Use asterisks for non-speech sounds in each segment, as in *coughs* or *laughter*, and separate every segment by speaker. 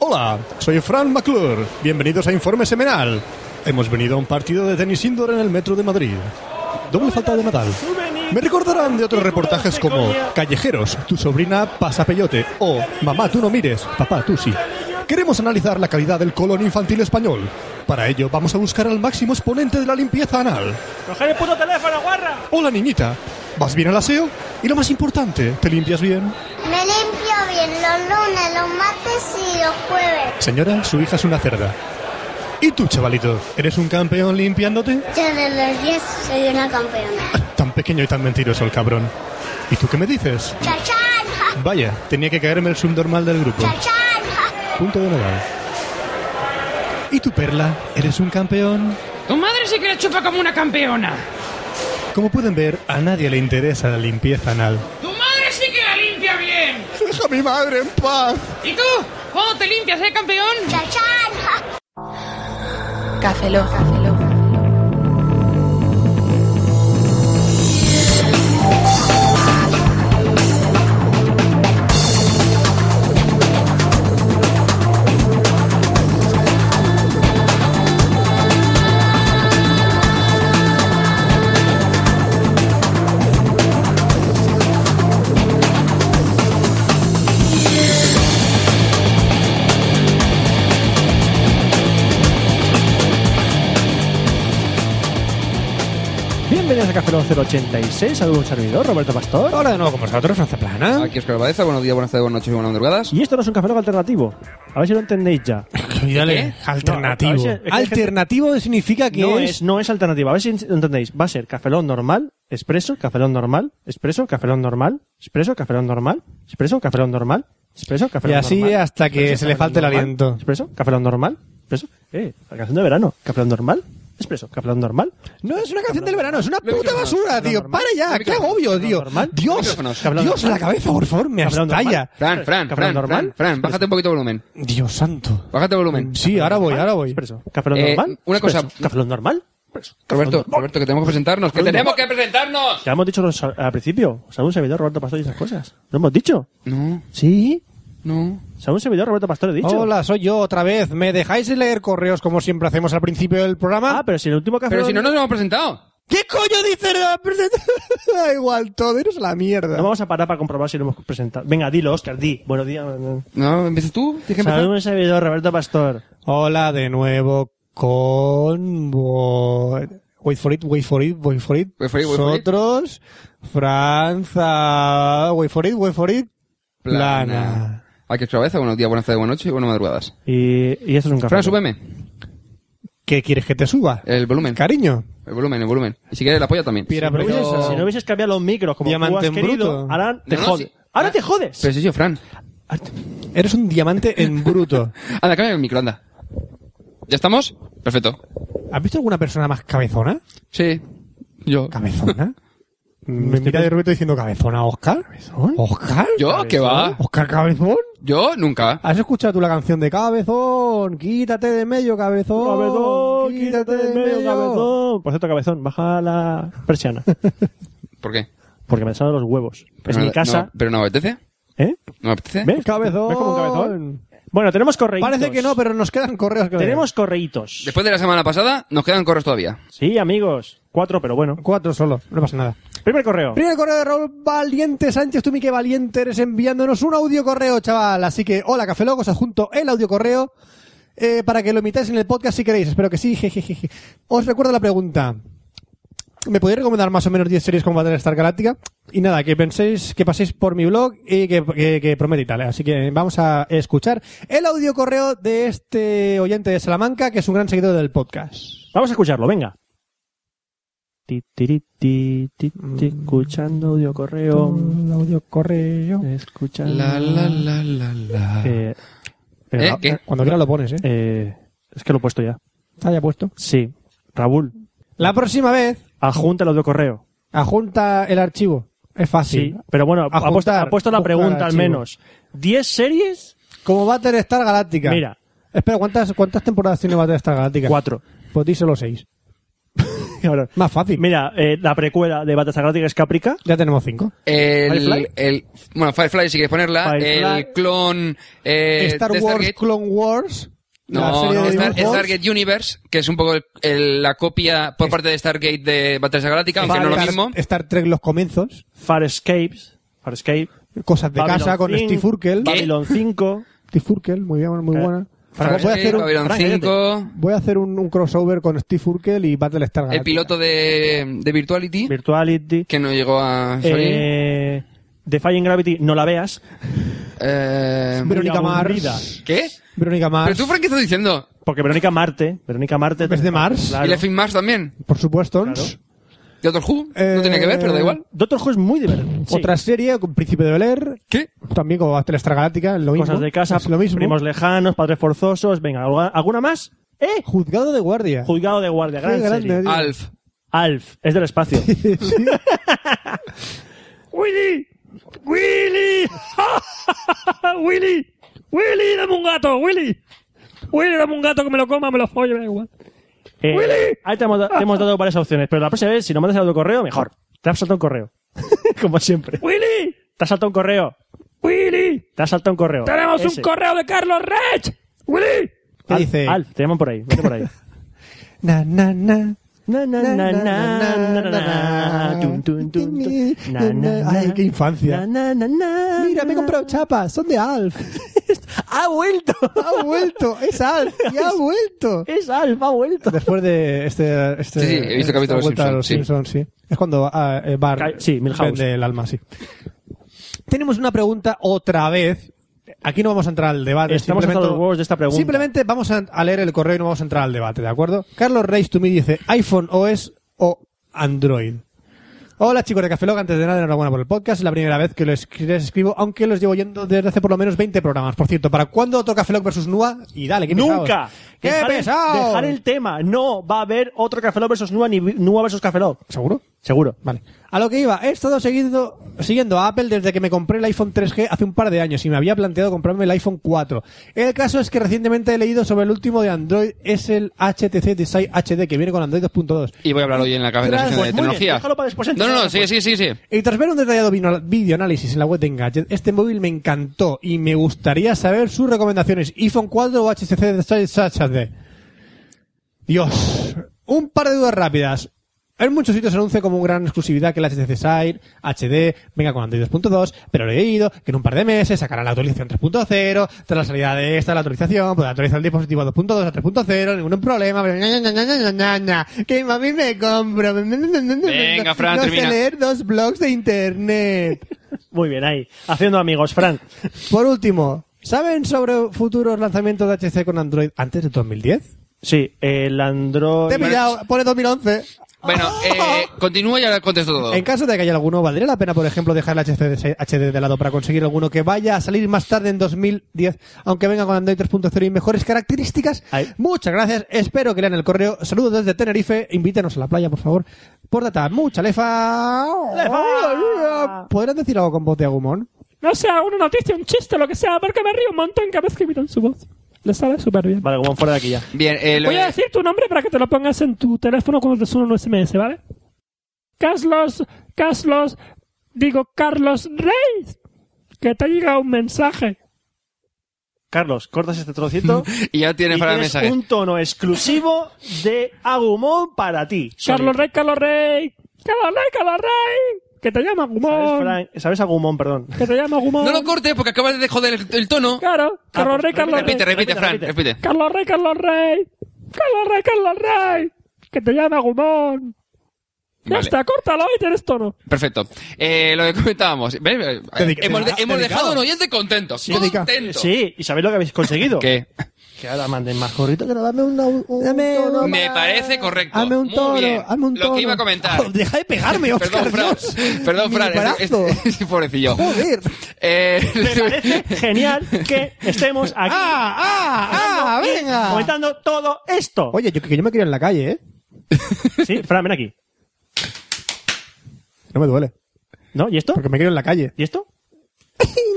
Speaker 1: Hola, soy Fran McClure. Bienvenidos a Informe Semanal. Hemos venido a un partido de tenis indoor en el metro de Madrid. Doble falta de Nadal. Me recordarán de otros reportajes como Callejeros, tu sobrina pasa peyote o Mamá, tú no mires, papá, tú sí. Queremos analizar la calidad del colon infantil español. Para ello vamos a buscar al máximo exponente de la limpieza anal.
Speaker 2: ¡Coger el puto teléfono, guarra!
Speaker 1: Hola niñita, ¿vas bien al aseo? Y lo más importante, ¿te limpias bien?
Speaker 3: Me limpio bien los lunes, los martes y los jueves.
Speaker 1: Señora, su hija es una cerda. ¿Y tú, chavalito? ¿Eres un campeón limpiándote?
Speaker 3: Yo de los 10 soy una campeona.
Speaker 1: Tan pequeño y tan mentiroso el cabrón. ¿Y tú qué me dices?
Speaker 3: ¡Chachán!
Speaker 1: Vaya, tenía que caerme el subnormal del grupo.
Speaker 3: ¡Chachán!
Speaker 1: Punto de Nadal. ¿Y tú, Perla? ¿Eres un campeón?
Speaker 4: Tu madre sí que la chupa como una campeona.
Speaker 1: Como pueden ver, a nadie le interesa la limpieza anal.
Speaker 4: Tu madre sí que la limpia bien.
Speaker 1: ¡Deja a mi madre en paz!
Speaker 4: ¿Y tú? ¿Cómo te limpias, eh, campeón?
Speaker 3: ¡Chachán!
Speaker 5: Café Lock.
Speaker 2: Bienvenidos a Café Lock 086, saludos un servidor, Roberto Pastor.
Speaker 6: Hola de nuevo con vosotros, Franza Plana.
Speaker 7: Aquí Oscar Baeza, buenos días, buenas tardes, buenas noches y buenas madrugadas.
Speaker 2: Y esto no es un Café Lock alternativo. A ver si lo entendéis ya.
Speaker 6: Y dale,
Speaker 2: No,
Speaker 6: alternativo.
Speaker 2: a- a veces-
Speaker 6: alternativo significa que
Speaker 2: No
Speaker 6: es...
Speaker 2: es, no es alternativa, a ver si entendéis. Va a ser Café Lock normal, expreso, Café Lock normal, expreso, Café Lock normal, expreso, Café Lock normal, expreso, Café Lock normal, expreso, Café
Speaker 6: Y
Speaker 2: Lock
Speaker 6: así
Speaker 2: normal.
Speaker 6: hasta que
Speaker 2: expreso,
Speaker 6: se le
Speaker 2: Café Lock
Speaker 6: falte el
Speaker 2: normal,
Speaker 6: aliento.
Speaker 2: Expreso, Café Lock normal, expreso. Eh, la canción de verano, Café Lock normal, expreso, Café Lock normal.
Speaker 6: No es una canción del verano, es una puta
Speaker 7: micrófonos,
Speaker 6: basura, tío.
Speaker 2: normal.
Speaker 6: Para ya, qué agobio, tío.
Speaker 2: normal.
Speaker 6: Dios,
Speaker 7: Micrófonos.
Speaker 6: Dios, la cabeza, por favor, me
Speaker 2: Hablando
Speaker 6: astalla.
Speaker 7: Fran, Fran,
Speaker 2: ¿Café
Speaker 7: Fran, Fran,
Speaker 2: normal?
Speaker 7: Fran, bájate un poquito el volumen.
Speaker 6: Dios santo.
Speaker 7: Bájate el volumen.
Speaker 6: Mm, Sí, ahora voy, ahora voy.
Speaker 2: Expreso, Café Lock
Speaker 7: Eh,
Speaker 2: normal.
Speaker 7: una cosa-
Speaker 2: expreso, Café Lock normal, expreso.
Speaker 7: Roberto, Roberto, que tenemos que presentarnos, que tenemos que presentarnos.
Speaker 2: Ya hemos dicho los- al principio, salud un servidor, Roberto Pastor y esas cosas. ¿Lo hemos dicho?
Speaker 7: No,
Speaker 2: Sí.
Speaker 7: no.
Speaker 2: Salud un servidor, Roberto Pastor, he dicho.
Speaker 6: Hola, soy yo otra vez. ¿Me dejáis leer correos como siempre hacemos al principio del programa?
Speaker 2: Ah, pero si el último Café
Speaker 7: Pero
Speaker 2: Lock-
Speaker 7: si no nos hemos presentado.
Speaker 6: ¿Qué coño dice la *laughs* Da igual todo, eres la mierda.
Speaker 2: No vamos a parar para comprobar si lo hemos presentado. Venga, dilo, Oscar, di. Buenos días.
Speaker 7: No, empiezas tú, tienes que empezar.
Speaker 2: Saludos, servidor Roberto Pastor.
Speaker 6: Hola de nuevo con... vo- Wait for it, wait for it, wait for it.
Speaker 7: Wait for it, wait for it.
Speaker 6: Nosotros, Franza... Wait for it, wait for it. Plana.
Speaker 7: Aquí Oscar Baeza, buenos días, buenas tardes, buenas noches y buenas madrugadas.
Speaker 2: Y, y esto es un café.
Speaker 7: Fran, súbeme.
Speaker 6: ¿Qué quieres que te suba?
Speaker 7: El volumen.
Speaker 6: Cariño.
Speaker 7: El volumen, el volumen. Y si quieres la polla también.
Speaker 6: Piedra
Speaker 7: Sí, pero-
Speaker 6: preciosa,
Speaker 2: Si no hubieses cambiado los micros como
Speaker 6: Diamante
Speaker 2: tú has
Speaker 6: en
Speaker 2: querido,
Speaker 6: bruto.
Speaker 2: ahora te
Speaker 7: No, no,
Speaker 2: jodes.
Speaker 7: sí. Ah,
Speaker 2: Ahora te jodes.
Speaker 7: Pero sí, yo, Fran.
Speaker 2: Ah, t-
Speaker 6: Eres un diamante en bruto.
Speaker 7: Anda, cambia el micro, anda. ¿Ya estamos? Perfecto.
Speaker 6: ¿Has visto alguna persona más cabezona?
Speaker 7: Sí. Yo.
Speaker 6: ¿Cabezona? Me
Speaker 2: Este
Speaker 6: mira de repente diciendo cabezona, Oscar. ¿Oscar?
Speaker 7: ¿Yo? ¿Qué va?
Speaker 6: ¿Oscar Cabezón?
Speaker 7: Yo nunca.
Speaker 6: ¿Has escuchado tú la canción de Cabezón? Quítate de medio, cabezón.
Speaker 2: Cabezón, quítate de medio, cabezón. Por cierto, cabezón, baja la persiana.
Speaker 7: ¿Por qué?
Speaker 2: Porque me salen los huevos. Es
Speaker 7: Pero no-
Speaker 2: mi Pues casa.
Speaker 7: no, pero no me apetece.
Speaker 2: ¿Eh?
Speaker 7: ¿No me apetece?
Speaker 2: ¿Ves?
Speaker 6: Cabezón.
Speaker 2: ¿Ves como un cabezón? Bueno, tenemos correitos.
Speaker 6: Parece que no, pero nos quedan correos que leer.
Speaker 2: Tenemos correitos.
Speaker 7: Después de la semana pasada, nos quedan correos todavía.
Speaker 2: Sí, amigos. Cuatro, pero bueno.
Speaker 6: cuatro solo, no pasa nada.
Speaker 2: Primer correo.
Speaker 6: Primer correo de Raúl Valiente Sánchez, tú mi que valiente eres enviándonos un audio correo, chaval. Así que, hola, Café Loco, os adjunto el audio correo eh, para que lo emitáis en el podcast si queréis. Espero que sí, *laughs* jejeje. Os recuerdo la pregunta. ¿Me podéis recomendar más o menos 10 series como Battlestar Galáctica? Y nada, que penséis, que paséis por mi blog y que, que, que promete y tal. ¿eh? Así que vamos a escuchar el audio correo de este oyente de Salamanca, que es un gran seguidor del podcast.
Speaker 2: Vamos a escucharlo, venga. Ti, tiri, ti, ti, ti, escuchando audio correo.
Speaker 6: audio correo.
Speaker 2: Escuchando.
Speaker 7: La, la, la, la, la.
Speaker 2: Eh,
Speaker 7: ¿Eh?
Speaker 2: eh,
Speaker 7: ¿Qué?
Speaker 6: Cuando quieras lo pones, ¿eh?
Speaker 2: eh, es que lo he puesto ya.
Speaker 6: Está ya puesto.
Speaker 2: Sí. Raúl,
Speaker 6: La próxima vez,
Speaker 2: adjunta el audio correo.
Speaker 6: ajunta el archivo. Es
Speaker 2: Sí.
Speaker 6: fácil.
Speaker 2: Pero bueno, ha puesto,
Speaker 6: Ajuntar,
Speaker 2: ha puesto la
Speaker 6: buscar
Speaker 2: pregunta al
Speaker 6: archivo.
Speaker 2: menos. ¿10 series?
Speaker 6: Como Battlestar Galáctica.
Speaker 2: Mira.
Speaker 6: Espera, ¿cuántas, ¿cuántas temporadas tiene Battlestar Galáctica?
Speaker 2: Cuatro.
Speaker 6: Pues di solo seis.
Speaker 2: cabrón.
Speaker 6: Más fácil.
Speaker 2: Mira, eh, la precuela de Battlestar Galactica es Caprica.
Speaker 6: Ya tenemos cinco.
Speaker 7: El,
Speaker 2: ¿Firefly?
Speaker 7: el, bueno, Firefly, si quieres ponerla.
Speaker 2: Firefly.
Speaker 7: El clon. Eh,
Speaker 6: Star
Speaker 7: de
Speaker 6: Wars,
Speaker 7: Stargate.
Speaker 6: Clone Wars. la
Speaker 7: No,
Speaker 6: serie
Speaker 7: no,
Speaker 6: de
Speaker 7: Star-
Speaker 6: dibujos.
Speaker 7: Stargate Universe, que es un poco el- el- la copia por parte de Stargate de Battlestar Galactica, aunque no es lo
Speaker 6: Star-
Speaker 7: mismo.
Speaker 6: Star Trek Los Comienzos.
Speaker 2: Far Escapes. Far Escape.
Speaker 6: Cosas de
Speaker 2: Babylon
Speaker 6: casa con
Speaker 2: 5,
Speaker 6: Steve Urkel.
Speaker 2: Babylon 5.
Speaker 6: Steve Urkel, muy bien, muy
Speaker 2: Eh,
Speaker 6: buena.
Speaker 2: Frank,
Speaker 6: voy, a
Speaker 7: Stargate,
Speaker 6: hacer un,
Speaker 7: Babylon
Speaker 2: Frank,
Speaker 7: 5,
Speaker 6: voy a hacer un, un crossover con Steve Urkel y Battlestar Galactica.
Speaker 7: el piloto de, de Virtuality,
Speaker 2: Virtuality.
Speaker 7: que no llegó a salir.
Speaker 2: Eh, Defying Gravity, no la veas.
Speaker 7: Eh,
Speaker 6: Verónica
Speaker 2: muy
Speaker 6: Mars.
Speaker 2: aburrida.
Speaker 7: ¿Qué?
Speaker 6: Verónica
Speaker 7: ¿Pero
Speaker 6: Mars.
Speaker 7: tú, Frank, qué estás diciendo?
Speaker 2: Porque Verónica Marte. Verónica Marte.
Speaker 6: ¿Es de Mars?
Speaker 2: Claro.
Speaker 7: ¿Y la Film Mars también?
Speaker 6: Por supuesto.
Speaker 2: Claro.
Speaker 7: ¿De Doctor Who? No tenía que ver, pero da igual.
Speaker 2: Doctor Who es muy divertido. Sí.
Speaker 6: Otra serie con Príncipe de Bel-Air.
Speaker 7: ¿Qué?
Speaker 6: También como Battlestar Galactica. Lo mismo.
Speaker 2: Cosas de casa,
Speaker 6: Es lo mismo.
Speaker 2: primos lejanos, padres forzosos. Venga, ¿alguna- ¿alguna más? ¿Eh?
Speaker 6: Juzgado de guardia. *laughs*
Speaker 2: Juzgado de guardia.
Speaker 6: Qué
Speaker 2: Gran
Speaker 6: grande,
Speaker 2: serie.
Speaker 6: tío.
Speaker 7: Alf.
Speaker 2: Alf, es del espacio.
Speaker 6: *laughs* Sí.
Speaker 2: ¡Willy! ¡Willy! *laughs* ¡Willy! ¡Willy, dame un gato! ¡Willy! ¡Willy, dame un gato que me lo coma, me lo folle, me da igual! ¡Willy! Eh, Ahí te hemos, da- te hemos dado varias opciones, pero la próxima vez, si no mandas el correo, mejor. Te has saltado un correo. *laughs* Como siempre. ¡Willy! Te has saltado un correo. ¡Willy! Te has saltado un correo. ¡Tenemos un correo de Carlos Rech! ¡Willy!
Speaker 6: ¿Qué dice?
Speaker 2: Alf, te llaman por ahí. Vete por ahí.
Speaker 6: Na, na, na.
Speaker 2: Na, na, na, na, na, na, na. Tun, tun, tun, tun. Na, na, na.
Speaker 6: Ay, qué infancia.
Speaker 2: Na, na, na, na.
Speaker 6: Mira, me he comprado chapas, son de Alf.
Speaker 2: ¡Ha vuelto!
Speaker 6: Ha vuelto, es Alf, y ha vuelto.
Speaker 2: ¡Es Alf, ha vuelto!
Speaker 6: Después de este, este
Speaker 7: Sí, sí, he visto
Speaker 6: esta
Speaker 7: capítulo de los
Speaker 6: vuelta a los
Speaker 7: Simpsons,
Speaker 6: Simpsons, sí. Es cuando ah, eh, Bart
Speaker 2: Ca- sí, Milhouse.
Speaker 6: vende el alma, sí. Tenemos una pregunta otra vez. Aquí no vamos a entrar al debate.
Speaker 2: Estamos hasta
Speaker 6: simplemente-
Speaker 2: los huevos de esta pregunta.
Speaker 6: Simplemente vamos a, a leer el correo y no vamos a entrar al debate, ¿de acuerdo? Carlos Reis to me dice iPhone OS o Android. Hola chicos de Café Lock, antes de nada enhorabuena por el podcast, es la primera vez que los escri- les escribo, aunque los llevo yendo desde hace por lo menos 20 programas. Por cierto, ¿para cuándo otro Café Lock versus Nua? Y dale, qué pesados.
Speaker 2: ¡Nunca!
Speaker 6: ¡Qué
Speaker 2: Dejar el-
Speaker 6: pesado!
Speaker 2: Dejar el tema. No va a haber otro Café Lock versus Nua ni vi- Nua versus Café Lock.
Speaker 6: ¿Seguro?
Speaker 2: Seguro.
Speaker 6: Vale. A lo que iba, he estado seguido, siguiendo a Apple desde que me compré el iPhone 3G hace un par de años y me había planteado comprarme el iPhone 4. El caso es que recientemente he leído sobre el último de Android, es el HTC Design HD, que viene con Android 2.2.
Speaker 7: Y voy a hablar hoy en la cabeza
Speaker 6: Tras-
Speaker 7: de
Speaker 2: pues muy bien,
Speaker 7: tecnología.
Speaker 2: déjalo para después,
Speaker 7: Eh, no, no, no,
Speaker 2: entonces,
Speaker 7: sí, sí, sí, sí.
Speaker 6: Y tras ver un detallado vino- videoanálisis en la web de Engadget, este móvil me encantó y me gustaría saber sus recomendaciones. iPhone 4 o HTC Design HD. Dios. Un par de dudas rápidas. En muchos sitios se anuncia como gran exclusividad que el HTC Sire HD venga con Android 2.2, pero he leído que en un par de meses sacarán la actualización 3.0, tras la salida de esta, la actualización, pues actualizar el dispositivo a 2.2 a 3.0, ningún problema, pero na, na, na, na, na, na, na, que mami me compro. Venga,
Speaker 7: Fran,
Speaker 6: no sé
Speaker 7: termina.
Speaker 6: leer dos blogs de internet.
Speaker 2: Muy bien, ahí. Haciendo amigos, Fran.
Speaker 6: Por último, ¿saben sobre futuros lanzamientos de HTC con Android antes de 2010?
Speaker 2: Sí, el
Speaker 6: Te he
Speaker 2: Android...
Speaker 6: pillado, pone 2011.
Speaker 7: Bueno,
Speaker 6: *laughs*
Speaker 7: eh, continúo y ahora contesto todo.
Speaker 6: En caso de que haya alguno, ¿valdría la pena, por ejemplo, dejar el HC HD de lado para conseguir alguno que vaya a salir más tarde en 2010, aunque venga con Android 3.0 y mejores características?
Speaker 2: Ay.
Speaker 6: Muchas gracias, espero que lean el correo. Saludos desde Tenerife, invítenos a la playa, por favor. Por data, mucha lefa.
Speaker 2: ¡Lefa!
Speaker 6: ¿Podrían decir algo con voz de Agumon?
Speaker 8: No sea una noticia, un chiste, lo que sea, porque me río un montón cada vez que imitan su voz. Le sale súper bien.
Speaker 2: Vale, como fuera de aquí ya.
Speaker 7: Bien, eh, lo-
Speaker 8: Voy a decir tu nombre para que te lo pongas en tu teléfono cuando te suene un SMS, ¿vale? Carlos, Carlos, digo Carlos Reyes, que te ha llegado un mensaje.
Speaker 2: Carlos, cortas este
Speaker 7: *laughs*
Speaker 2: trocito
Speaker 7: y ya
Speaker 2: y
Speaker 7: tienen para el
Speaker 2: tienes
Speaker 7: mensaje.
Speaker 2: un tono exclusivo de Agumon para ti.
Speaker 8: Carlos Rey, Carlos Rey, Carlos Rey, Carlos Rey, que te llama
Speaker 2: ¿Sabes,
Speaker 8: Gumón,
Speaker 2: Frank? ¿Sabes Agumon, perdón?
Speaker 8: que te llama Gumón.
Speaker 7: No lo cortes porque acabas de joder el, el tono.
Speaker 8: Claro, Carlos Rey, Carlos Rey.
Speaker 7: Repite,
Speaker 2: repite,
Speaker 7: repite, Fran,
Speaker 2: repite.
Speaker 7: repite.
Speaker 8: Carlos Rey, Carlos Rey. Carlos Rey, Carlos Rey. Que te llama Gumón. Ya
Speaker 7: Vale.
Speaker 8: está, córtalo y tienes tono.
Speaker 7: Perfecto. Eh, lo que comentábamos. ¿Ves? Eh,
Speaker 6: Dedica-
Speaker 7: hemos de-
Speaker 6: dedica- dedicado.
Speaker 7: hemos dejado a un oyente contento.
Speaker 6: dedica-
Speaker 7: contento.
Speaker 2: Sí, ¿y sabéis lo que habéis conseguido?
Speaker 7: Que
Speaker 2: Que ahora manden más gorrito que no dame
Speaker 6: Dame un, tono
Speaker 7: me
Speaker 6: más.
Speaker 7: parece correcto.
Speaker 6: Hazme un
Speaker 7: Muy
Speaker 6: toro,
Speaker 7: bien.
Speaker 6: hazme un
Speaker 7: Lo
Speaker 6: toro.
Speaker 7: que iba a comentar.
Speaker 6: Oh, *laughs* deja de pegarme, Oscar,
Speaker 7: Perdón, Fran.
Speaker 6: Dios.
Speaker 7: Perdón,
Speaker 6: Mi
Speaker 7: Fran. Es,
Speaker 6: brazo.
Speaker 7: es- es- pobrecillo.
Speaker 6: Joder.
Speaker 7: Eh,
Speaker 2: Me parece genial que estemos aquí
Speaker 6: ¡Ah, ah, ah! ¡Venga!
Speaker 2: comentando todo esto.
Speaker 6: Oye, yo, que yo me quería en la calle, ¿eh?
Speaker 2: Sí, Fran, ven aquí.
Speaker 6: No me duele.
Speaker 2: ¿No? ¿Y esto?
Speaker 6: Porque me quiero en la calle.
Speaker 2: ¿Y esto?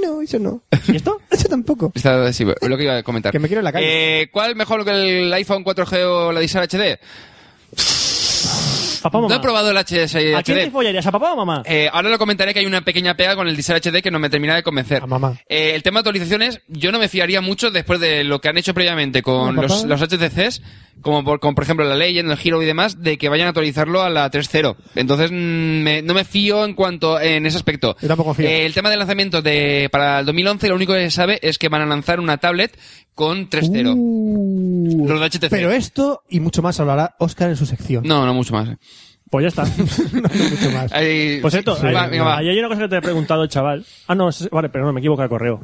Speaker 6: no, eso no.
Speaker 2: ¿Y esto?
Speaker 6: Eso tampoco.
Speaker 7: *laughs* Está- sí, lo que iba a comentar.
Speaker 6: Que me quiero en la calle.
Speaker 7: Eh, ¿Cuál mejor que el iPhone 4G o la Disar HD?
Speaker 2: papá o mamá?
Speaker 7: No he probado el HSI
Speaker 2: ¿A quién te
Speaker 7: HD.
Speaker 2: follarías? ¿A papá o mamá?
Speaker 7: Eh, ahora lo comentaré que hay una pequeña pega con el Diesel HD que no me termina de convencer.
Speaker 9: A mamá.
Speaker 7: Eh, el tema de actualizaciones, yo no me fiaría mucho después de lo que han hecho previamente con
Speaker 9: No, papá.
Speaker 7: los, los HTCs, como por, como por ejemplo la Legend, el Hero y demás, de que vayan a actualizarlo a la 3.0. Entonces, mm, me- no me fío en cuanto en ese aspecto.
Speaker 9: Yo tampoco confío.
Speaker 7: Eh, el tema de lanzamiento de, para el 2011, lo único que se sabe es que van a lanzar una tablet con 3.0.
Speaker 9: Uh,
Speaker 7: Los de HTC.
Speaker 9: Pero esto y mucho más hablará Oscar en su sección.
Speaker 7: No, no mucho más.
Speaker 2: Pues ya está.
Speaker 9: *laughs* No, mucho
Speaker 7: *laughs*
Speaker 9: más.
Speaker 7: Ahí-
Speaker 2: Por cierto,
Speaker 7: Va,
Speaker 2: ahí,
Speaker 7: venga, va.
Speaker 2: ahí hay una cosa que te he preguntado, chaval. Ah, no, es- vale, pero no, me equivoco de correo.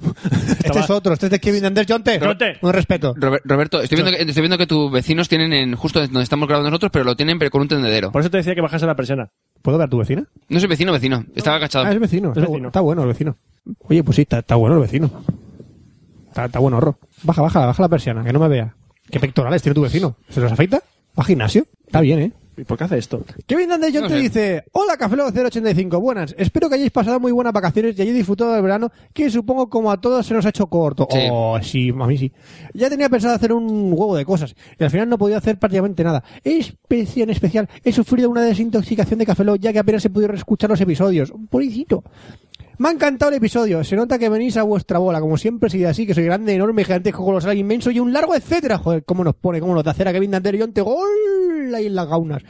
Speaker 9: Este es otro, este es de Kevin Anders Jonte.
Speaker 2: Jonte.
Speaker 9: Un respeto.
Speaker 7: Robe- Roberto, estoy viendo, que, estoy viendo que tus vecinos tienen en, justo donde estamos grabando nosotros, pero lo tienen pero con un tendedero.
Speaker 2: Por eso te decía que bajase la persiana.
Speaker 9: ¿Puedo ver a tu vecina?
Speaker 7: No soy vecino, vecino. Estaba agachado.
Speaker 9: Ah, es vecino.
Speaker 2: Es
Speaker 9: está,
Speaker 2: vecino.
Speaker 9: bu- está bueno el vecino. Oye, pues sí, está, está bueno el vecino. Está, está bueno, horror. Baja, baja, baja la persiana, que no me vea. ¿Qué pectorales tiene tu vecino? ¿Se los afeita? ¿Va a gimnasio? Está bien, ¿eh?
Speaker 2: ¿Y por qué hace esto?
Speaker 9: Kevin Dante John
Speaker 7: No
Speaker 9: te
Speaker 7: sé.
Speaker 9: dice Hola Café Lock 085, buenas. Espero que hayáis pasado muy buenas vacaciones y hayáis disfrutado del verano, que supongo como a todos se nos ha hecho corto.
Speaker 7: Sí.
Speaker 9: Oh, sí, a mí sí. Ya tenía pensado hacer un huevo de cosas y al final no podía hacer prácticamente nada. Especi- en especial, he sufrido una desintoxicación de Café Lock, ya que apenas he podido escuchar los episodios. Pobrecito. Me ha encantado el episodio. Se nota que venís a vuestra bola. Como siempre, sigue así, que soy grande, enorme, gigantesco, colosal, inmenso y un largo etcétera. Joder, cómo nos pone, cómo nos da cera Kevin Dander y te gol ahí en las gaunas.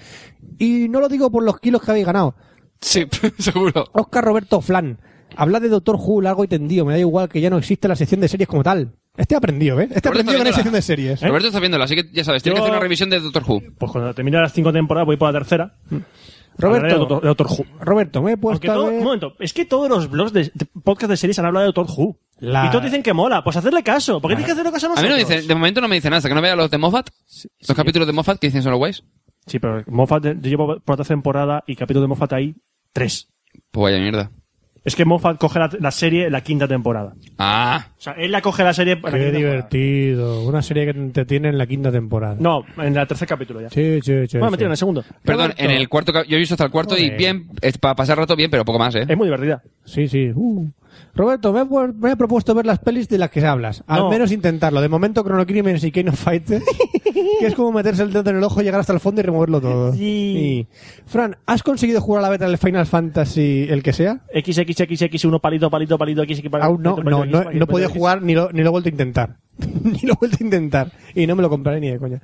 Speaker 9: Y no lo digo por los kilos que habéis ganado.
Speaker 7: Sí, *laughs* seguro.
Speaker 9: Oscar Roberto Flan. Habla de Doctor Who largo y tendido. Me da igual que ya no existe la sección de series como tal. Este ha aprendido, ¿ves? Este ha
Speaker 7: Roberto,
Speaker 9: aprendido con la
Speaker 7: viéndola.
Speaker 9: sección de series.
Speaker 7: Roberto está viéndolo, así que ya sabes, tienes
Speaker 2: Yo-
Speaker 7: que hacer una revisión de Doctor Who.
Speaker 2: Pues cuando termine las cinco temporadas voy por la tercera. Hablaré de
Speaker 9: Roberto,
Speaker 2: Doctor, de Doctor Who.
Speaker 9: Roberto, me he
Speaker 2: Aunque
Speaker 9: puesto a
Speaker 2: todo-
Speaker 9: ver-
Speaker 2: un momento, es que todos los blogs de, de podcast de series han hablado de Doctor Who.
Speaker 9: La-
Speaker 2: Y todos dicen que mola. Pues hacerle caso. ¿Por qué tienes que hacerle caso a
Speaker 7: A mí
Speaker 2: nosotros?
Speaker 7: no me dicen, de momento no me dicen nada, hasta que no vea los de Moffat, los capítulos de Moffat que dicen solo guays.
Speaker 2: Sí, pero Moffat, yo llevo por otra temporada y capítulo de Moffat ahí tres.
Speaker 7: Pues vaya mierda.
Speaker 2: Es que Moffat coge la, la serie en la quinta temporada.
Speaker 7: Ah,
Speaker 2: O sea, él la coge la serie. en la
Speaker 9: Qué
Speaker 2: quinta
Speaker 9: divertido. Una serie que te tiene en la quinta temporada.
Speaker 2: temporada. No, en el tercer capítulo ya.
Speaker 9: Sí, sí, sí.
Speaker 2: bueno,
Speaker 9: sí.
Speaker 2: mentira, en el segundo.
Speaker 7: perdón,
Speaker 2: Roberto,
Speaker 7: en el cuarto, cap- yo he visto hasta el cuarto y
Speaker 9: Joder.
Speaker 7: bien, es para pasar rato bien, pero poco más, ¿eh?
Speaker 2: Es muy divertida.
Speaker 9: Sí, sí. uh. Roberto, me he, pu- me he propuesto ver las pelis de las que hablas. Al
Speaker 2: No.
Speaker 9: menos intentarlo. De momento, Chrono Crimes y Kane of
Speaker 2: *laughs*
Speaker 9: Fighters, que es como meterse el dedo en el ojo, llegar hasta el fondo y removerlo todo.
Speaker 2: Sí.
Speaker 9: Y- Fran, ¿has conseguido jugar a la beta del Final Fantasy, el que sea?
Speaker 2: XXXX1 palito, palito, palito, XX palito.
Speaker 9: Aún no,
Speaker 2: palito, palito, palito,
Speaker 9: no, no,
Speaker 2: palito,
Speaker 9: no he podido
Speaker 2: palito,
Speaker 9: jugar ni lo, ni lo he vuelto a intentar. *laughs* ni lo he vuelto a intentar. Y no me lo compraré ni de coña.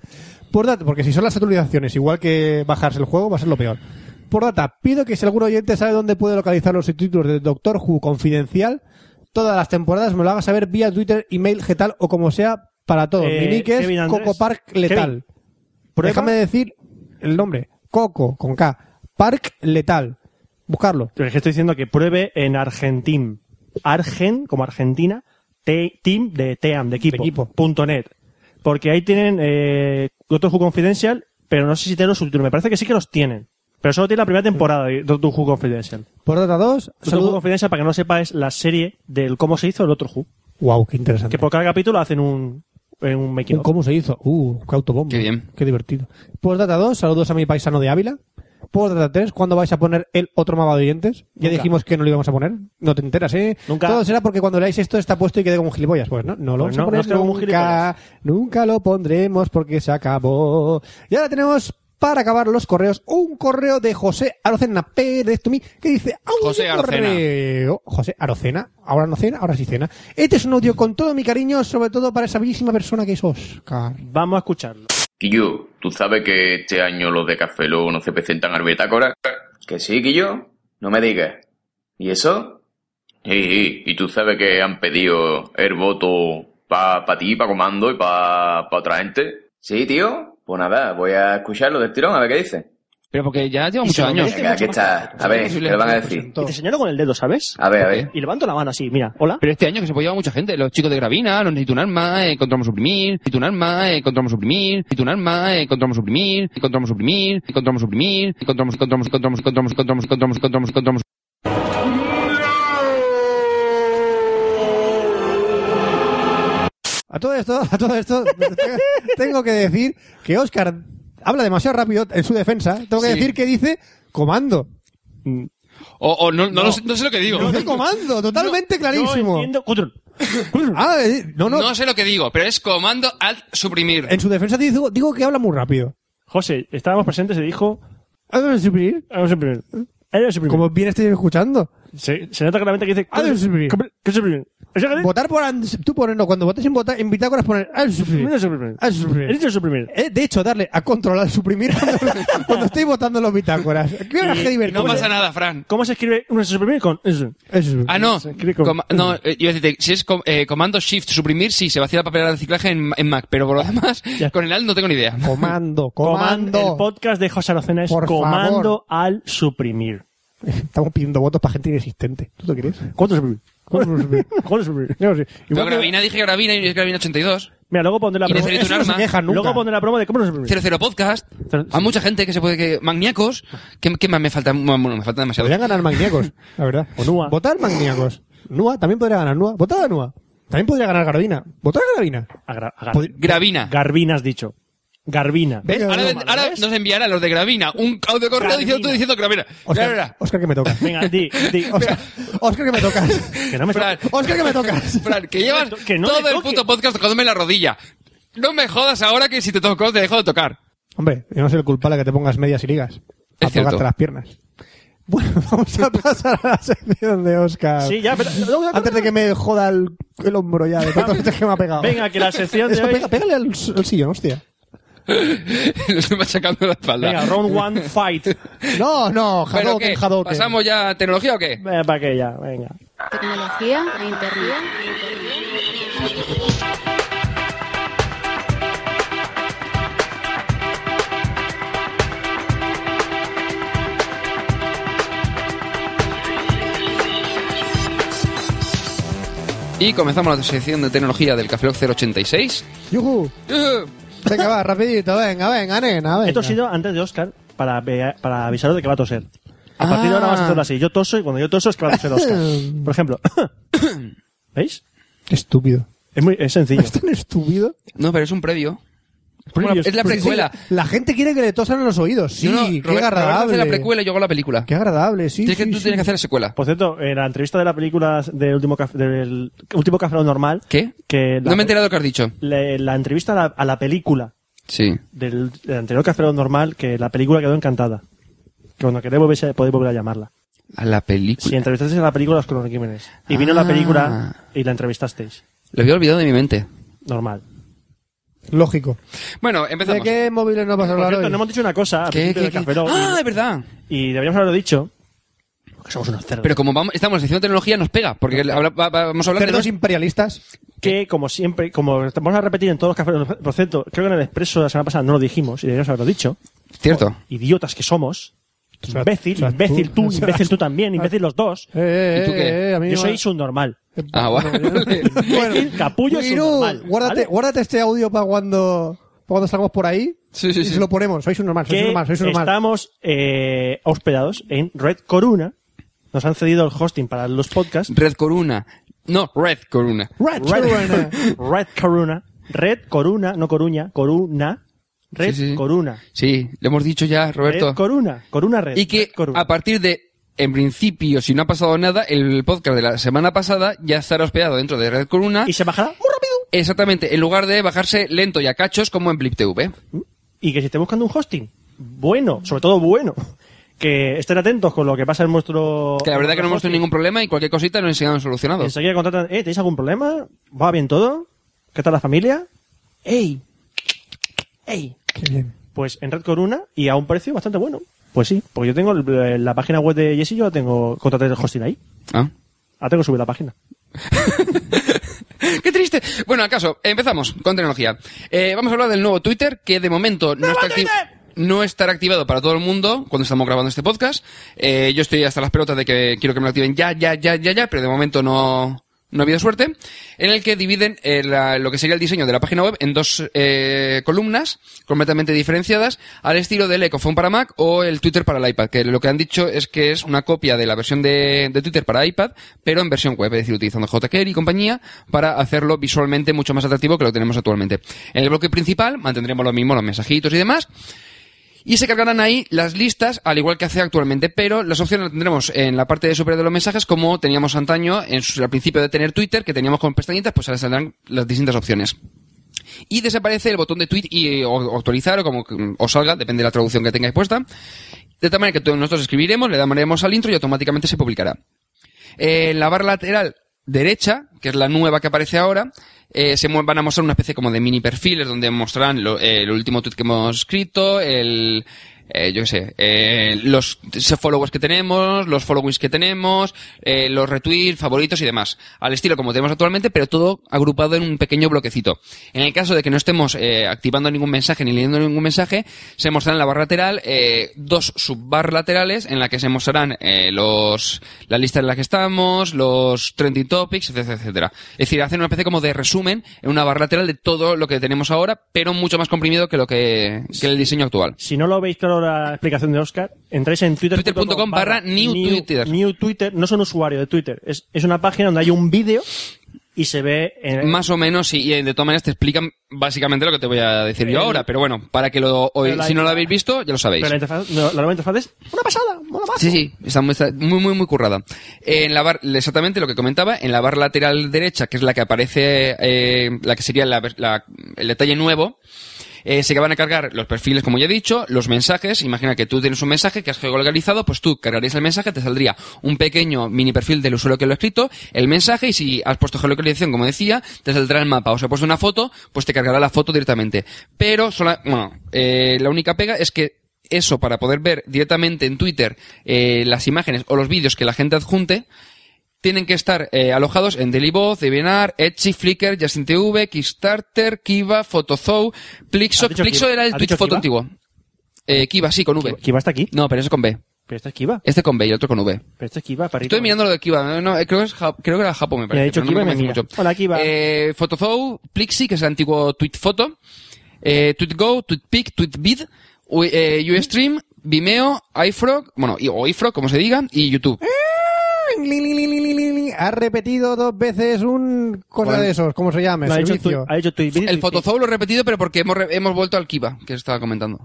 Speaker 9: Por data, porque si son las actualizaciones, igual que bajarse el juego, va a ser lo peor. Por data, pido que si algún oyente sabe dónde puede localizar los títulos de Doctor Who confidencial, todas las temporadas me lo haga saber vía Twitter, email, getal o como sea para todos.
Speaker 2: Eh,
Speaker 9: Mi nick es
Speaker 2: Kevin Andrés.
Speaker 9: Coco Park Letal.
Speaker 2: ¿Prueba?
Speaker 9: Déjame decir el nombre. Coco, con K. Park Letal. Buscarlo.
Speaker 2: Pero es que estoy diciendo que pruebe en Argentin. Argen, como Argentina, te- team de TEAM, de equipo,
Speaker 9: De equipo.
Speaker 2: Punto net. Porque ahí tienen eh, Doctor Who Confidential, pero no sé si tienen los subtítulos. Me parece que sí que los tienen. Pero solo tiene la primera temporada de Doctor Who Confidential.
Speaker 9: Por data 2,
Speaker 2: Doctor Who
Speaker 9: saludo.
Speaker 2: Confidential, para que no sepa, es la serie del cómo se hizo el Doctor Who.
Speaker 9: Wow, qué interesante.
Speaker 2: Que por cada capítulo hacen un, eh, un making
Speaker 9: Un
Speaker 2: of.
Speaker 9: ¿Cómo se hizo? Uh, qué autobomba.
Speaker 7: Qué bien.
Speaker 9: Qué divertido. Postdata 2, saludos a mi paisano de Ávila. Postdata 3, ¿cuándo vais a poner el otro mapa de dientes?
Speaker 2: Nunca.
Speaker 9: Ya dijimos que no lo íbamos a poner. No te enteras, ¿eh?
Speaker 2: Nunca.
Speaker 9: Todo será porque cuando leáis esto está puesto y quede como un gilipollas. Pues no, no lo
Speaker 2: Pues
Speaker 9: vamos
Speaker 2: no,
Speaker 9: a poner
Speaker 2: no es que como un
Speaker 9: nunca.
Speaker 2: gilipollas.
Speaker 9: Nunca lo pondremos porque se acabó. Y ahora tenemos... Para acabar los correos, un correo de José Arocena Pérez Tumí que dice "Audio
Speaker 7: José Arocena.
Speaker 9: correo". Leo, José Arocena, ahora no cena, ahora sí cena. Este es un audio con todo mi cariño, sobre todo para esa bellísima persona que es Oscar.
Speaker 2: Vamos a escucharlo.
Speaker 4: Quillo, ¿tú sabes que este año los de Café Lock no se presentan al Bitácora? Que sí, Quillo, no me digas. ¿Y eso? Sí, sí, y tú sabes que han pedido el voto para pa ti, para Comando y para pa otra gente. Sí, tío, pues nada, voy a escucharlo del tirón a ver qué dice.
Speaker 7: Pero porque ya lleva
Speaker 2: Y se lo
Speaker 7: muchos años.
Speaker 2: merece.
Speaker 4: Venga, aquí está, a ver, ¿qué le van a decir?
Speaker 2: Y te señalo con el dedo, ¿sabes?
Speaker 4: A ver, a ver.
Speaker 2: Y levanto la mano así, mira, hola.
Speaker 7: Pero este año que se apoyaba mucha gente, los chicos de Gravina, los Necesito un arma, eh, encontramos suprimir, necesito un arma, eh, encontramos suprimir, necesito un arma, eh, encontramos suprimir, encontramos eh, suprimir, encontramos eh, suprimir, encontramos, encontramos, encontramos, encontramos, encontramos, encontramos, encontramos, encontramos.
Speaker 9: A todo esto, a todo esto, *laughs* tengo que decir que Oscar habla demasiado rápido en su defensa. Tengo que
Speaker 7: Sí.
Speaker 9: decir que dice comando.
Speaker 7: O, o no, no, lo sé- no sé lo que digo.
Speaker 9: Dice comando, totalmente clarísimo.
Speaker 2: Yo entiendo... Control.
Speaker 9: Ah, eh, no, no,
Speaker 7: No sé lo que digo, pero es comando alt suprimir.
Speaker 2: Eh,
Speaker 9: En su defensa digo, digo que habla muy rápido.
Speaker 2: José, estábamos presentes y dijo
Speaker 9: ¿Ha de suprimir?
Speaker 2: Ahora suprimir. Ahora suprimir.
Speaker 9: Como bien estáis escuchando.
Speaker 2: Se, se nota claramente que dice.
Speaker 9: Ah, debe suprimir.
Speaker 2: ¿Cómo- ¿Qué suprimir? O sea, que-
Speaker 9: Votar por... antes- Tú ponerlo, cuando votes en, votar, en bitácoras poner... Ah,
Speaker 2: No
Speaker 9: suprimir.
Speaker 2: suprimir.
Speaker 9: Ah, suprimir.
Speaker 2: He dicho suprimir.
Speaker 9: Eh, de hecho, darle a controlar, suprimir *laughs* cuando, cuando estoy votando en los bitácoras. Qué horas que divertido.
Speaker 7: No
Speaker 2: pues
Speaker 7: pasa nada, Fran.
Speaker 2: ¿Cómo se escribe un suprimir con eso?
Speaker 9: Eso.
Speaker 7: Ah, no.
Speaker 2: Se escribe con-
Speaker 7: Coma- no, eh, iba a decirte, si es com- eh, comando shift suprimir, sí, se vacía la papelera de reciclaje en, en Mac, pero por lo demás,
Speaker 2: Ah, Ya.
Speaker 7: con el AL no tengo ni idea.
Speaker 9: Comando,
Speaker 2: Coman-
Speaker 9: comando.
Speaker 2: El podcast de José Arocena es
Speaker 9: Por
Speaker 2: comando
Speaker 9: favor.
Speaker 2: al suprimir.
Speaker 9: Estamos pidiendo votos para gente inexistente. ¿Tú te crees?
Speaker 2: ¿Cuánto suprimir? ¿Cuánto suprimir? ¿Cuánto suprimir?
Speaker 9: Yo no sé.
Speaker 7: Pero
Speaker 9: Igual que-
Speaker 7: Gravina, dije Gravina y es Gravina 82.
Speaker 2: Mira, luego pondré la
Speaker 7: Y
Speaker 2: promo.
Speaker 7: necesito
Speaker 2: Eso
Speaker 7: un
Speaker 2: no se
Speaker 7: arma.
Speaker 2: queja nunca. Luego pondré la promo de cómo no suprimir.
Speaker 7: 00 Podcast.
Speaker 2: Cero-
Speaker 7: A mucha gente que se puede que. Magníacos. ¿Qué, qué más me falta? Bueno, me falta demasiado.
Speaker 9: Podrían ganar magníacos, la verdad.
Speaker 2: O Nua.
Speaker 9: Votar magníacos. Nua también podría ganar Nua. Votar a Nua. También podría ganar Gardina. Votar a Gardina.
Speaker 2: Agra- agar-
Speaker 9: Pod-
Speaker 7: Gravina.
Speaker 2: Garbina has dicho. Garbina.
Speaker 9: ¿Ves?
Speaker 7: Ahora,
Speaker 9: Garbina,
Speaker 7: ahora nos enviará los de Gravina un audio de correo
Speaker 2: Gravina.
Speaker 7: diciendo, tú diciendo Gravina.
Speaker 9: Oscar,
Speaker 7: Gravina.
Speaker 9: Oscar que me
Speaker 2: *laughs*
Speaker 9: tocas.
Speaker 2: Venga, di, di.
Speaker 9: Oscar, Oscar que me tocas.
Speaker 2: que no me
Speaker 7: Fran.
Speaker 9: Oscar que me tocas.
Speaker 7: *laughs* Fran, que llevas
Speaker 2: Que no me
Speaker 7: todo el
Speaker 2: toque.
Speaker 7: puto podcast tocándome la rodilla. No me jodas ahora que si te toco te dejo de tocar. *laughs*
Speaker 9: Hombre, yo no soy el culpable que te pongas medias y ligas. A
Speaker 7: Es cierto.
Speaker 9: tocarte las piernas. Bueno, *laughs* vamos a pasar a la sección de Oscar.
Speaker 2: Sí, ya, pero-
Speaker 9: Antes de que me joda el, el hombro ya de tanto que me ha pegado.
Speaker 2: Venga, que la sección de
Speaker 9: Eso,
Speaker 2: hoy...
Speaker 9: pega- pégale al, al sillón, hostia.
Speaker 7: Lo estoy machacando la espalda.
Speaker 2: Venga, round one fight.
Speaker 9: No, no,
Speaker 7: ¿Pero
Speaker 9: Hadoken,
Speaker 7: qué?
Speaker 9: Hadoken.
Speaker 7: ¿Pasamos ya a tecnología o qué?
Speaker 2: Venga, para que ya, venga.
Speaker 5: Tecnología e internet.
Speaker 7: Y comenzamos la sección de tecnología del Café Lock 086.
Speaker 9: Yujú.
Speaker 7: Eh,
Speaker 9: Venga, va, rapidito, venga, venga, nena, venga.
Speaker 2: Esto ha sido antes de Oscar para, ve- para avisaros de que va a toser. A
Speaker 7: Ah.
Speaker 2: partir de ahora vas a hacerlo así. Yo toso y cuando yo toso es que va a toser
Speaker 7: *laughs*
Speaker 2: Oscar. Por ejemplo. *coughs* ¿Veis?
Speaker 9: Estúpido.
Speaker 2: Es, muy, es sencillo.
Speaker 9: ¿Es tan estúpido?
Speaker 7: No, pero es un previo. Como la- es la
Speaker 9: pues Sí, sí,
Speaker 7: precuela.
Speaker 9: La gente quiere que le tosan en los oídos. Sí,
Speaker 7: No, no,
Speaker 9: qué
Speaker 7: Robert- Roberto
Speaker 9: agradable.
Speaker 7: hace la precuela y yo hago la película.
Speaker 9: Qué agradable, sí.
Speaker 7: Tienes que,
Speaker 9: sí,
Speaker 7: tú
Speaker 9: sí.
Speaker 7: tienes que hacer la secuela.
Speaker 2: Por cierto, en la entrevista de la película del último café, del último café Lock normal.
Speaker 7: ¿Qué?
Speaker 2: Que la,
Speaker 7: No me he enterado de lo que has dicho.
Speaker 2: la- la entrevista a la, a la película
Speaker 7: Sí.
Speaker 2: del, del anterior café Lock normal, que la película quedó encantada. Que cuando queréis volvéis a- podéis volver a llamarla.
Speaker 7: A la película.
Speaker 2: Si entrevistasteis a la película Los Cronocrímenes. Y vino la
Speaker 7: Ah.
Speaker 2: película y la entrevistasteis.
Speaker 7: Lo había olvidado de mi mente.
Speaker 2: Normal.
Speaker 9: Lógico.
Speaker 7: Bueno,
Speaker 9: ¿De
Speaker 7: empezamos.
Speaker 9: qué móviles no vas
Speaker 2: Por
Speaker 9: a hablar
Speaker 2: cierto,
Speaker 9: hoy?
Speaker 2: no hemos dicho una cosa al
Speaker 7: ¿Qué,
Speaker 2: principio
Speaker 7: qué,
Speaker 2: del
Speaker 7: qué?
Speaker 2: Café Lock,
Speaker 7: Ah, es verdad.
Speaker 2: y, y deberíamos haberlo dicho. Porque somos unos cerdos.
Speaker 7: Pero como vamos, estamos en la sección de tecnología, nos pega. Porque habla- va- va- vamos a hablar de
Speaker 9: Cerdos
Speaker 7: dos...
Speaker 9: imperialistas.
Speaker 2: que, como siempre, como vamos a repetir en todos los Café Lock, por cierto, creo que en el expreso de la semana pasada no lo dijimos y deberíamos haberlo dicho.
Speaker 7: Cierto.
Speaker 2: Idiotas que somos.
Speaker 9: sea,
Speaker 2: Imbécil,
Speaker 9: o sea,
Speaker 2: imbécil tú,
Speaker 9: tú.
Speaker 2: imbécil tú también, imbécil los dos.
Speaker 9: Eh, eh,
Speaker 7: ¿Y tú
Speaker 9: eh,
Speaker 7: qué?
Speaker 9: eh, a mí
Speaker 2: Yo
Speaker 9: no-
Speaker 2: soy subnormal.
Speaker 7: Ah, *laughs* bueno. *laughs*
Speaker 2: Imbécil, capullo,
Speaker 9: Guiru,
Speaker 2: subnormal.
Speaker 9: guárdate,
Speaker 2: ¿vale?
Speaker 9: guárdate este audio para cuando, para cuando salgamos por ahí.
Speaker 7: Sí, sí,
Speaker 9: y
Speaker 7: sí.
Speaker 9: se lo ponemos. Sois un normal, sois un
Speaker 2: que
Speaker 9: normal, sois un normal.
Speaker 2: estamos eh, hospedados en Red Corona. Nos han cedido el hosting para los podcasts.
Speaker 7: Red Corona. No, Red Corona.
Speaker 9: Red Corona.
Speaker 2: *laughs* Red Corona. Red Corona, no Coruña, Coruna. Red
Speaker 7: Sí, sí.
Speaker 2: Coruna.
Speaker 7: Sí, lo hemos dicho ya, Roberto.
Speaker 2: Red Coruna. Coruna Red.
Speaker 7: Y que
Speaker 2: Red Coruna.
Speaker 7: a partir de, en principio, si no ha pasado nada, el podcast de la semana pasada ya estará hospedado dentro de Red Corona.
Speaker 2: Y se bajará muy rápido.
Speaker 7: Exactamente, en lugar de bajarse lento y a cachos como en Blip TV.
Speaker 2: Y que si esté buscando un hosting, bueno, sobre todo bueno, que estén atentos con lo que pasa en nuestro.
Speaker 7: Que la verdad
Speaker 2: en
Speaker 7: que no hemos
Speaker 2: nuestro
Speaker 7: tenido ningún problema y cualquier cosita nos han
Speaker 2: hosting.
Speaker 7: solucionado.
Speaker 2: Enseguida contratan, eh, ¿tenéis algún problema? ¿Va bien todo? ¿Qué tal la familia? ¡Ey! ¡Ey!
Speaker 9: Qué bien.
Speaker 2: Pues en Red Corona y a un precio bastante bueno. Pues sí, porque yo tengo el- la página web de Jesse, yo la tengo, contraté el hosting ahí.
Speaker 7: Ah. *laughs*
Speaker 2: La tengo que subir la página.
Speaker 7: ¡Qué triste! Bueno, acaso, empezamos con tecnología. Eh, vamos a hablar del nuevo Twitter, que de momento no está acti- No estará activado para todo el mundo cuando estamos grabando este podcast. Eh, yo estoy hasta las pelotas de que quiero que me lo activen ya, ya, ya, ya, ya, pero de momento no, no ha habido suerte. En el que dividen eh, la- lo que sería el diseño de la página web en dos eh, columnas completamente diferenciadas al estilo del Ecophone para Mac o el Twitter para el iPad, que lo que han dicho es que es una copia de la versión de, de Twitter para iPad, pero en versión web, es decir, utilizando JKR y compañía para hacerlo visualmente mucho más atractivo que lo tenemos actualmente. En el bloque principal mantendremos lo mismo, los mensajitos y demás, y se cargarán ahí las listas, al igual que hace actualmente, pero las opciones las tendremos en la parte de superior de los mensajes, como teníamos antaño en su- al principio de tener Twitter, que teníamos con pestañitas, pues ahora saldrán las distintas opciones. Y eh, desaparece el botón de tweet y, o, o actualizar, o como que, mm, os salga, depende de la traducción que tengáis puesta. De tal manera que todos nosotros escribiremos, le daremos al intro y automáticamente se publicará. Eh, en la barra lateral derecha, que es la nueva que aparece ahora, eh, se mue- van a mostrar una especie como de mini perfiles donde mostrarán lo- eh, el último tweet que hemos escrito, el, eh, yo qué sé, eh, los t- followers que tenemos, los followings que tenemos, eh, los retweets, favoritos y demás. Al estilo como tenemos actualmente, pero todo agrupado en un pequeño bloquecito. En el caso de que no estemos eh, activando ningún mensaje ni leyendo ningún mensaje, se mostrarán en la barra lateral eh, dos subbar laterales en la que se mostrarán eh, los la lista en la que estamos, los trending topics, etcétera, etcétera. Es decir, hacen una especie como de resumen en una barra lateral de todo lo que tenemos ahora, pero mucho más comprimido que lo que, que el diseño actual.
Speaker 2: Si no lo veis claro la explicación de Oscar, entráis en twitter.com
Speaker 7: Twitter.com barra new Twitter.
Speaker 2: New Twitter, no es un usuario de Twitter, es, es una página donde hay un vídeo y se ve eh, en,
Speaker 7: Más o menos, y y de todas maneras te explican básicamente lo que te voy a decir yo
Speaker 2: El-
Speaker 7: ahora, pero bueno, para que lo, oí-
Speaker 2: Pero la-
Speaker 7: si no lo habéis visto, ya lo sabéis.
Speaker 2: Pero la, interfaz, no, la nueva interfaz es una pasada, mola más.
Speaker 7: Sí, sí, está muy, está muy, muy, muy currada. Eh, en la bar, exactamente lo que comentaba, en la barra lateral derecha, que es la que aparece, eh, la que sería la, ver- la- el detalle nuevo, eh, se que van a cargar los perfiles, como ya he dicho, los mensajes. Imagina que tú tienes un mensaje que has geolocalizado, pues tú cargarías el mensaje, te saldría un pequeño mini perfil del usuario que lo ha escrito, el mensaje, y si has puesto geolocalización, como decía, te saldrá el mapa. O si has puesto una foto, pues te cargará la foto directamente. Pero, sola- bueno, eh, la única pega es que eso para poder ver directamente en Twitter eh, las imágenes o los vídeos que la gente adjunte, tienen que estar eh, alojados en Delivoz, DeviantArt, Etsy, Flickr, JustinTV, Kickstarter, Kiva, Photozoo, Plixo.
Speaker 2: ¿Has dicho
Speaker 7: Plixo
Speaker 2: Kiva?
Speaker 7: era el
Speaker 2: ¿Has
Speaker 7: Twitch
Speaker 2: dicho
Speaker 7: Foto
Speaker 2: Kiva?
Speaker 7: antiguo. Eh, Kiva, sí, con V.
Speaker 2: Kiva está aquí,
Speaker 7: No, pero eso es con B.
Speaker 2: pero esta es Kiva.
Speaker 7: Este con B y el otro con V.
Speaker 2: Pero esta es Kiva, parrito.
Speaker 7: Estoy mirando lo de Kiva. No, no, eh, creo, que es Ja- creo que era Japón, me parece.
Speaker 2: ha dicho
Speaker 7: pero no
Speaker 2: Kiva y me
Speaker 7: convence
Speaker 2: mira. Hola, Kiva.
Speaker 7: Eh, Photozoo, Plixi, que es el antiguo TweetFoto, eh, TweetGo, TweetPic, TweetBid, U- eh, Ustream, Vimeo, iFrog, bueno, y- o iFrog, como se diga, y YouTube.
Speaker 9: Li, li, li, li, li, li, li. Ha repetido dos veces un cosa
Speaker 7: Bueno.
Speaker 9: de esos, ¿cómo se llama?
Speaker 2: No, ha, hecho
Speaker 9: Servicio.
Speaker 2: tu, ha hecho tu-
Speaker 7: El Photozoo lo he repetido, pero porque hemos, re- hemos vuelto al Kiva, que estaba comentando.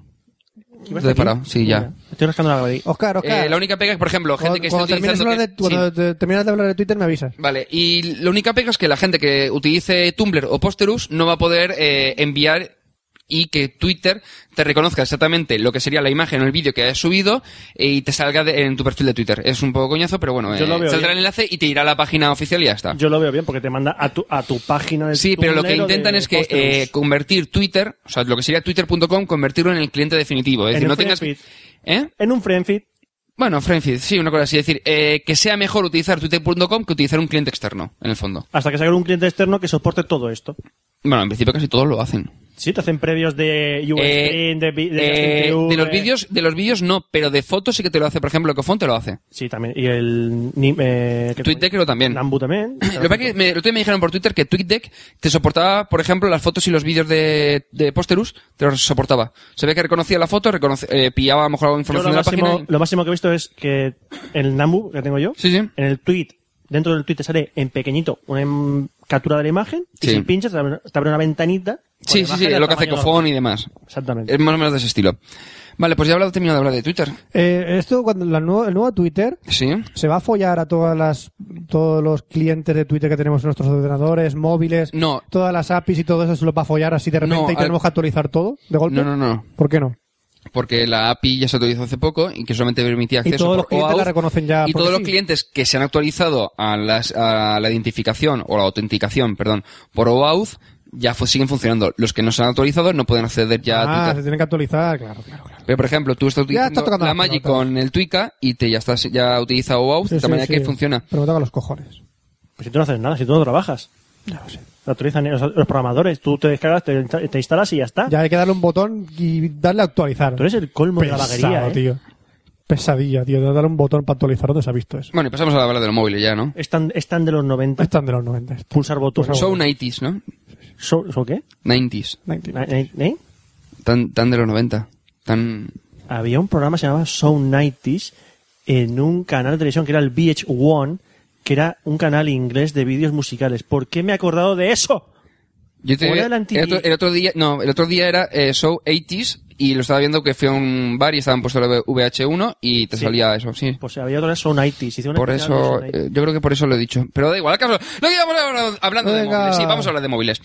Speaker 2: Kiva
Speaker 7: Lo
Speaker 2: está
Speaker 7: he
Speaker 2: aquí.
Speaker 7: parado, sí, ya.
Speaker 2: Mira, Estoy rascando la galería.
Speaker 9: Oscar, Oscar.
Speaker 7: Eh, la única pega es, por ejemplo, gente que esté
Speaker 9: cuando termines
Speaker 7: utilizando...
Speaker 9: de hablar
Speaker 7: que-
Speaker 9: de- cuando
Speaker 7: sí.
Speaker 9: te- terminas de hablar de Twitter me avisas.
Speaker 7: Vale, y la única pega es que la gente que utilice Tumblr o Posterus no va a poder eh, enviar y que Twitter te reconozca exactamente lo que sería la imagen o el vídeo que has subido y te salga de- en tu perfil de Twitter. Es un poco coñazo, pero bueno,
Speaker 2: Yo
Speaker 7: eh,
Speaker 2: lo veo
Speaker 7: saldrá
Speaker 2: bien.
Speaker 7: el enlace y te irá a la página oficial y ya está.
Speaker 2: Yo lo veo bien porque te manda a tu, a tu página del
Speaker 7: Sí, pero lo que
Speaker 2: tunelero
Speaker 7: intentan
Speaker 2: de
Speaker 7: es que
Speaker 2: Posterous.
Speaker 7: eh, convertir Twitter, o sea, lo que sería twitter.com, convertirlo en el cliente definitivo.
Speaker 2: En
Speaker 7: Es decir,
Speaker 2: un
Speaker 7: no tengas...
Speaker 2: friend
Speaker 7: ¿Eh?
Speaker 2: En un friend feed.
Speaker 7: Bueno, Friendfeed, sí, una cosa así. Es decir, eh, que sea mejor utilizar twitter.com que utilizar un cliente externo, en el fondo.
Speaker 2: Hasta que salga un cliente externo que soporte todo esto.
Speaker 7: Bueno, en principio casi todos lo hacen.
Speaker 2: Sí, te hacen previos de Ustream,
Speaker 7: Eh,
Speaker 2: de, vi- de
Speaker 7: eh,
Speaker 2: STV.
Speaker 7: de los vídeos, de los vídeos no, pero de fotos sí que te lo hace. Por ejemplo, Ecofont te lo hace.
Speaker 2: Sí, también. Y el. ni- Eh, ¿qué
Speaker 7: Twitter creo también.
Speaker 2: Nambu también.
Speaker 7: Lo que pasa es que me, el otro día me dijeron por Twitter que TweetDeck te soportaba, por ejemplo, las fotos y los vídeos de, de Posterus, te los soportaba. Se ve que reconocía la foto, reconoce- eh, pillaba a lo mejor alguna
Speaker 2: Yo
Speaker 7: información
Speaker 2: lo,
Speaker 7: de la
Speaker 2: máximo,
Speaker 7: página.
Speaker 2: lo máximo que he visto es que el Nambu que tengo yo,
Speaker 7: Sí, sí.
Speaker 2: en el tweet, dentro del tweet te sale en pequeñito una em, captura de la imagen y
Speaker 7: Sí.
Speaker 2: si pinchas te abre, te abre una ventanita. con
Speaker 7: Sí, sí,
Speaker 2: imagen
Speaker 7: sí,
Speaker 2: del
Speaker 7: lo que hace Eh,
Speaker 2: tamaño
Speaker 7: Ecofont y demás.
Speaker 2: normal. Exactamente.
Speaker 7: Es más o menos de ese estilo. Vale, pues ya he hablado, terminado de hablar de Twitter.
Speaker 9: Eh, esto, cuando la nueva- el nuevo Twitter
Speaker 7: Sí.
Speaker 9: se va a follar a todas las, todos los clientes de Twitter que tenemos en nuestros ordenadores, móviles,
Speaker 7: No.
Speaker 9: todas las APIs y todo eso se los va a follar así de repente
Speaker 7: No,
Speaker 9: y tenemos
Speaker 7: al-
Speaker 9: que actualizar todo de golpe.
Speaker 7: No, no, no.
Speaker 9: ¿Por qué no?
Speaker 7: porque la API ya se actualizó hace poco y que solamente permitía acceso
Speaker 9: todos
Speaker 7: por
Speaker 9: los clientes
Speaker 7: OAuth,
Speaker 9: la reconocen ya
Speaker 7: y
Speaker 9: porque
Speaker 7: todos los
Speaker 9: sí.
Speaker 7: clientes que se han actualizado a, las- a la identificación o la autenticación, perdón, por OAuth ya fu- siguen funcionando. Los que no se han actualizado no pueden acceder ya
Speaker 9: ah,
Speaker 7: a
Speaker 9: se
Speaker 7: Twitter.
Speaker 9: tienen que actualizar, claro, claro, claro.
Speaker 7: Pero por ejemplo, tú estás
Speaker 9: Ya está
Speaker 7: utilizando
Speaker 9: tocando
Speaker 7: la
Speaker 9: las
Speaker 7: Magic
Speaker 9: pelotas.
Speaker 7: con el Twika y te ya estás ya utiliza OAuth
Speaker 9: Sí,
Speaker 7: de tal
Speaker 9: sí,
Speaker 7: manera
Speaker 9: sí.
Speaker 7: que funciona.
Speaker 9: Pero me toca los cojones.
Speaker 2: Pues si tú no haces nada, si tú no trabajas. Lo autorizan los, los programadores, tú te descargas, te, insta- te instalas y ya está.
Speaker 9: Ya hay que darle un botón y darle a actualizar.
Speaker 2: Tú eres el colmo de la vaguería. ¿eh?
Speaker 9: tío. Pesadilla, tío. Darle un botón para actualizar. ¿Dónde se ha visto eso?
Speaker 7: Bueno, y pasamos a hablar de los móviles ya, ¿no?
Speaker 2: Es tan, es tan de los 90.
Speaker 9: Están de los 90. esto.
Speaker 2: Pulsar botones.
Speaker 9: Pulsar
Speaker 7: Son 90s, ¿no?
Speaker 2: ¿So, so qué?
Speaker 7: 90s.
Speaker 9: 90.
Speaker 2: Ni- ni- ni-
Speaker 7: Tan, tan de los 90. Tan...
Speaker 2: Había un programa que se llamaba Sound 90s en un canal de televisión que era el VH1, que era un canal inglés de vídeos musicales. ¿Por qué me he acordado de eso?
Speaker 7: Yo te
Speaker 2: Hora
Speaker 7: diría-
Speaker 2: del anti-
Speaker 7: el, otro, el otro día, no, el otro día era eh, Show 80s y lo estaba viendo que fui a un bar y estaban puesto la VH1 y te
Speaker 2: Sí.
Speaker 7: salía eso, sí.
Speaker 2: Pues había otra Sound 90s. hicieron una
Speaker 7: Por
Speaker 2: especial de
Speaker 7: eso,
Speaker 2: Sound 90s.
Speaker 7: eh, yo creo que por eso lo he dicho. Pero da igual, acaso. No quiero hablar hablando de
Speaker 9: Venga.
Speaker 7: móviles. Sí, vamos a hablar de móviles.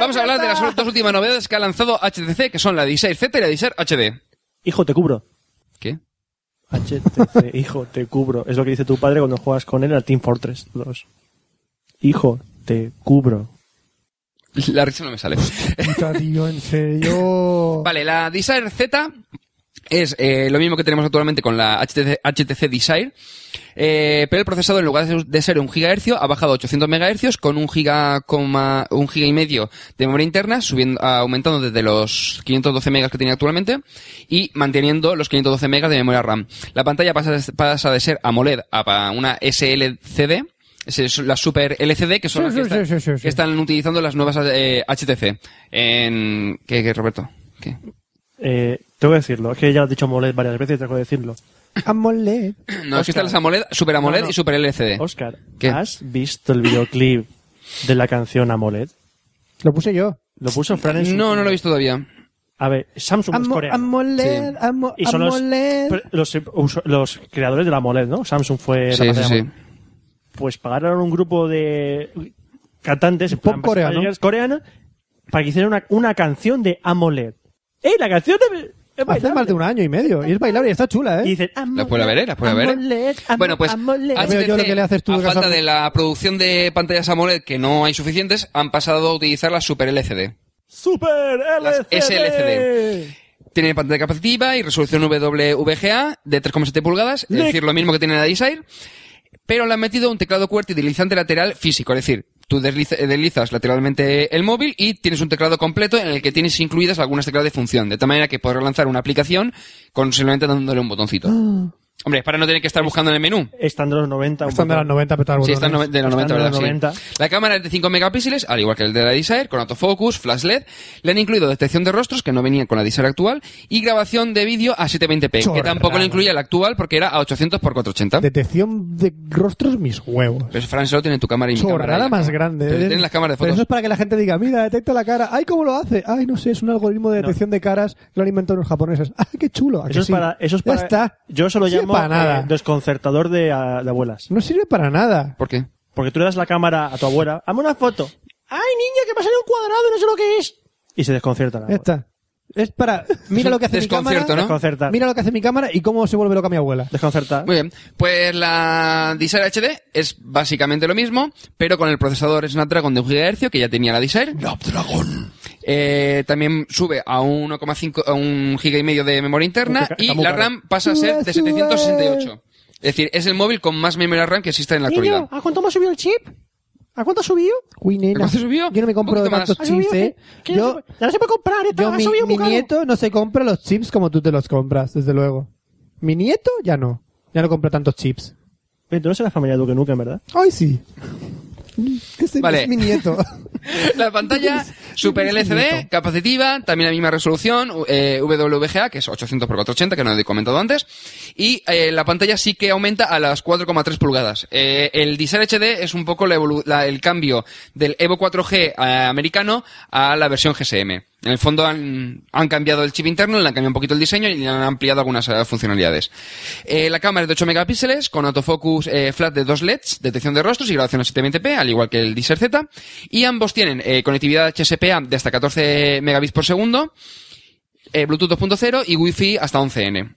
Speaker 7: Vamos a hablar de las dos últimas novedades que ha lanzado HTC, que son la 16Z y la 16 HD.
Speaker 2: Hijo, te cubro.
Speaker 7: ¿Qué?
Speaker 2: HTC, hijo, te cubro. Es lo que dice tu padre cuando juegas con él en la Team Fortress 2. Hijo, te cubro.
Speaker 7: La risa no me sale.
Speaker 9: Puta, tío,
Speaker 2: *laughs*
Speaker 9: en serio.
Speaker 7: Vale, la Desire Z es eh, lo mismo que tenemos actualmente con la HTC, HTC Desire, eh, pero el procesado en lugar de ser- de ser un gigahercio ha bajado a 800 megahercios con un giga, coma- un giga y medio de memoria interna, subiendo, ah, aumentando desde los 512 megas que tenía actualmente y manteniendo los 512 megas de memoria RAM. La pantalla pasa, de- pasa de ser AMOLED a pa- una SLCD. Es la super LCD que son
Speaker 9: Sí,
Speaker 7: las que,
Speaker 9: sí,
Speaker 7: están,
Speaker 9: sí, sí, sí, sí.
Speaker 7: que están utilizando las nuevas eh, HTC. En... ¿Qué, qué, Roberto? ¿Qué?
Speaker 2: Eh, tengo que decirlo, es que ya lo has dicho Molet varias veces, tengo que decirlo.
Speaker 9: Amolé.
Speaker 7: No, es que están las AMOLED, Super AMOLED
Speaker 2: No, no.
Speaker 7: y Super LCD.
Speaker 2: Oscar,
Speaker 7: ¿Qué?
Speaker 2: ¿has visto el videoclip de la canción Amolet?
Speaker 9: Lo puse yo.
Speaker 2: Lo puso Fran en su...
Speaker 7: No, no lo he visto todavía.
Speaker 2: A ver, Samsung es
Speaker 9: Amo-
Speaker 2: coreano.
Speaker 9: AMOLED,
Speaker 7: Sí.
Speaker 9: amo- E
Speaker 2: y son los,
Speaker 9: AMOLED.
Speaker 2: pero los, usu- los creadores de la AMOLED, ¿no? Samsung fue la
Speaker 7: Sí, sí,
Speaker 2: marca de
Speaker 7: sí.
Speaker 2: AMOLED. Pues pagaron a un grupo de cantantes
Speaker 9: Pop
Speaker 2: en plan,
Speaker 9: coreano.
Speaker 2: personalidades coreanas para que hicieran una, una canción de AMOLED. ¡Eh, la canción de... es
Speaker 9: Hace
Speaker 2: bailable!
Speaker 9: más de un año y medio. Y es bailable y está chula,
Speaker 2: Y "Ah,
Speaker 9: ¿eh?
Speaker 2: dicen...
Speaker 7: La puedo
Speaker 2: E
Speaker 7: ver, ¿eh? La puedo ver.
Speaker 2: AMOLED, amo-
Speaker 7: Bueno, pues
Speaker 2: AMOLED.
Speaker 7: HTC,
Speaker 9: Veo yo lo que le haces tú,
Speaker 7: a
Speaker 9: Gasol.
Speaker 7: falta de la producción de pantallas AMOLED que no hay suficientes, han pasado a utilizar la Super LCD.
Speaker 2: Super E
Speaker 7: Las E
Speaker 2: LCD.
Speaker 7: SLCD. Tiene pantalla capacitiva y resolución WVGA de 3,7 pulgadas, es
Speaker 2: Nick.
Speaker 7: decir, lo mismo que tiene la Desire, pero le han metido un teclado QWERTY deslizante lateral físico, es decir, tú desliza- eh, deslizas lateralmente el móvil y tienes un teclado completo en el que tienes incluidas algunas teclas de función, de tal manera que podrás lanzar una aplicación con simplemente dándole un botoncito. Hombre, para no tener que estar buscando en el menú.
Speaker 2: Están de los 90. un
Speaker 9: Están de
Speaker 2: poco.
Speaker 9: las 90 petar
Speaker 7: Sí, está en noven- de los
Speaker 2: Está en
Speaker 7: 90,
Speaker 2: los
Speaker 7: ¿verdad? Sí.
Speaker 2: 90.
Speaker 7: La cámara es de 5 megapíxeles, al igual que el de la Desire, con autofocus, flash LED. Le han incluido detección de rostros, que no venían con la Desire actual, y grabación de vídeo a 720p, que
Speaker 9: Chorrada.
Speaker 7: tampoco le incluía la actual porque era a 800x480.
Speaker 9: Detección de rostros, mis huevos.
Speaker 7: Pero Fran solo tiene tu cámara y mi cámara.
Speaker 9: Chorrada
Speaker 7: ahí.
Speaker 9: más grande.
Speaker 7: Pero
Speaker 9: ¿eh?
Speaker 7: tienen las cámaras de
Speaker 9: Pero
Speaker 7: fotos.
Speaker 9: eso es para que la gente diga, mira, detecta la cara. Ay, ¿cómo lo hace? Ay, no sé, es un algoritmo de detección de caras que lo han inventado los japoneses. Ay, qué chulo. ¿a que
Speaker 2: Eso es
Speaker 9: sí?
Speaker 2: para, eso es para,
Speaker 9: Ya está.
Speaker 2: Yo eso lo
Speaker 9: No sirve
Speaker 2: llamo
Speaker 9: para
Speaker 2: eh,
Speaker 9: nada.
Speaker 2: desconcertador de, ah, de abuelas.
Speaker 9: No sirve para nada.
Speaker 7: ¿Por qué?
Speaker 2: Porque tú le das la cámara a tu abuela, hazme una foto. ¡Ay, niña, que pasa en un cuadrado y no sé lo que es! Y se desconcierta la
Speaker 9: Ya
Speaker 2: abuela.
Speaker 9: está. Es para, mira lo que hace mi
Speaker 7: Desconcierto,
Speaker 9: cámara.
Speaker 7: ¿no?
Speaker 2: Desconcerta.
Speaker 9: Mira lo que hace mi cámara y cómo se vuelve loca mi abuela.
Speaker 2: Desconcerta.
Speaker 7: Muy bien. Pues la Desire HD es básicamente lo mismo, pero con el procesador Snapdragon de 1 GHz que ya tenía la Desire.
Speaker 6: Snapdragon.
Speaker 7: Eh, también sube a 1,5 a un giga y medio de memoria interna
Speaker 2: Uy, que ca-
Speaker 7: y
Speaker 2: está muy
Speaker 7: la
Speaker 2: caro.
Speaker 7: RAM pasa a ser de
Speaker 9: Sube,
Speaker 2: eh.
Speaker 7: 768. Es decir, es el móvil con más memoria RAM que existe en la
Speaker 2: Niño,
Speaker 7: actualidad.
Speaker 2: ¿a cuánto me ha subido el chip? ¿A cuánto ha subido?
Speaker 9: Uy, nena.
Speaker 7: ¿Cuánto subió?
Speaker 9: Yo no me compro
Speaker 7: Un poquito más.
Speaker 9: tantos
Speaker 2: ¿Ha
Speaker 9: chips,
Speaker 2: subido?
Speaker 9: eh.
Speaker 2: ¿Qué?
Speaker 9: Yo,
Speaker 2: Ya no se puede comprar, esto
Speaker 9: yo
Speaker 2: ha
Speaker 9: mi,
Speaker 2: subido muy
Speaker 9: mi
Speaker 2: caro.
Speaker 9: nieto no se compra los chips como tú te los compras, desde luego. Mi nieto ya no. Ya no compra tantos chips.
Speaker 2: Oye, Tú no eres de la familia Duque Nukem, ¿verdad?
Speaker 9: Ay, sí. Este
Speaker 7: Vale.
Speaker 9: es
Speaker 7: *laughs*
Speaker 9: mi nieto.
Speaker 7: La pantalla Super LCD, capacitiva, también la misma resolución, u- eh, WVGA, que es 800x480, que no he comentado antes, y eh, la pantalla sí que aumenta a las 4,3 pulgadas. Eh, el Desire HD es un poco la evolu- la- el cambio del Evo 4G eh, americano a la versión GSM. En el fondo han, han cambiado el chip interno, le han cambiado un poquito el diseño y le han ampliado algunas eh, funcionalidades. Eh, la cámara es de 8 megapíxeles con autofocus eh, flat de 2 LEDs, detección de rostros y grabación a 720p, al igual que el Desire Z. Y ambos tienen eh, conectividad HSPA de hasta 14 megabits por segundo, eh, Bluetooth 2.0 y Wi-Fi hasta 11N.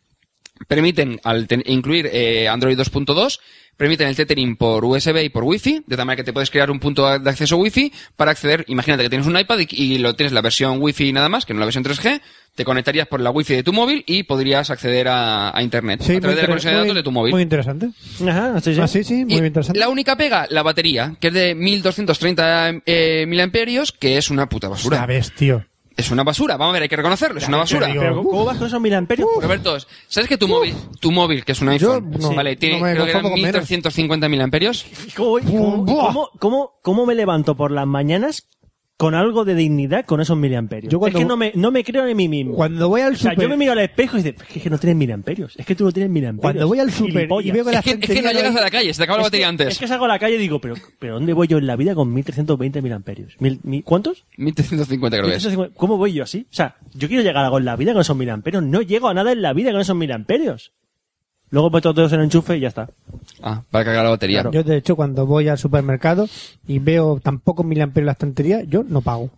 Speaker 7: Permiten, al ten- incluir eh, Android 2.2, permiten el tethering por USB y por Wi-Fi, de tal manera que te puedes crear un punto de acceso Wi-Fi para acceder, imagínate que tienes un iPad y, y lo tienes la versión Wi-Fi nada más, que no la versión 3G, te conectarías por la Wi-Fi de tu móvil y podrías acceder a, a Internet a través de la
Speaker 9: inter-
Speaker 7: conexión de datos
Speaker 9: muy-
Speaker 7: de tu móvil.
Speaker 9: Muy interesante.
Speaker 2: Ajá, sí, sí.
Speaker 9: Ah, sí, sí, muy
Speaker 7: Y
Speaker 9: interesante.
Speaker 7: La única pega, la batería, que es de 1230 eh, miliamperios, que es una puta basura.
Speaker 9: Ya ves, tío.
Speaker 7: Es una basura, vamos a ver, hay que reconocerlo, es una basura.
Speaker 9: digo.
Speaker 2: Pero, ¿cómo- ¿cómo vas con esos miliamperios?
Speaker 7: Roberto, ¿sabes que tu móvil, tu móvil, que es un iPhone,
Speaker 9: no,
Speaker 7: vale,
Speaker 9: sí.
Speaker 7: tiene
Speaker 9: no me
Speaker 7: creo que
Speaker 9: conformo
Speaker 7: eran
Speaker 9: con menos.
Speaker 7: 1350
Speaker 9: *laughs*
Speaker 7: miliamperios?
Speaker 2: ¿Cómo, voy- cómo-
Speaker 9: Buah.
Speaker 2: cómo- cómo- cómo me levanto por las mañanas con algo de dignidad con esos miliamperios?
Speaker 9: Yo cuando-
Speaker 2: es que no me, no me creo en mí mismo.
Speaker 9: Cuando voy al
Speaker 2: O sea,
Speaker 9: super,
Speaker 2: yo me miro al espejo y dices, es que- es que no tienes miliamperios. Es que tú no tienes miliamperios.
Speaker 9: cuando voy al super y
Speaker 2: gilipollas".
Speaker 9: veo que la
Speaker 7: Es que, es
Speaker 9: gente
Speaker 7: que no
Speaker 9: llega
Speaker 7: llegas
Speaker 9: ahí-
Speaker 7: a la calle, se te acaba la
Speaker 2: Es que-
Speaker 7: batería antes.
Speaker 2: Es que salgo a la calle y digo, pero, pero ¿dónde voy yo en la vida con 1320 miliamperios? ¿Mil, mil- ¿Cuántos?
Speaker 7: 1350 creo que es.
Speaker 2: 1350. ¿Cómo voy yo así? O sea, yo quiero llegar a algo en la vida con esos miliamperios. No llego a nada en la vida con esos miliamperios. Luego meto los dedos en el enchufe y ya está.
Speaker 7: Ah, para cargar la batería.
Speaker 2: Claro.
Speaker 9: Yo, de hecho, cuando voy al supermercado y veo tan pocos miliamperios en la estantería, yo no pago.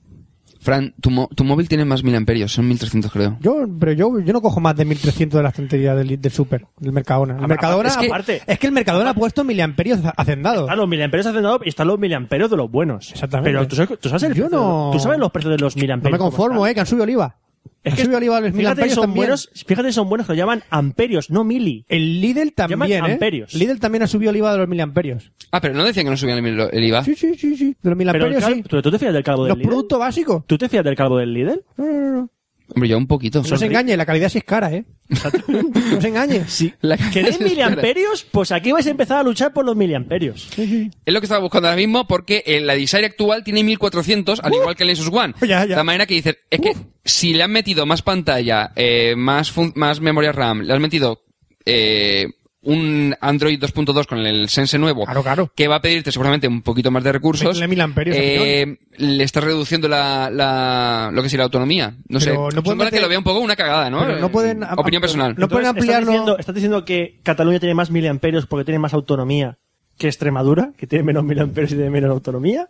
Speaker 7: Fran, tu, mo- tu móvil tiene más mil amperios, son 1300 creo.
Speaker 9: Yo, pero yo, yo no cojo más de 1300 de la estantería del, del super, del Mercadona.
Speaker 7: Ah,
Speaker 9: El Mercadona,
Speaker 2: es que-
Speaker 9: aparte- es que el Mercadona ha puesto miliamperios hacendados.
Speaker 2: Claro, los miliamperios hacendados y están los miliamperios de los buenos.
Speaker 9: Exactamente.
Speaker 2: Pero tú sabes, tú sabes el
Speaker 9: Yo
Speaker 2: precio de-
Speaker 9: no-
Speaker 2: tú sabes los precios de los
Speaker 9: No me
Speaker 2: miliamperios.
Speaker 9: conformo, eh, que han subido oliva.
Speaker 2: Es
Speaker 9: han
Speaker 2: que
Speaker 9: subido oliva los
Speaker 2: Fíjate que
Speaker 9: miliamperios
Speaker 2: son
Speaker 9: también.
Speaker 2: buenos, fíjate que son buenos que lo llaman amperios, no mili.
Speaker 9: El Lidl
Speaker 2: Llaman
Speaker 9: también, ¿eh?
Speaker 2: amperios.
Speaker 9: Lidl también ha subido oliva de los miliamperios.
Speaker 7: Ah, pero no decían que no subían el, el IVA.
Speaker 9: Sí, sí, sí, sí. De los
Speaker 2: Pero el
Speaker 9: miliamperios,
Speaker 2: cal-
Speaker 9: sí.
Speaker 2: ¿tú, tú te fías del calvo
Speaker 9: Los
Speaker 2: del Lidl?
Speaker 9: productos básicos.
Speaker 2: ¿Tú te fías del calvo del Lidl?
Speaker 9: *laughs* No, no, no, no.
Speaker 7: Hombre, yo un poquito.
Speaker 9: No se engañe, la calidad sí es cara, ¿eh? *laughs* no se engañe.
Speaker 2: Sí.
Speaker 7: *laughs* La-
Speaker 2: ¿Queréis miliamperios? Pues aquí vais a empezar a luchar por los miliamperios.
Speaker 7: Es lo que estaba buscando ahora mismo porque eh, la Desire actual tiene 1400, al igual que el Nexus One.
Speaker 9: ¡Uh! Ya, ya.
Speaker 7: De manera que dices, es que si le han metido más pantalla, eh, más, fun- más memoria RAM, le han metido eh, un Android 2.2 con el Sense nuevo,
Speaker 9: Claro, claro.
Speaker 7: que va a pedirte seguramente un poquito más de recursos,
Speaker 9: Meterle mil amperios,
Speaker 7: eh, le estás reduciendo la, la, lo que sería la autonomía. No sé,
Speaker 9: Pero no
Speaker 7: Son
Speaker 9: pueden
Speaker 7: cosas que
Speaker 9: meter-
Speaker 7: lo veo un poco una cagada, ¿no?
Speaker 9: Pero no
Speaker 7: Eh,
Speaker 9: pueden-
Speaker 7: Opinión personal.
Speaker 9: No pueden
Speaker 2: Entonces,
Speaker 9: ampliarlo-
Speaker 2: ¿estás diciendo, estás diciendo que Cataluña tiene más miliamperios porque tiene más autonomía que Extremadura, que tiene menos miliamperios y tiene menos autonomía?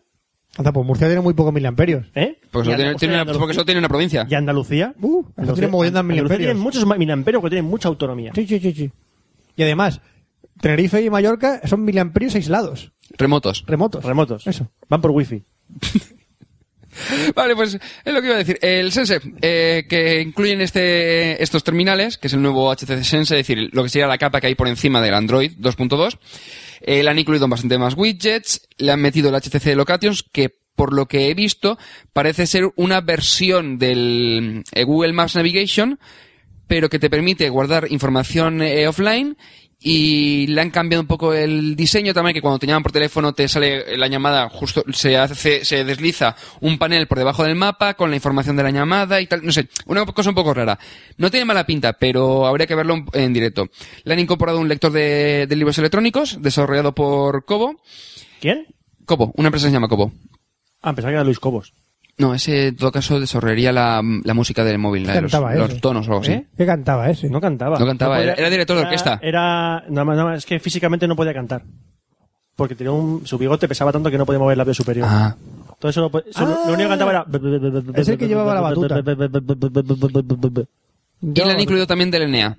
Speaker 9: Anda, pues Murcia tiene muy pocos miliamperios.
Speaker 2: ¿eh?
Speaker 7: Porque
Speaker 2: Y
Speaker 7: solo tiene,
Speaker 2: Andalucía-
Speaker 7: tiene una, porque solo tiene una provincia.
Speaker 2: ¿Y Andalucía?
Speaker 9: Uh, eso tiene mogollón de
Speaker 2: Andalucía
Speaker 9: miliamperios.
Speaker 2: tiene muchos ma- miliamperios porque tienen mucha autonomía.
Speaker 9: Sí, sí, sí, sí. Y además, Tenerife y Mallorca son miliamperios aislados,
Speaker 7: Remotos.
Speaker 9: remotos.
Speaker 2: Remotos.
Speaker 9: Eso.
Speaker 2: Van por wifi.
Speaker 7: Vale, pues es lo que iba a decir. El Sense, eh, que incluyen este, estos terminales, que es el nuevo HTC Sense, es decir, lo que sería la capa que hay por encima del Android 2.2. Eh, le han incluido bastante más widgets, le han metido el HTC Locations, que por lo que he visto, parece ser una versión del eh, Google Maps Navigation, pero que te permite guardar información eh, offline y le han cambiado un poco el diseño también que cuando te llaman por teléfono te sale la llamada justo se hace se desliza un panel por debajo del mapa con la información de la llamada y tal no sé una cosa un poco rara no tiene mala pinta pero habría que verlo en, en directo le han incorporado un lector de, de libros electrónicos desarrollado por Cobo
Speaker 2: ¿Quién?
Speaker 7: Cobo una empresa que se llama Cobo
Speaker 2: Ah, pensaba que era Luis Cobos.
Speaker 7: no ese en todo caso desarrollaría la, la música del móvil la de los,
Speaker 9: Cantaba ese.
Speaker 7: los tonos o algo así
Speaker 9: ¿Eh? ¿Qué cantaba ese?
Speaker 2: No cantaba.
Speaker 7: No cantaba, era- era director de orquesta.
Speaker 2: Era. Nada más, nada más, es que físicamente no podía cantar. Porque tenía un, su bigote pesaba tanto que no podía mover el labio superior.
Speaker 7: Ah.
Speaker 2: Entonces solo, po- solo- lo único que cantaba era.
Speaker 9: Ah. Es el que llevaba
Speaker 2: *laughs*
Speaker 9: la batuta.
Speaker 7: y
Speaker 9: Yo-
Speaker 7: le han incluido también del ENEA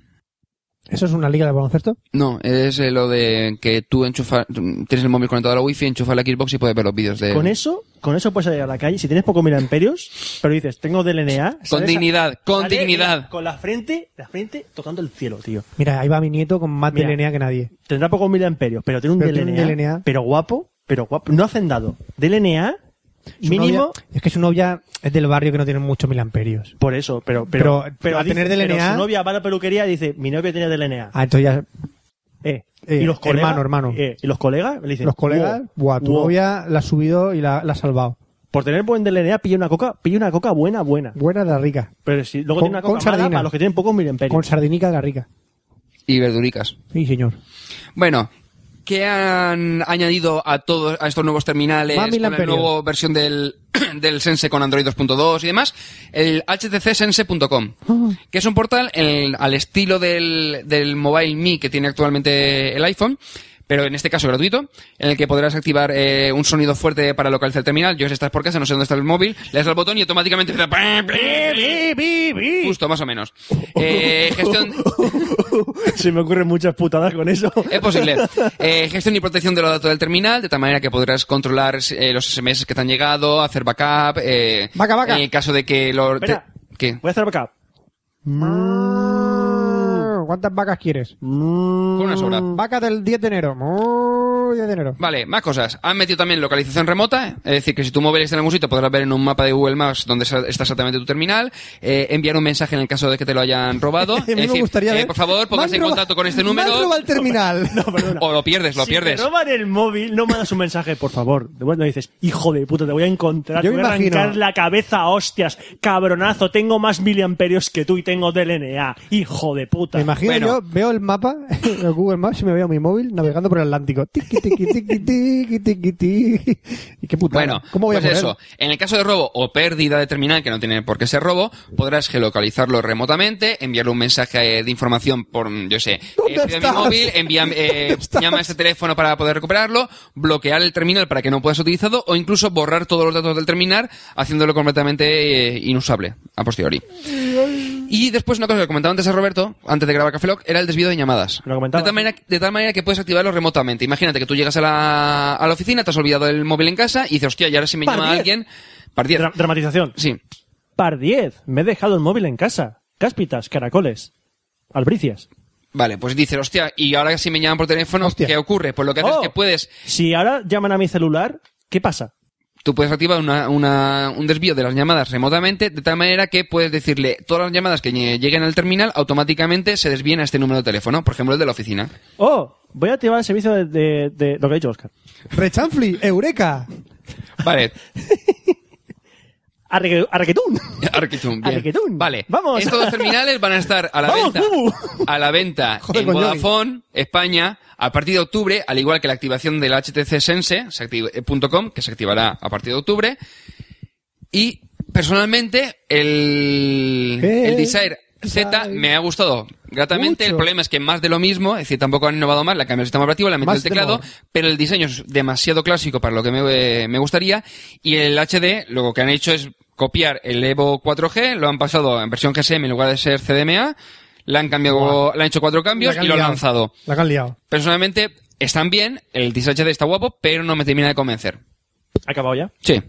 Speaker 9: ¿Eso es una liga de baloncesto?
Speaker 7: No, es eh, lo de que tú enchufas, tienes el móvil conectado a la wifi, enchufas la Xbox y puedes ver los vídeos de...
Speaker 2: Con eso, con eso puedes salir a la calle. Si tienes poco miliamperios, pero dices, tengo DLNA.
Speaker 7: Con
Speaker 2: sales a-
Speaker 7: dignidad, con
Speaker 2: sales,
Speaker 7: dignidad.
Speaker 2: mira, Con la frente, la frente tocando el cielo, tío.
Speaker 9: Mira, ahí va mi nieto con más
Speaker 2: Mira.
Speaker 9: DLNA que nadie.
Speaker 2: Tendrá pocos miliamperios, pero tiene un,
Speaker 9: Pero
Speaker 2: DLNA,
Speaker 9: tiene un DLNA.
Speaker 2: Pero guapo, pero guapo. No hacendado. DLNA,
Speaker 9: Su
Speaker 2: mínimo.
Speaker 9: novia- es que su novia es del barrio que no tiene muchos miliamperios.
Speaker 2: Por eso, pero. Pero,
Speaker 9: Pero- a
Speaker 2: dice-
Speaker 9: tener DLNA.
Speaker 2: pero su novia va a la peluquería y dice: Mi novia tiene DLNA.
Speaker 9: Ah, entonces ya...
Speaker 2: Eh,
Speaker 9: eh,
Speaker 2: y los colegas.
Speaker 9: hermano, hermano.
Speaker 2: eh, y los colegas le dicen:
Speaker 9: Los colegas,
Speaker 2: "Wow,
Speaker 9: buah, tu
Speaker 2: wow".
Speaker 9: novia la ha subido y la, la ha salvado.
Speaker 2: Por tener buen DLNA, pilla una coca, pilla una coca buena, buena.
Speaker 9: Buena de la rica.
Speaker 2: Pero si luego
Speaker 9: Con-
Speaker 2: tiene una
Speaker 9: con
Speaker 2: coca mala
Speaker 9: sardina.
Speaker 2: para los que tienen pocos miliamperios.
Speaker 9: Con sardinica de la rica.
Speaker 7: Y verduricas.
Speaker 9: Sí, señor.
Speaker 7: Bueno, ¿qué han añadido a todos a estos nuevos terminales,
Speaker 9: Más
Speaker 7: con
Speaker 9: mil
Speaker 7: la
Speaker 9: amperios.
Speaker 7: nueva versión del, *clears throat* del Sense con Android 2.2 y demás? El htcsense.com, que es un portal en- al estilo del, del Mobile Me que tiene actualmente el iPhone. Pero en este caso gratuito, en el que podrás activar eh, un sonido fuerte para localizar el terminal. Yo si estás por casa, no sé dónde está el móvil, le das al botón y automáticamente empieza... Justo, más o menos. Eh, gestión...
Speaker 2: *laughs* Se me ocurren muchas putadas con eso.
Speaker 7: Es posible. Eh, gestión y protección de los datos del terminal, de tal manera que podrás controlar eh, los SMS que te han llegado, hacer backup. Eh,
Speaker 9: Vaca, vaca.
Speaker 7: En el caso de que lo.
Speaker 2: Espera.
Speaker 7: te- ¿Qué?
Speaker 2: Voy a hacer backup.
Speaker 9: Mm. ¿Cuántas vacas quieres?
Speaker 7: Con una sobra.
Speaker 9: Vaca del 10 de enero. Mm, 10 de enero.
Speaker 7: Vale, más cosas. Han metido también localización remota, es decir, que si tu móvil está en algún sitio podrás ver en un mapa de Google Maps dónde sa- está exactamente tu terminal, eh, enviar un mensaje en el caso de que te lo hayan robado.
Speaker 9: *laughs* *laughs* A mí
Speaker 7: es
Speaker 9: me
Speaker 7: decir,
Speaker 9: gustaría
Speaker 7: eh,
Speaker 9: ver-
Speaker 7: por favor,
Speaker 9: Me han
Speaker 7: póngase en
Speaker 9: roba-
Speaker 7: contacto con este
Speaker 9: Me han
Speaker 7: número.
Speaker 9: robado
Speaker 7: *laughs*
Speaker 9: el terminal.
Speaker 2: No, perdona.
Speaker 7: O lo pierdes, lo
Speaker 2: si
Speaker 7: pierdes.
Speaker 2: te roban el móvil, no mandas un mensaje, por favor. De vuelta dices, hijo de puta, te voy a encontrar,
Speaker 9: Yo
Speaker 2: te
Speaker 9: me
Speaker 2: voy a
Speaker 9: imagino-
Speaker 2: arrancar la cabeza a hostias. Cabronazo, tengo más miliamperios que tú y tengo DLNA. Hijo de puta.
Speaker 9: Me imagino
Speaker 7: Bueno.
Speaker 9: yo, veo el mapa, *laughs* el Google Maps, y me veo mi móvil navegando por el Atlántico. Tiqui, tiqui, tiqui, tiqui, tiqui, tiqui. Y qué putada.
Speaker 7: Bueno,
Speaker 9: ¿cómo voy
Speaker 7: pues
Speaker 9: a poner?
Speaker 7: eso. En el caso de robo o pérdida de terminal, que no tiene por qué ser robo, podrás geolocalizarlo remotamente, enviarle un mensaje eh, de información por, mm, yo sé, eh,
Speaker 9: ¿Dónde
Speaker 7: pide mi
Speaker 9: estás?
Speaker 7: móvil,
Speaker 9: *laughs*
Speaker 7: envía, eh,
Speaker 9: estás?
Speaker 7: llama a este teléfono para poder recuperarlo, bloquear el terminal para que no puedas utilizarlo o incluso borrar todos los datos del terminal, haciéndolo completamente eh, inusable a posteriori. Y después una cosa que comentaba antes a Roberto, antes de grabar Café Lock, era el desvío de llamadas.
Speaker 2: Lo comentaba.
Speaker 7: De tal manera, de tal manera que puedes activarlo remotamente. Imagínate que tú llegas a la, a la oficina, te has olvidado el móvil en casa y dices, hostia, y ahora si me
Speaker 9: Par
Speaker 7: llama
Speaker 9: diez.
Speaker 7: alguien, partía.
Speaker 2: Dra- dramatización.
Speaker 7: Sí.
Speaker 2: Par 10. Me he dejado el móvil en casa. Cáspitas, caracoles, albricias.
Speaker 7: Vale, pues dices, hostia, y ahora si me llaman por teléfono,
Speaker 9: Hostia.
Speaker 7: ¿qué ocurre? Pues lo que haces
Speaker 2: Oh.
Speaker 7: es que puedes,
Speaker 2: Si ahora llaman a mi celular, ¿qué pasa?
Speaker 7: tú puedes activar una, una- un desvío de las llamadas remotamente, de tal manera que puedes decirle, todas las llamadas que lle- lleguen al terminal automáticamente se desvíen a este número de teléfono, por ejemplo el de
Speaker 2: *laughs*
Speaker 7: la oficina.
Speaker 2: Oh, voy a activar el servicio de, de- de- lo que ha dicho Oscar.
Speaker 9: Rechanfli, Eureka.
Speaker 7: Vale.
Speaker 2: Arreque- Arrequetún.
Speaker 7: *laughs* Arquitum, bien.
Speaker 2: Arquitum.
Speaker 7: Vale.
Speaker 2: Vamos.
Speaker 7: Estos dos terminales van a estar
Speaker 9: *laughs*
Speaker 7: a la
Speaker 2: Vamos,
Speaker 7: venta,
Speaker 2: Bubu.
Speaker 7: a la venta
Speaker 9: Joder,
Speaker 7: en
Speaker 9: con Johnny.
Speaker 7: Vodafone, España, a partir de octubre, al igual que la activación del HTC Sense se activa- eh, punto com, que se activará a partir de octubre. Y personalmente, el,
Speaker 9: ¿Qué?
Speaker 7: el Desire Z
Speaker 9: Desire.
Speaker 7: me ha gustado gratamente.
Speaker 9: Mucho.
Speaker 7: El problema es que más de lo mismo, es decir, tampoco han innovado más, la cambiado el sistema operativo, la han metido
Speaker 9: Más
Speaker 7: el
Speaker 9: de
Speaker 7: teclado,
Speaker 9: lo-
Speaker 7: pero el diseño es demasiado clásico para lo que me, eh, me gustaría. Y el HD, lo que han hecho es copiar el Evo 4G, lo han pasado en versión GSM en lugar de ser CDMA, le han cambiado, le han hecho cuatro cambios
Speaker 9: La
Speaker 7: y
Speaker 9: que han
Speaker 7: lo han
Speaker 9: liado.
Speaker 7: lanzado.
Speaker 9: La que han liado.
Speaker 7: Personalmente, están bien, el HD está guapo, pero no me termina de convencer.
Speaker 2: Acabado ya.
Speaker 7: Sí.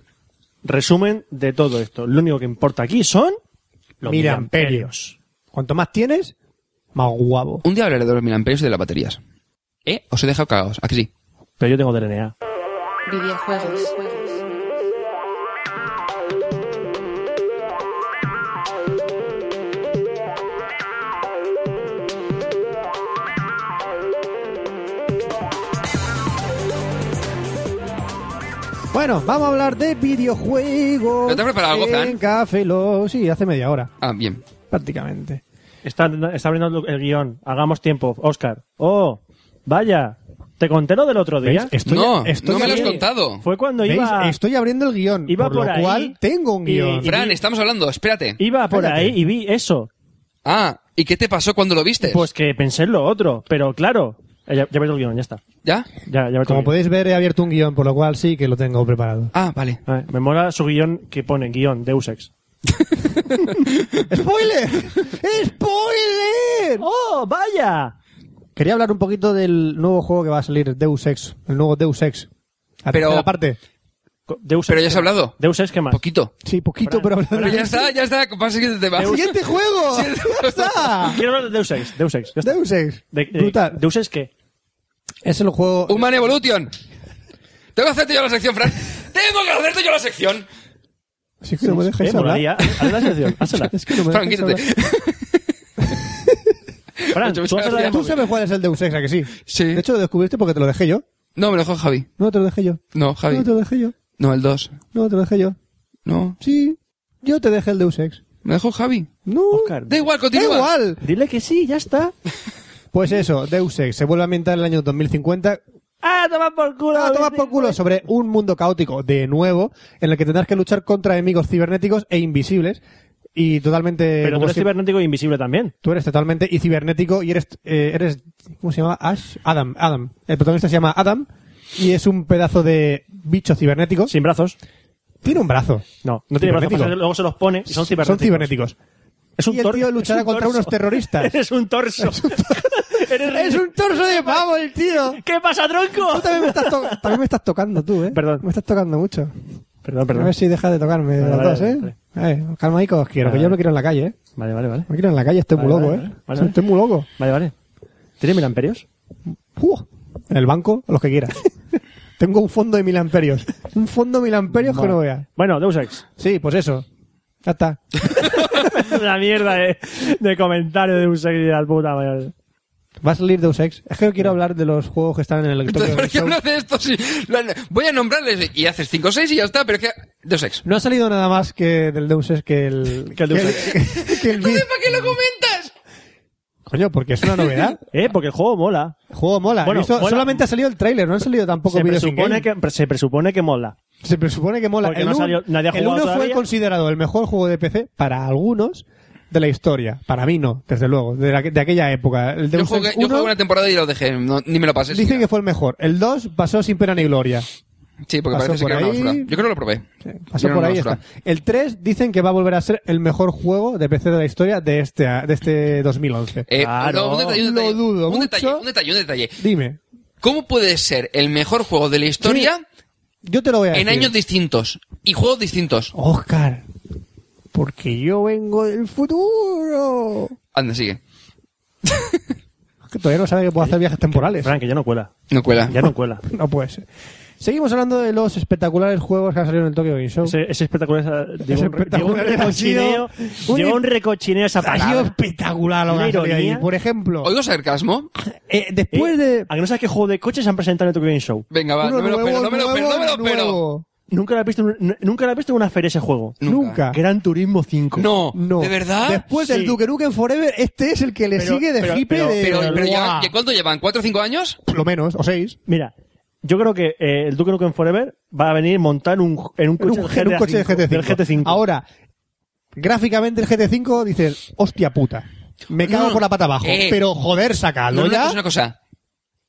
Speaker 2: Resumen de todo esto. Lo único que importa aquí son los
Speaker 9: Mira,
Speaker 2: miliamperios.
Speaker 9: Cuanto más tienes, más guapo.
Speaker 7: Un día hablaré de los mil amperios y de las baterías. ¿Eh? Os he dejado cagados, ¿a que sí?
Speaker 2: Pero yo tengo DNA.
Speaker 5: videojuegos,
Speaker 9: Bueno, vamos a hablar de videojuegos.
Speaker 7: ¿No te has preparado algo,
Speaker 9: En
Speaker 7: Fran?
Speaker 9: Café Lock. Sí, hace media hora,
Speaker 7: Ah, bien.
Speaker 9: prácticamente.
Speaker 2: Está, está abriendo el guión. Hagamos tiempo, Oscar. Oh, vaya. ¿Te conté lo del otro día?
Speaker 9: ¿Veis? Estoy-
Speaker 7: no,
Speaker 9: estoy
Speaker 7: no me lo has
Speaker 9: aquí.
Speaker 7: contado.
Speaker 2: Fue cuando
Speaker 9: ¿Veis?
Speaker 2: iba,
Speaker 9: Estoy abriendo el guión,
Speaker 2: Iba
Speaker 9: por,
Speaker 2: por
Speaker 9: lo
Speaker 2: ahí
Speaker 9: cual tengo un
Speaker 2: y-
Speaker 9: guión.
Speaker 2: y-
Speaker 7: Fran, estamos hablando, espérate.
Speaker 2: iba por
Speaker 9: Cállate.
Speaker 2: ahí y vi eso.
Speaker 7: Ah, ¿y qué te pasó cuando lo viste?
Speaker 2: Pues que pensé en lo otro, pero claro. eh, Ya, ya ves el guión, ya está.
Speaker 7: ¿Ya?
Speaker 2: Ya, ya ves el
Speaker 9: Como
Speaker 2: guión.
Speaker 9: podéis ver, he abierto un guión, por lo cual sí que lo tengo
Speaker 7: *laughs*
Speaker 9: preparado.
Speaker 7: Ah, vale.
Speaker 2: A ver, Me mola su guión que pone guión Deus Ex.
Speaker 9: ¡Spoiler! *laughs* ¡Spoiler!
Speaker 2: ¡Oh, vaya!
Speaker 9: Quería hablar un poquito del nuevo juego que va a salir, Deus Ex. El nuevo Deus Ex. La
Speaker 7: Pero-
Speaker 9: tercera parte.
Speaker 2: Co- Deus
Speaker 7: Pero
Speaker 2: Ex,
Speaker 7: ya has
Speaker 2: ¿qué más?
Speaker 7: hablado.
Speaker 2: Deus Ex, ¿qué más?
Speaker 7: Poquito.
Speaker 9: Sí, poquito, pero...
Speaker 7: Pero ya está, ya está, compadre, siguiente tema.
Speaker 9: ¡Siguiente *laughs* juego! ¡Ya está!
Speaker 2: Quiero hablar de Deus Ex. Deus Ex. ya está.
Speaker 9: Deus Ex.
Speaker 2: De- de-
Speaker 9: Brutal.
Speaker 2: ¿Deus Ex qué?
Speaker 9: Es el juego...
Speaker 7: Human Evolution. Tengo que hacerte yo la sección,
Speaker 9: *laughs*
Speaker 7: Fran. Tengo que hacerte yo la sección.
Speaker 9: Si es que no me dejáis
Speaker 2: Eh, *laughs* molaría.
Speaker 9: hablar.
Speaker 2: Haz la sección,
Speaker 9: *laughs*
Speaker 2: hazla.
Speaker 9: Es que no me
Speaker 7: Fran,
Speaker 9: dejáis
Speaker 7: quítate.
Speaker 9: hablar.
Speaker 2: Fran,
Speaker 7: Muchas
Speaker 2: tú has hablado de
Speaker 7: gracias.
Speaker 9: Tú
Speaker 2: móvil.
Speaker 9: sabes cuál es el Deus Ex, ¿a que sí?
Speaker 7: Sí.
Speaker 9: De hecho, lo descubriste porque te lo dejé yo.
Speaker 7: No, me lo dejó Javi.
Speaker 9: No, te lo dejé yo.
Speaker 7: No, Javi.
Speaker 9: No, te lo dejé yo.
Speaker 7: No, el 2.
Speaker 9: No, te lo dejé yo.
Speaker 7: No.
Speaker 9: Sí, yo te dejé el Deus Ex.
Speaker 7: Me dejó Javi.
Speaker 9: No,
Speaker 2: Oscar,
Speaker 7: Da igual,
Speaker 9: da
Speaker 7: continúa.
Speaker 9: igual.
Speaker 2: Dile que sí, ya está.
Speaker 9: Pues eso, Deus Ex se vuelve a ambientar en el año 2050
Speaker 2: ¡Ah, toma por culo!
Speaker 9: a tomar por culo sobre un mundo caótico de nuevo en el que tendrás que luchar contra enemigos cibernéticos e invisibles y totalmente
Speaker 2: Pero tú
Speaker 9: como
Speaker 2: eres
Speaker 9: si-
Speaker 2: cibernético e invisible también.
Speaker 9: tú eres totalmente y cibernético y eres eh, eres ¿cómo se llama? Ash Adam Adam el protagonista se llama Adam y es un pedazo de bicho cibernético
Speaker 2: Sin brazos.
Speaker 9: tiene un brazo
Speaker 2: No, no tiene brazos.
Speaker 9: Cibernético.
Speaker 2: porque Luego se los pone y son cibernéticos.
Speaker 9: son cibernéticos
Speaker 2: Es un
Speaker 9: y el
Speaker 2: tor-
Speaker 9: tío
Speaker 2: es
Speaker 9: luchará
Speaker 2: un
Speaker 9: contra
Speaker 2: torso.
Speaker 9: unos terroristas
Speaker 2: *laughs* Eres un torso. *laughs* Eres-
Speaker 9: es un torso de pavo el tío
Speaker 2: ¿Qué pasa, tronco?
Speaker 9: tú también me estás, to- también me estás tocando tú eh
Speaker 2: Perdón.
Speaker 9: me estás tocando mucho
Speaker 2: Perdón,
Speaker 9: A
Speaker 2: perdón.
Speaker 9: ver si deja de tocarme de
Speaker 2: Vale,
Speaker 9: las
Speaker 2: vale,
Speaker 9: dos, ¿eh?
Speaker 2: vale.
Speaker 9: Eh, calma ahí que os quiero,
Speaker 2: Vale,
Speaker 9: que yo
Speaker 2: vale.
Speaker 9: me quiero en la calle, ¿eh?
Speaker 2: Vale, vale, vale.
Speaker 9: Me quiero en la calle, estoy
Speaker 2: Vale,
Speaker 9: muy loco,
Speaker 2: vale,
Speaker 9: ¿eh?
Speaker 2: vale, vale.
Speaker 9: Estoy muy loco.
Speaker 2: Vale, vale. ¿Tiene mil amperios?
Speaker 9: Uh, en el banco, los que
Speaker 2: *laughs*
Speaker 9: quieras. Tengo un fondo de mil amperios. Un fondo de mil amperios que no veas.
Speaker 2: Bueno, Deus Ex. *laughs*
Speaker 9: Sí, pues eso. Ya está.
Speaker 2: Una mierda de, de comentario de Deus Ex y de la puta madre.
Speaker 9: Va a salir Deus Ex. Es que quiero hablar de los juegos que están en el Tokyo
Speaker 7: Entonces, ¿por
Speaker 9: Game
Speaker 7: qué
Speaker 9: Show.
Speaker 7: uno hace esto? Si- lo han- Voy a nombrarles y haces 5 o 6 y ya está, pero es que. Dos ex.
Speaker 9: No ha salido nada más que del Deus Ex que el...
Speaker 2: *laughs* Que el Deus
Speaker 9: *laughs* que el- que el-
Speaker 7: ¿Para qué lo comentas?
Speaker 9: Coño, porque es
Speaker 2: *laughs*
Speaker 9: una novedad.
Speaker 2: ¿Eh? Porque el juego mola.
Speaker 9: El juego mola.
Speaker 2: Bueno,
Speaker 9: He visto-
Speaker 2: mola.
Speaker 9: Solamente ha salido el tráiler, no han salido tampoco
Speaker 2: Se
Speaker 9: videos
Speaker 2: presupone,
Speaker 9: in-game.
Speaker 2: que, se presupone que mola.
Speaker 9: Se presupone que mola.
Speaker 2: Porque
Speaker 9: El
Speaker 2: no
Speaker 9: un-
Speaker 2: salió- nadie ha
Speaker 9: el
Speaker 2: jugado
Speaker 9: 1 fue
Speaker 2: todavía.
Speaker 9: considerado el mejor juego de PC para algunos de la historia. Para mí no, desde luego, de, la- de aquella época. El
Speaker 7: Yo
Speaker 9: Deus
Speaker 7: jugué,
Speaker 9: Ex
Speaker 7: yo
Speaker 9: 1
Speaker 7: jugué una temporada y lo dejé, no- ni me lo pasé.
Speaker 9: dicen que fue el mejor. El 2 pasó sin pena ni gloria.
Speaker 7: sí, porque
Speaker 9: pasó
Speaker 7: parece
Speaker 9: por
Speaker 7: que era una
Speaker 9: ahí.
Speaker 7: basura. Yo creo que lo probé.
Speaker 9: Pasó
Speaker 7: Era
Speaker 9: por
Speaker 7: una
Speaker 9: ahí y
Speaker 7: basura.
Speaker 9: está. El 3 dicen que va a volver a ser el mejor juego de PC de la historia de este, de este 2011.
Speaker 7: Eh,
Speaker 2: Claro.
Speaker 7: no, un detalle, un
Speaker 9: Lo
Speaker 7: detalle,
Speaker 9: dudo
Speaker 7: un
Speaker 9: mucho.
Speaker 7: Detalle, un detalle, un detalle.
Speaker 9: Dime,
Speaker 7: ¿Cómo puede ser el mejor juego de la historia
Speaker 9: yo te lo voy a
Speaker 7: en
Speaker 9: decir.
Speaker 7: años distintos y juegos distintos?
Speaker 9: Oscar, porque yo vengo del futuro.
Speaker 7: Anda, sigue.
Speaker 9: Es que todavía no sabe que puedo hacer viajes temporales.
Speaker 2: Frank, que ya no cuela.
Speaker 7: No cuela.
Speaker 2: Ya no cuela.
Speaker 9: No puede ser. Seguimos hablando de los espectaculares juegos que han salido en el Tokyo Game Show.
Speaker 2: Ese, ese espectacular. esa- Lleva un,
Speaker 9: espectacular
Speaker 2: lleva un
Speaker 9: ha sido
Speaker 2: recochineo.
Speaker 9: un-
Speaker 2: Lleva un recochineo esa
Speaker 9: Ha sido
Speaker 2: palabra.
Speaker 9: espectacular lo que
Speaker 2: Una
Speaker 9: ha salido ahí.
Speaker 2: ironía.
Speaker 9: Por ejemplo,
Speaker 7: ¿Oigo sarcasmo?
Speaker 9: eh,
Speaker 2: ¿Eh?
Speaker 9: después de...
Speaker 2: ¿A que no sabes qué juego de coches se han presentado en el Tokyo Game Show?
Speaker 7: Venga, va,
Speaker 9: uno
Speaker 7: no me lo
Speaker 9: nuevo,
Speaker 7: espero, no me lo espero, no me lo
Speaker 9: nuevo,
Speaker 7: espero.
Speaker 9: nuevo.
Speaker 2: Nunca lo has visto, en un- n- nunca lo has visto en una feria ese juego.
Speaker 9: Nunca.
Speaker 2: Gran Turismo 5.
Speaker 7: No,
Speaker 9: No.
Speaker 7: ¿de verdad?
Speaker 9: Después del
Speaker 2: Sí.
Speaker 9: Duke Nukem Forever, este es el que le
Speaker 2: Pero-
Speaker 9: sigue de
Speaker 2: pero-
Speaker 9: hipe
Speaker 2: pero-
Speaker 9: de...
Speaker 7: Pero, pero ya,
Speaker 9: Buah.
Speaker 7: ¿ya ¿cuánto llevan? ¿Cuatro o cinco años?
Speaker 9: Lo menos, o seis.
Speaker 2: Mira, yo creo que eh, el Duke Nukem Forever va a venir montado en un, en un
Speaker 9: En
Speaker 2: coche,
Speaker 9: un,
Speaker 2: del,
Speaker 9: en un coche de
Speaker 2: GTA V,
Speaker 9: GT5.
Speaker 2: del GT5.
Speaker 9: Ahora, gráficamente el GT5 dices, hostia puta, me cago
Speaker 7: No,
Speaker 9: por la pata abajo.
Speaker 7: eh.
Speaker 9: pero joder, sacalo
Speaker 7: No, una
Speaker 9: ya.
Speaker 7: cosa, una cosa.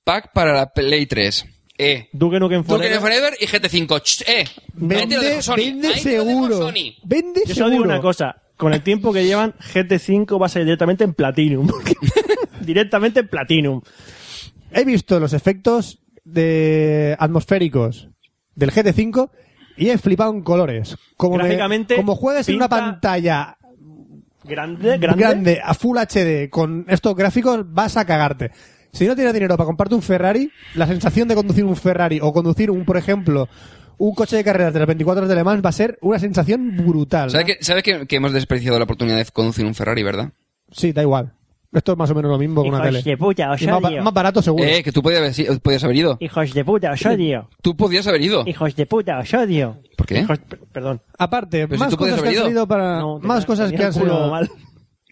Speaker 7: Pack para la Play 3. Eh.
Speaker 2: Duke Nukem
Speaker 7: Duke
Speaker 2: Forever.
Speaker 7: Nukem Forever y GT5. Ch, Eh. Ahí te lo
Speaker 9: Vende,
Speaker 7: dejo, Sony.
Speaker 9: vende
Speaker 7: Ahí te lo dejo,
Speaker 9: seguro.
Speaker 7: Sony.
Speaker 9: Vende
Speaker 2: Yo solo
Speaker 9: seguro.
Speaker 2: digo una cosa. Con el tiempo que llevan, GT5 va a salir directamente en Platinum. *laughs* directamente en Platinum.
Speaker 9: He visto los efectos de atmosféricos del GT5 y he flipado en colores. Como me-
Speaker 2: Gráficamente,
Speaker 9: como juegues en una
Speaker 2: pinta-
Speaker 9: pantalla
Speaker 2: Grande, grande.
Speaker 9: grande. a full HD con estos gráficos vas a cagarte. Si no tienes dinero para comprarte un Ferrari, la sensación de conducir un Ferrari o conducir un, por ejemplo, un coche de carreras de las 24 horas de Le Mans va a ser una sensación brutal.
Speaker 7: ¿Sabes, que, sabes que, que hemos despreciado la oportunidad de conducir un Ferrari, verdad?
Speaker 9: Sí, da igual. Esto es más o menos lo mismo que una
Speaker 2: Hijos
Speaker 9: tele.
Speaker 2: de puta, os
Speaker 9: Y más, ba-
Speaker 2: odio.
Speaker 9: más barato seguro.
Speaker 7: Eh, que tú podías haber, si- podías haber ido.
Speaker 2: Hijos de puta, os odio.
Speaker 7: Tú podías haber ido.
Speaker 2: Hijos de puta, os odio.
Speaker 7: ¿Por qué?
Speaker 2: Hijos- per- perdón.
Speaker 9: Aparte,
Speaker 7: Pero si
Speaker 9: más
Speaker 7: tú podías
Speaker 9: cosas que han
Speaker 7: haber ido.
Speaker 9: salido para...
Speaker 2: No, tenía-
Speaker 9: Ah, más cosas
Speaker 2: tenía
Speaker 9: que han
Speaker 2: el culo
Speaker 9: salido...
Speaker 2: mal.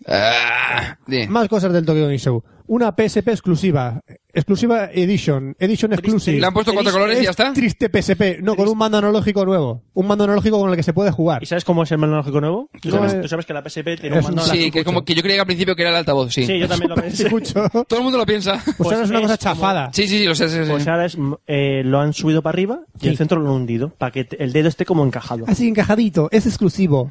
Speaker 7: Ah, bien.
Speaker 9: Más cosas del Tokyo Game Show. Una PSP exclusiva. Exclusiva Edition. Edition Exclusive.
Speaker 7: ¿Le han puesto cuatro colores y ya está?
Speaker 9: Es Triste PSP. No, con un mando analógico nuevo. Un mando analógico con el que se puede jugar.
Speaker 2: ¿Y sabes cómo es el mando analógico nuevo? Tú,
Speaker 9: No,
Speaker 2: sabes,
Speaker 9: eh,
Speaker 2: tú sabes que la PSP tiene un
Speaker 9: es
Speaker 2: mando
Speaker 9: un-
Speaker 7: Sí,
Speaker 2: analógico.
Speaker 7: que como que yo creía que al principio que era el altavoz, sí.
Speaker 2: *laughs* Sí, yo también lo
Speaker 9: *laughs*
Speaker 2: pensé.
Speaker 9: Escucho. Pues,
Speaker 7: Todo el mundo lo
Speaker 9: *laughs*
Speaker 7: piensa.
Speaker 9: ahora es una
Speaker 2: es
Speaker 9: cosa
Speaker 2: como-
Speaker 9: chafada.
Speaker 7: Sí, sí, sí, lo sé, sí, sí.
Speaker 2: Pues ahora es, mm, eh, lo han subido para arriba y
Speaker 9: Sí.
Speaker 2: el centro lo han hundido, para que te- el dedo esté como encajado.
Speaker 9: *laughs* Así encajadito. Es exclusivo.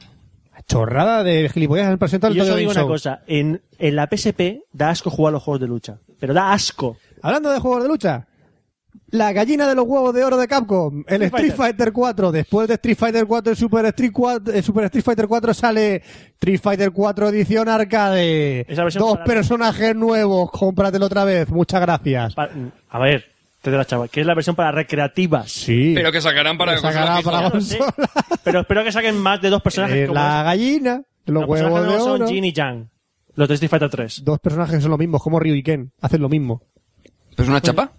Speaker 9: Chorrada de gilipollas han presentado
Speaker 2: Y
Speaker 9: el
Speaker 2: yo
Speaker 9: Tokyo
Speaker 2: solo
Speaker 9: Game
Speaker 2: digo una
Speaker 9: Show.
Speaker 2: cosa, en, en la PSP da asco jugar a los juegos de lucha, pero da asco.
Speaker 9: Hablando de juegos de lucha. La gallina de los huevos de oro de Capcom, el
Speaker 2: Street
Speaker 9: Street Fighter 4, después de Street Fighter 4 y Super Street 4, eh, Super Street Fighter 4 sale Street Fighter 4 edición arcade.
Speaker 2: Esa versión
Speaker 9: Dos
Speaker 2: para-
Speaker 9: personajes nuevos, cómpratelo otra vez, muchas gracias.
Speaker 2: Pa- a ver, te de la chava, que es la versión para
Speaker 9: *laughs*
Speaker 2: recreativas.
Speaker 9: Sí.
Speaker 7: Pero que sacarán para...
Speaker 9: Que sacará
Speaker 7: cosas
Speaker 9: para-
Speaker 2: Ya lo sé, pero espero que saquen más de dos personajes
Speaker 9: Eh,
Speaker 2: como
Speaker 9: la
Speaker 2: es-
Speaker 9: gallina de los,
Speaker 2: los
Speaker 9: huevos
Speaker 2: personajes
Speaker 9: de
Speaker 2: nuevos son
Speaker 9: oro.
Speaker 2: Jin y Yang, los de Street Fighter 3.
Speaker 9: Dos personajes son lo mismo, como Ryu y Ken, hacen lo mismo.
Speaker 7: ¿Pero es una chapa?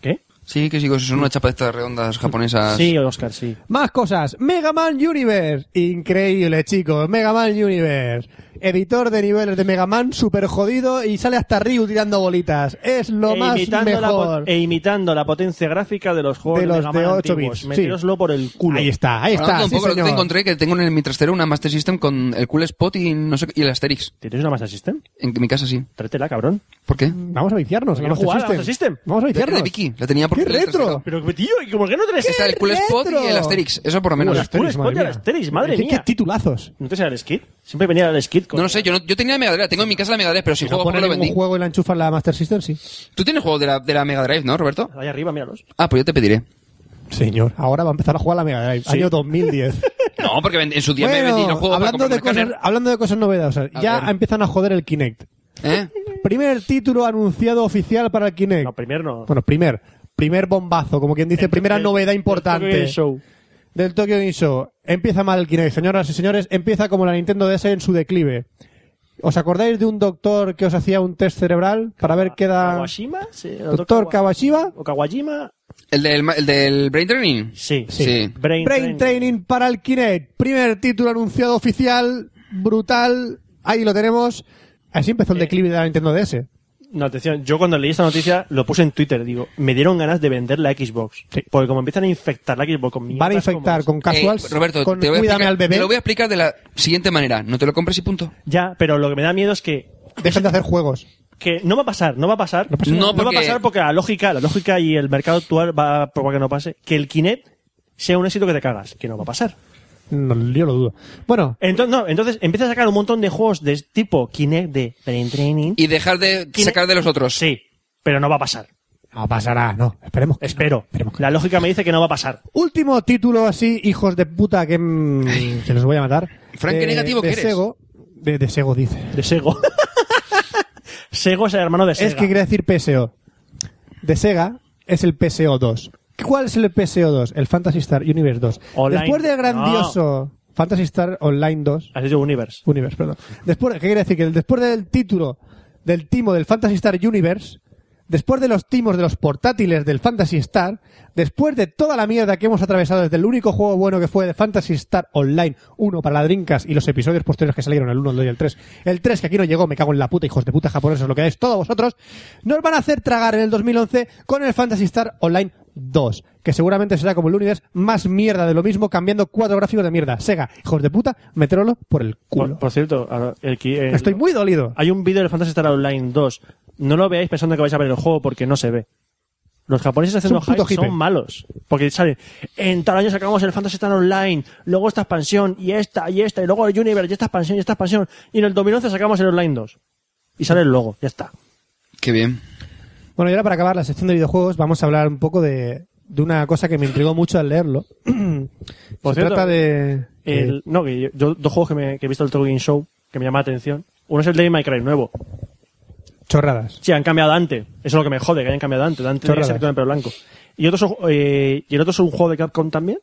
Speaker 2: ¿Qué?
Speaker 7: Sí, que sí, que son una chapa de estas redondas japonesas.
Speaker 2: Sí, Oscar, sí.
Speaker 9: Más cosas. Mega Man Universe. Increíble, chicos. Mega Man Universe. Editor de niveles de Mega Man super jodido y sale hasta Ryu tirando bolitas. Es lo
Speaker 2: e,
Speaker 9: más
Speaker 2: imitando la po-
Speaker 9: mejor.
Speaker 2: e imitando la potencia gráfica de los juegos de,
Speaker 9: De los
Speaker 2: Mega
Speaker 9: de
Speaker 2: Man
Speaker 9: 8
Speaker 2: antiguos.
Speaker 9: bits,
Speaker 2: Metéroslo por el culo.
Speaker 9: Ahí está, ahí está.
Speaker 7: Hablando un
Speaker 9: sí,
Speaker 7: poco, lo que
Speaker 9: señor.
Speaker 7: te encontré que tengo en mi trastero una Master System con el Cool Spot y no sé qué- y el Asterix.
Speaker 2: ¿Tienes una Master System?
Speaker 7: En mi casa sí.
Speaker 2: Tráetela, cabrón.
Speaker 7: ¿Por qué?
Speaker 9: Vamos a viciarnos.
Speaker 2: Porque jugar a Master System.
Speaker 9: Vamos a
Speaker 7: De,
Speaker 9: viciarnos.
Speaker 7: de Vicky, la tenía por
Speaker 9: ¡Qué
Speaker 7: en el
Speaker 9: retro!
Speaker 7: trastero.
Speaker 2: Pero, tío, ¿y por qué no tienes
Speaker 7: Está el Cool Spot y el
Speaker 9: retro!
Speaker 7: Asterix, eso por lo menos.
Speaker 2: Uy, las Asterix, madre mía. Madre
Speaker 9: ¿Qué,
Speaker 2: mía.
Speaker 9: qué titulazos.
Speaker 2: ¿No te sale el skit? Siempre venía el skit con...
Speaker 7: No lo sé, yo, no- yo tenía la Mega Drive, tengo en mi casa la Mega Drive, pero si
Speaker 9: No
Speaker 7: juego porque
Speaker 9: poner
Speaker 7: lo
Speaker 9: ningún
Speaker 7: vendí.
Speaker 9: juego y la enchufas la Master System, sí.
Speaker 7: Tú tienes juego de la, de la Mega Drive, ¿no,
Speaker 9: *laughs*
Speaker 7: Roberto?
Speaker 2: Ahí arriba, míralos.
Speaker 7: Ah, pues yo te pediré.
Speaker 9: Señor, ahora va a empezar a jugar la Mega Drive.
Speaker 2: *laughs*
Speaker 9: Año 2010.
Speaker 7: No, porque en su día me vendí los
Speaker 9: bueno,
Speaker 7: juegos
Speaker 9: hablando
Speaker 7: para
Speaker 9: de,
Speaker 7: comprarme
Speaker 9: cosas, hablando de cosas novedosas.
Speaker 2: Ah,
Speaker 7: A
Speaker 9: Ya
Speaker 7: ver.
Speaker 9: empiezan a joder el Kinect.
Speaker 7: escáner. ¿Eh?
Speaker 9: Primer título anunciado oficial para el Kinect.
Speaker 2: No, primero no.
Speaker 9: bueno, primer. Primer bombazo, como quien dice, primera
Speaker 2: El- el-
Speaker 9: novedad
Speaker 2: el Tokyo
Speaker 9: importante
Speaker 2: Game Show.
Speaker 9: del Tokyo Game Show. Empieza mal el Kinect, señoras y señores. Empieza como la Nintendo DS en su declive. ¿Os acordáis de un doctor que os hacía un test cerebral para ver qué edad...
Speaker 2: Kawashima, sí, el
Speaker 9: Doctor
Speaker 2: Kawa-
Speaker 9: Kawashima.
Speaker 2: o Kawajima,
Speaker 7: ¿El del, ma- el del Brain Training?
Speaker 2: sí,
Speaker 7: Sí.
Speaker 2: Brain,
Speaker 9: Brain Training para el Kinect. Primer título anunciado oficial, brutal. Ahí lo tenemos. Así empezó
Speaker 2: Eh.
Speaker 9: el declive de la Nintendo DS.
Speaker 2: No, atención, yo cuando leí esta noticia lo puse en Twitter, digo, me dieron ganas de vender la Xbox. Porque como empiezan a infectar la Xbox con mierdas
Speaker 9: Van a infectar
Speaker 2: como-
Speaker 9: con casuals,
Speaker 7: Eh, Roberto,
Speaker 9: con
Speaker 7: te, voy a
Speaker 9: cuídame
Speaker 7: explicar,
Speaker 9: al bebé,
Speaker 7: te lo voy a explicar de la siguiente manera. No te lo compres y punto.
Speaker 2: Ya, pero lo que me da miedo es que,
Speaker 9: dejen de hacer juegos.
Speaker 2: que no va a pasar, no va a pasar. No,
Speaker 7: nada.
Speaker 2: va a
Speaker 7: porque-
Speaker 2: pasar porque la lógica, la lógica y el mercado actual va a provocar que no pase. Que el Kinect sea un éxito que te cagas, que no va a pasar.
Speaker 9: No, yo lo dudo. Bueno,
Speaker 2: Entonces, no, entonces empieza a sacar un montón de juegos de tipo Kinect de brain training.
Speaker 7: Y dejar de
Speaker 2: Kinect-
Speaker 7: sacar de los otros.
Speaker 2: Sí, pero no va a pasar.
Speaker 9: no pasará, no, esperemos. que no.
Speaker 2: Espero.
Speaker 9: Esperemos que no.
Speaker 2: La lógica me dice que no va a pasar.
Speaker 9: Último título así, hijos de puta, que, mm, que los voy a matar.
Speaker 7: Frank, qué
Speaker 9: De-
Speaker 7: negativo
Speaker 9: de
Speaker 7: que eres.
Speaker 9: Sego, de, de Sego dice.
Speaker 2: De Sego. *laughs* Sego es el hermano de Sega.
Speaker 9: Es que quería decir PSO. De Sega es el PSO 2. ¿Cuál es el PSO 2? El Fantasy Star Universe 2.
Speaker 2: Online.
Speaker 9: Después del grandioso Fantasy Star Online 2,
Speaker 2: Has dicho Universe.
Speaker 9: Universe, perdón. Después, ¿qué quiere decir? Que después del título del timo del Fantasy Star Universe, después de los timos de los portátiles del Fantasy Star, después de toda la mierda que hemos atravesado desde el único juego bueno que fue de Fantasy Star Online 1 para la Dreamcast y los episodios posteriores que salieron, el 1, el 2 y el 3, el 3 que aquí no llegó, me cago en la puta, hijos de puta japoneses, lo que es todos vosotros, nos van a hacer tragar en el 2011 con el Fantasy Star Online 2, que seguramente será como el Universe más mierda de lo mismo, cambiando cuatro gráficos de mierda. Sega, hijos de puta, meterlo por el culo.
Speaker 2: Por, por cierto, ahora, el qui- el-
Speaker 9: Estoy muy dolido.
Speaker 2: Pues, hay un vídeo del Fantasy Star Online 2. No lo veáis pensando que vais a ver el juego porque no se ve. Los japoneses haciendo
Speaker 9: Es un puto
Speaker 2: hype son
Speaker 9: hippie.
Speaker 2: malos. Porque sale, en tal año sacamos el Fantasy Star Online, luego esta expansión, y esta, y esta, y luego el Universe, y esta expansión, y esta expansión. Y en el 2011 sacamos el Online 2. Y sale el logo, ya está.
Speaker 7: Qué bien.
Speaker 9: Bueno, y ahora para acabar la sección de videojuegos vamos a hablar un poco de, de una cosa que me intrigó mucho al leerlo. *clears throat*
Speaker 2: Por
Speaker 9: Se
Speaker 2: cierto,
Speaker 9: trata de...
Speaker 2: El- no, que yo, yo- dos juegos que, me- que he visto del Tokyo Game Show que me llama la atención. Uno es el de My Cry nuevo.
Speaker 9: de chorradas.
Speaker 2: Sí, han cambiado a Dante. Eso es lo que me jode, que hayan cambiado a Dante. Dante tenía que ser
Speaker 9: Chorradas.
Speaker 2: todo en pelo blanco. Y, otro, es- eh, y el otro es un juego de Capcom también,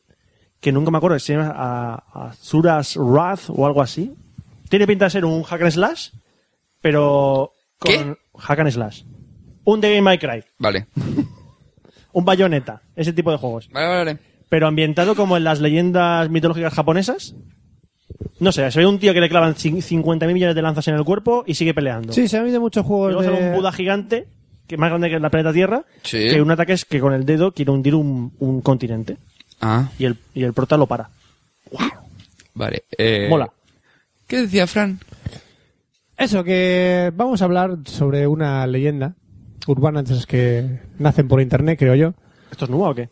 Speaker 2: que nunca me acuerdo, que se llama a- Azura's Wrath o algo así. Tiene pinta de ser un hack and slash, pero con
Speaker 7: ¿Qué?
Speaker 2: hack and slash. Un The Game My Cry,
Speaker 7: Vale.
Speaker 2: un Bayonetta, ese tipo de juegos.
Speaker 7: Vale, vale, vale.
Speaker 2: Pero ambientado como en las leyendas mitológicas japonesas. No sé, se ve un tío que le clavan cin- 50.000 millones de lanzas en el cuerpo y sigue peleando.
Speaker 9: Sí, se han visto muchos
Speaker 2: Y
Speaker 9: juegos
Speaker 2: luego sale un Buda
Speaker 9: de...
Speaker 2: gigante, que es más grande que la planeta Tierra,
Speaker 7: Sí.
Speaker 2: que un ataque es que con el dedo quiere hundir un, un continente.
Speaker 7: Ah,
Speaker 2: Y el, y el prota lo para.
Speaker 7: vale. Eh,
Speaker 2: Mola.
Speaker 7: ¿Qué decía Fran?
Speaker 9: Eso, que vamos a hablar sobre una leyenda urbana de esas que nacen por internet, creo yo.
Speaker 2: ¿Esto es nuevo o qué?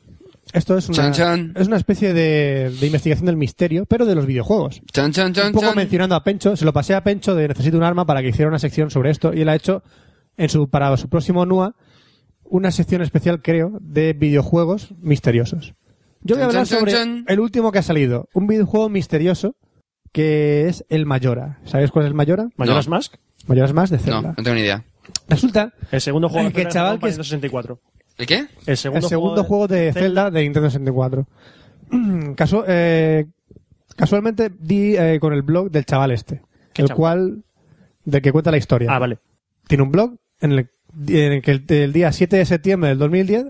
Speaker 9: Esto es una,
Speaker 7: Chan, chan.
Speaker 9: Es una especie de, de investigación del misterio, pero de los videojuegos.
Speaker 7: Chan, chan, chan,
Speaker 9: un poco
Speaker 7: chan.
Speaker 9: mencionando a Pencho, se lo pasé a Pencho de Necesito un arma para que hiciera una sección sobre esto y él ha hecho en su, para su próximo NUA una sección especial, creo, de videojuegos misteriosos. Yo voy a
Speaker 7: Chan,
Speaker 9: hablar
Speaker 7: chan,
Speaker 9: sobre
Speaker 7: chan.
Speaker 9: el último que ha salido, un videojuego misterioso que es el Mayora. ¿Sabéis cuál es el Mayora?
Speaker 2: ¿Mayoras
Speaker 7: No.
Speaker 2: Mask?
Speaker 9: Mayoras más de
Speaker 7: No,
Speaker 9: Zelda.
Speaker 7: no tengo ni idea.
Speaker 9: Resulta
Speaker 2: El segundo juego
Speaker 9: Ay,
Speaker 2: de
Speaker 9: qué
Speaker 2: Zelda
Speaker 9: chaval
Speaker 2: Japón para
Speaker 9: Eh, que es-
Speaker 2: Nintendo 64.
Speaker 7: ¿El qué?
Speaker 2: El segundo,
Speaker 9: el segundo juego de Zelda de Nintendo 64. *clears throat* Casu- eh, casualmente di eh, con el blog del chaval este, el
Speaker 2: chaval?
Speaker 9: cual del que cuenta la historia.
Speaker 2: Ah, vale.
Speaker 9: Tiene un blog en el, en el que el, el día 7 de septiembre del 2010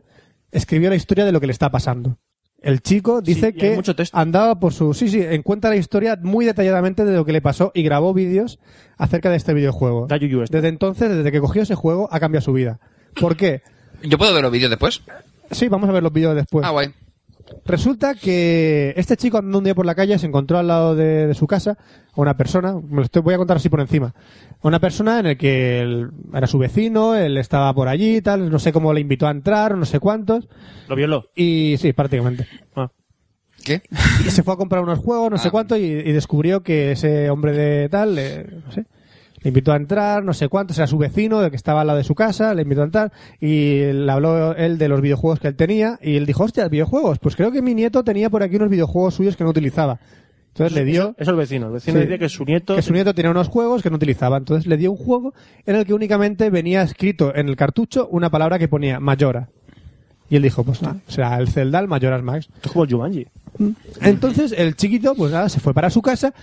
Speaker 9: escribió la historia de lo que le está pasando. El chico
Speaker 2: Sí,
Speaker 9: dice
Speaker 2: y hay
Speaker 9: que
Speaker 2: mucho texto.
Speaker 9: andaba por su... Sí, sí, en cuenta la historia muy detalladamente de lo que le pasó y grabó vídeos acerca de este videojuego.
Speaker 2: Da yuyu este.
Speaker 9: Desde entonces, desde que cogió ese juego, ha cambiado su vida. ¿Por qué?
Speaker 7: ¿Yo puedo ver los vídeos después?
Speaker 9: Sí, vamos a ver los vídeos después.
Speaker 7: Ah, guay.
Speaker 9: Resulta que este chico andando un día por la calle se encontró al lado de, de su casa a una persona, me lo estoy, voy a contar así por encima, a una persona en el que él era su vecino, él estaba por allí y tal, no sé cómo le invitó a entrar, no sé cuántos,
Speaker 2: Lo violó.
Speaker 9: y sí, prácticamente.
Speaker 2: Ah.
Speaker 7: ¿Qué?
Speaker 9: Y se fue a comprar unos juegos, no sé
Speaker 7: Ah.
Speaker 9: cuánto, y, y descubrió que ese hombre de tal, eh, no sé, le invitó a entrar, no sé cuántos, era su vecino, el que estaba al lado de su casa, le invitó a entrar, y le habló él de los videojuegos que él tenía, y él dijo, hostia, videojuegos, pues creo que mi nieto tenía por aquí unos videojuegos suyos que no utilizaba. Entonces le dio...
Speaker 2: Eso, eso el vecino. El vecino
Speaker 9: Sí.
Speaker 2: dice que su nieto...
Speaker 9: Que su nieto tenía unos juegos que no utilizaba. Entonces le dio un juego en el que únicamente venía escrito en el cartucho una palabra que ponía Mayora. Y él dijo, pues nada, será el Zelda, el Mayoras Max.
Speaker 2: Esto es como el Jumanji.
Speaker 9: Entonces el chiquito, pues nada, se fue para su casa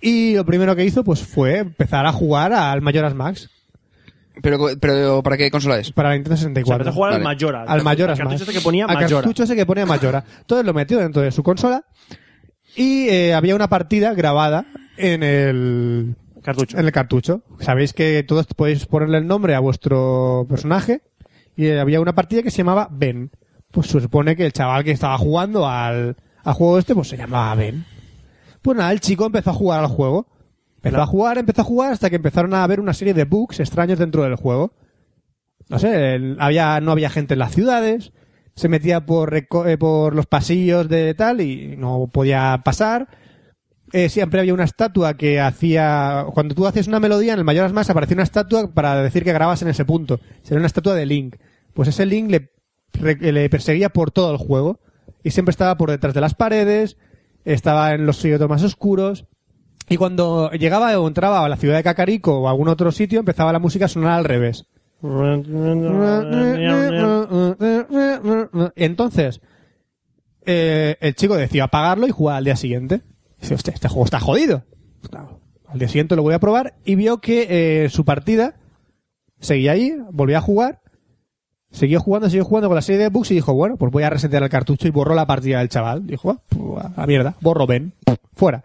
Speaker 9: y lo primero que hizo pues fue empezar a jugar al Mayoras Max
Speaker 7: ¿Pero, pero para qué consola es?
Speaker 9: para la Nintendo
Speaker 2: O sea, empezó
Speaker 9: 64.
Speaker 2: a jugar al
Speaker 7: Vale.
Speaker 2: Mayora.
Speaker 9: al Mayoras
Speaker 2: Al
Speaker 9: Max.
Speaker 2: cartucho este que ponía
Speaker 9: Al
Speaker 2: Mayora.
Speaker 9: cartucho ese que ponía Mayora. Entonces lo metió dentro de su consola y eh, había una partida grabada en el
Speaker 2: Cartucho.
Speaker 9: En el cartucho. Sabéis que todos podéis ponerle el nombre a vuestro personaje. Y eh, había una partida que se llamaba Ben. Pues se supone que el chaval que estaba jugando al, al juego este, pues se llamaba Ben. Pues nada, el chico empezó a jugar al juego. Empezó a jugar, empezó a jugar, hasta que empezaron a haber una serie de bugs extraños dentro del juego. No sé, el- había, no había gente en las ciudades. Se metía por, reco- eh, por los pasillos de tal y no podía pasar eh, siempre había una estatua que hacía. Cuando tú haces una melodía en el Mayoras Más aparecía una estatua para decir que grabas en ese punto. Sería una estatua de Link. Pues ese Link le, re- le perseguía por todo el juego. Y siempre estaba por detrás de las paredes, estaba en los sitios más oscuros. Y cuando llegaba o entraba a la ciudad de Cacarico o a algún otro sitio, empezaba la música a sonar al revés. Entonces, eh, el chico decidió apagarlo y jugar al día siguiente. Dice, hostia, este juego está jodido. Al día siguiente lo voy a probar y vio que eh, su partida seguía ahí, volvió a jugar, siguió jugando, siguió jugando con la serie de bugs y dijo, bueno, pues voy a resetear el cartucho y borró la partida del chaval. Dijo, "Ah, pues, a la mierda, borro Ben, fuera.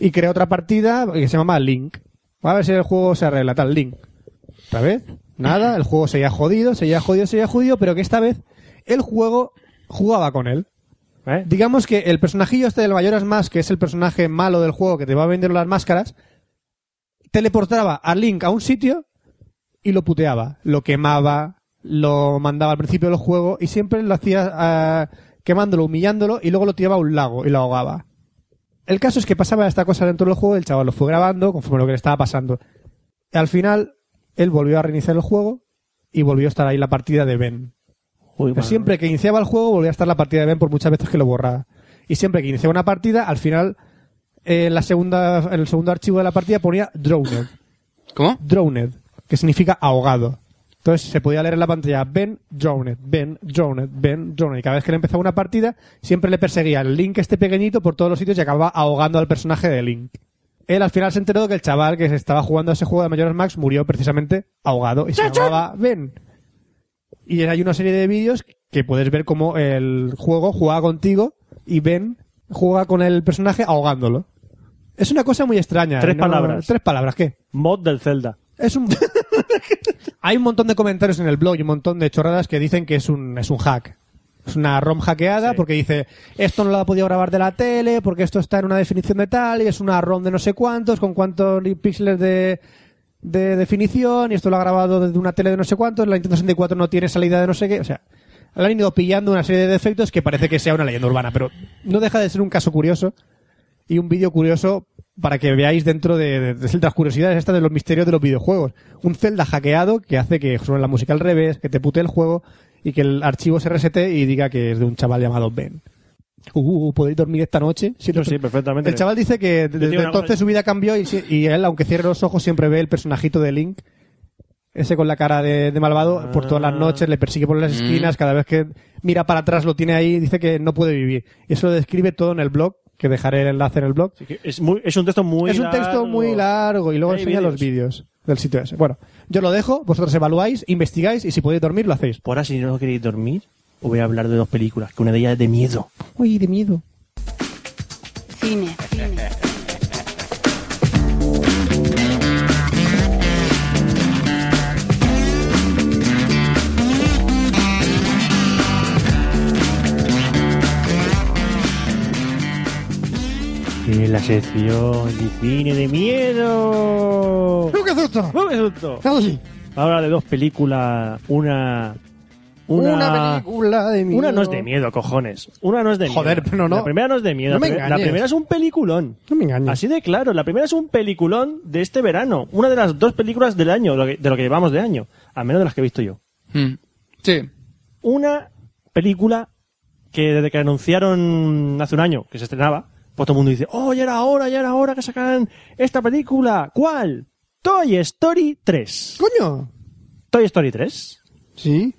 Speaker 9: Y creó otra partida que se llama Link. Va a ver si el juego se arregla, tal, Link. Otra vez, nada, el juego seguía jodido, seguía jodido, seguía jodido, pero que esta vez el juego jugaba con él.
Speaker 2: ¿Eh?
Speaker 9: Digamos que el personajillo este del Mayoras Más, que es el personaje malo del juego que te va a vender las máscaras, teleportaba a Link a un sitio y lo puteaba. Lo quemaba, lo mandaba al principio del juego y siempre lo hacía ah, quemándolo, humillándolo y luego lo tiraba a un lago y lo ahogaba. El caso es que pasaba esta cosa dentro del juego, el chaval lo fue grabando conforme lo que le estaba pasando. al final, él volvió a reiniciar el juego y volvió a estar ahí la partida de Ben.
Speaker 2: Uy,
Speaker 9: Pero
Speaker 2: madre.
Speaker 9: siempre que iniciaba el juego volvía a estar la partida de Ben por muchas veces que lo borraba. Y siempre que iniciaba una partida, al final, eh, en la segunda, en el segundo archivo de la partida ponía Drowned.
Speaker 7: ¿Cómo?
Speaker 9: Drowned, que significa ahogado. Entonces se podía leer en la pantalla Ben Drowned, Ben Drowned, Ben Drowned. Y cada vez que le empezaba una partida, siempre le perseguía el Link este pequeñito por todos los sitios y acababa ahogando al personaje de Link. Él al final se enteró que el chaval que se estaba jugando a ese juego de Mayores Max murió precisamente ahogado y se llamaba Ben. Y hay una serie de vídeos que puedes ver cómo el juego juega contigo y Ben juega con el personaje ahogándolo. Es una cosa muy extraña. ¿eh?
Speaker 2: Tres palabras.
Speaker 9: Tres palabras, ¿qué?
Speaker 2: Mod del Zelda.
Speaker 9: Es un... Hay un montón de comentarios en el blog y un montón de chorradas que dicen que es un, es un hack. Es una ROM hackeada porque dice, esto no lo ha podido grabar de la tele, porque esto está en una definición de tal, y es una ROM de no sé cuántos, con cuántos ni- píxeles de, de definición, y esto lo ha grabado desde una tele de no sé cuántos, la Nintendo 64 no tiene salida de no sé qué, o sea, le han ido pillando una serie de defectos que parece que sea una leyenda urbana, pero no deja de ser un caso curioso y un vídeo curioso para que veáis dentro de, de, de ciertas curiosidades estas de los misterios de los videojuegos. Un Zelda hackeado que hace que suene la música al revés, que te pute el juego y que el archivo se resete y diga que es de un chaval llamado Ben. Uh, ¿podéis dormir esta noche? Sí,
Speaker 2: Yo sí, perfectamente.
Speaker 9: El chaval dice que
Speaker 2: digo
Speaker 9: desde
Speaker 2: una
Speaker 9: entonces
Speaker 2: cosa-
Speaker 9: su vida cambió y, si- y él, aunque cierre los ojos, siempre ve el personajito de Link. Ese con la cara de, de malvado por todas
Speaker 2: Ah.
Speaker 9: las noches, le persigue por las esquinas, cada vez que mira para atrás lo tiene ahí, dice que no puede vivir. Y eso lo describe todo en el blog, que dejaré el enlace en el blog.
Speaker 2: Así que Es, muy, es un texto muy
Speaker 9: es un texto muy largo y luego
Speaker 2: Hay
Speaker 9: enseña los vídeos del sitio ese. Bueno, yo lo dejo, vosotros evaluáis, investigáis y si podéis dormir lo hacéis.
Speaker 2: Por ahora, si no queréis dormir, os voy a hablar de dos películas, que una de ellas es de miedo.
Speaker 9: Uy, de miedo.
Speaker 5: Cine, cine,
Speaker 2: Tiene la sección de cine de miedo.
Speaker 9: ¡Qué susto!
Speaker 2: ¡No me asusto!
Speaker 9: ¡Ay!
Speaker 2: Vamos a hablar de dos películas. Una. Una,
Speaker 9: Una, película de miedo.
Speaker 2: Una no es de miedo, cojones. Una no es de miedo.
Speaker 9: Joder, pero no.
Speaker 2: La primera no es de miedo.
Speaker 9: No me
Speaker 2: la, primera- la
Speaker 9: engañes.
Speaker 2: primera es un peliculón.
Speaker 9: No me engañes.
Speaker 2: Así de claro, la primera es un peliculón de este verano. Una de las dos películas del año, lo que- de lo que llevamos de año. Al menos de las que he visto yo.
Speaker 7: Mm. Sí.
Speaker 2: Una película que desde que anunciaron hace un año que se estrenaba, pues todo el mundo dice, oh, ya era hora, ya era hora que sacaran esta película. ¿Cuál? Toy Story 3.
Speaker 9: ¡Coño!
Speaker 2: Toy Story 3.
Speaker 9: Sí.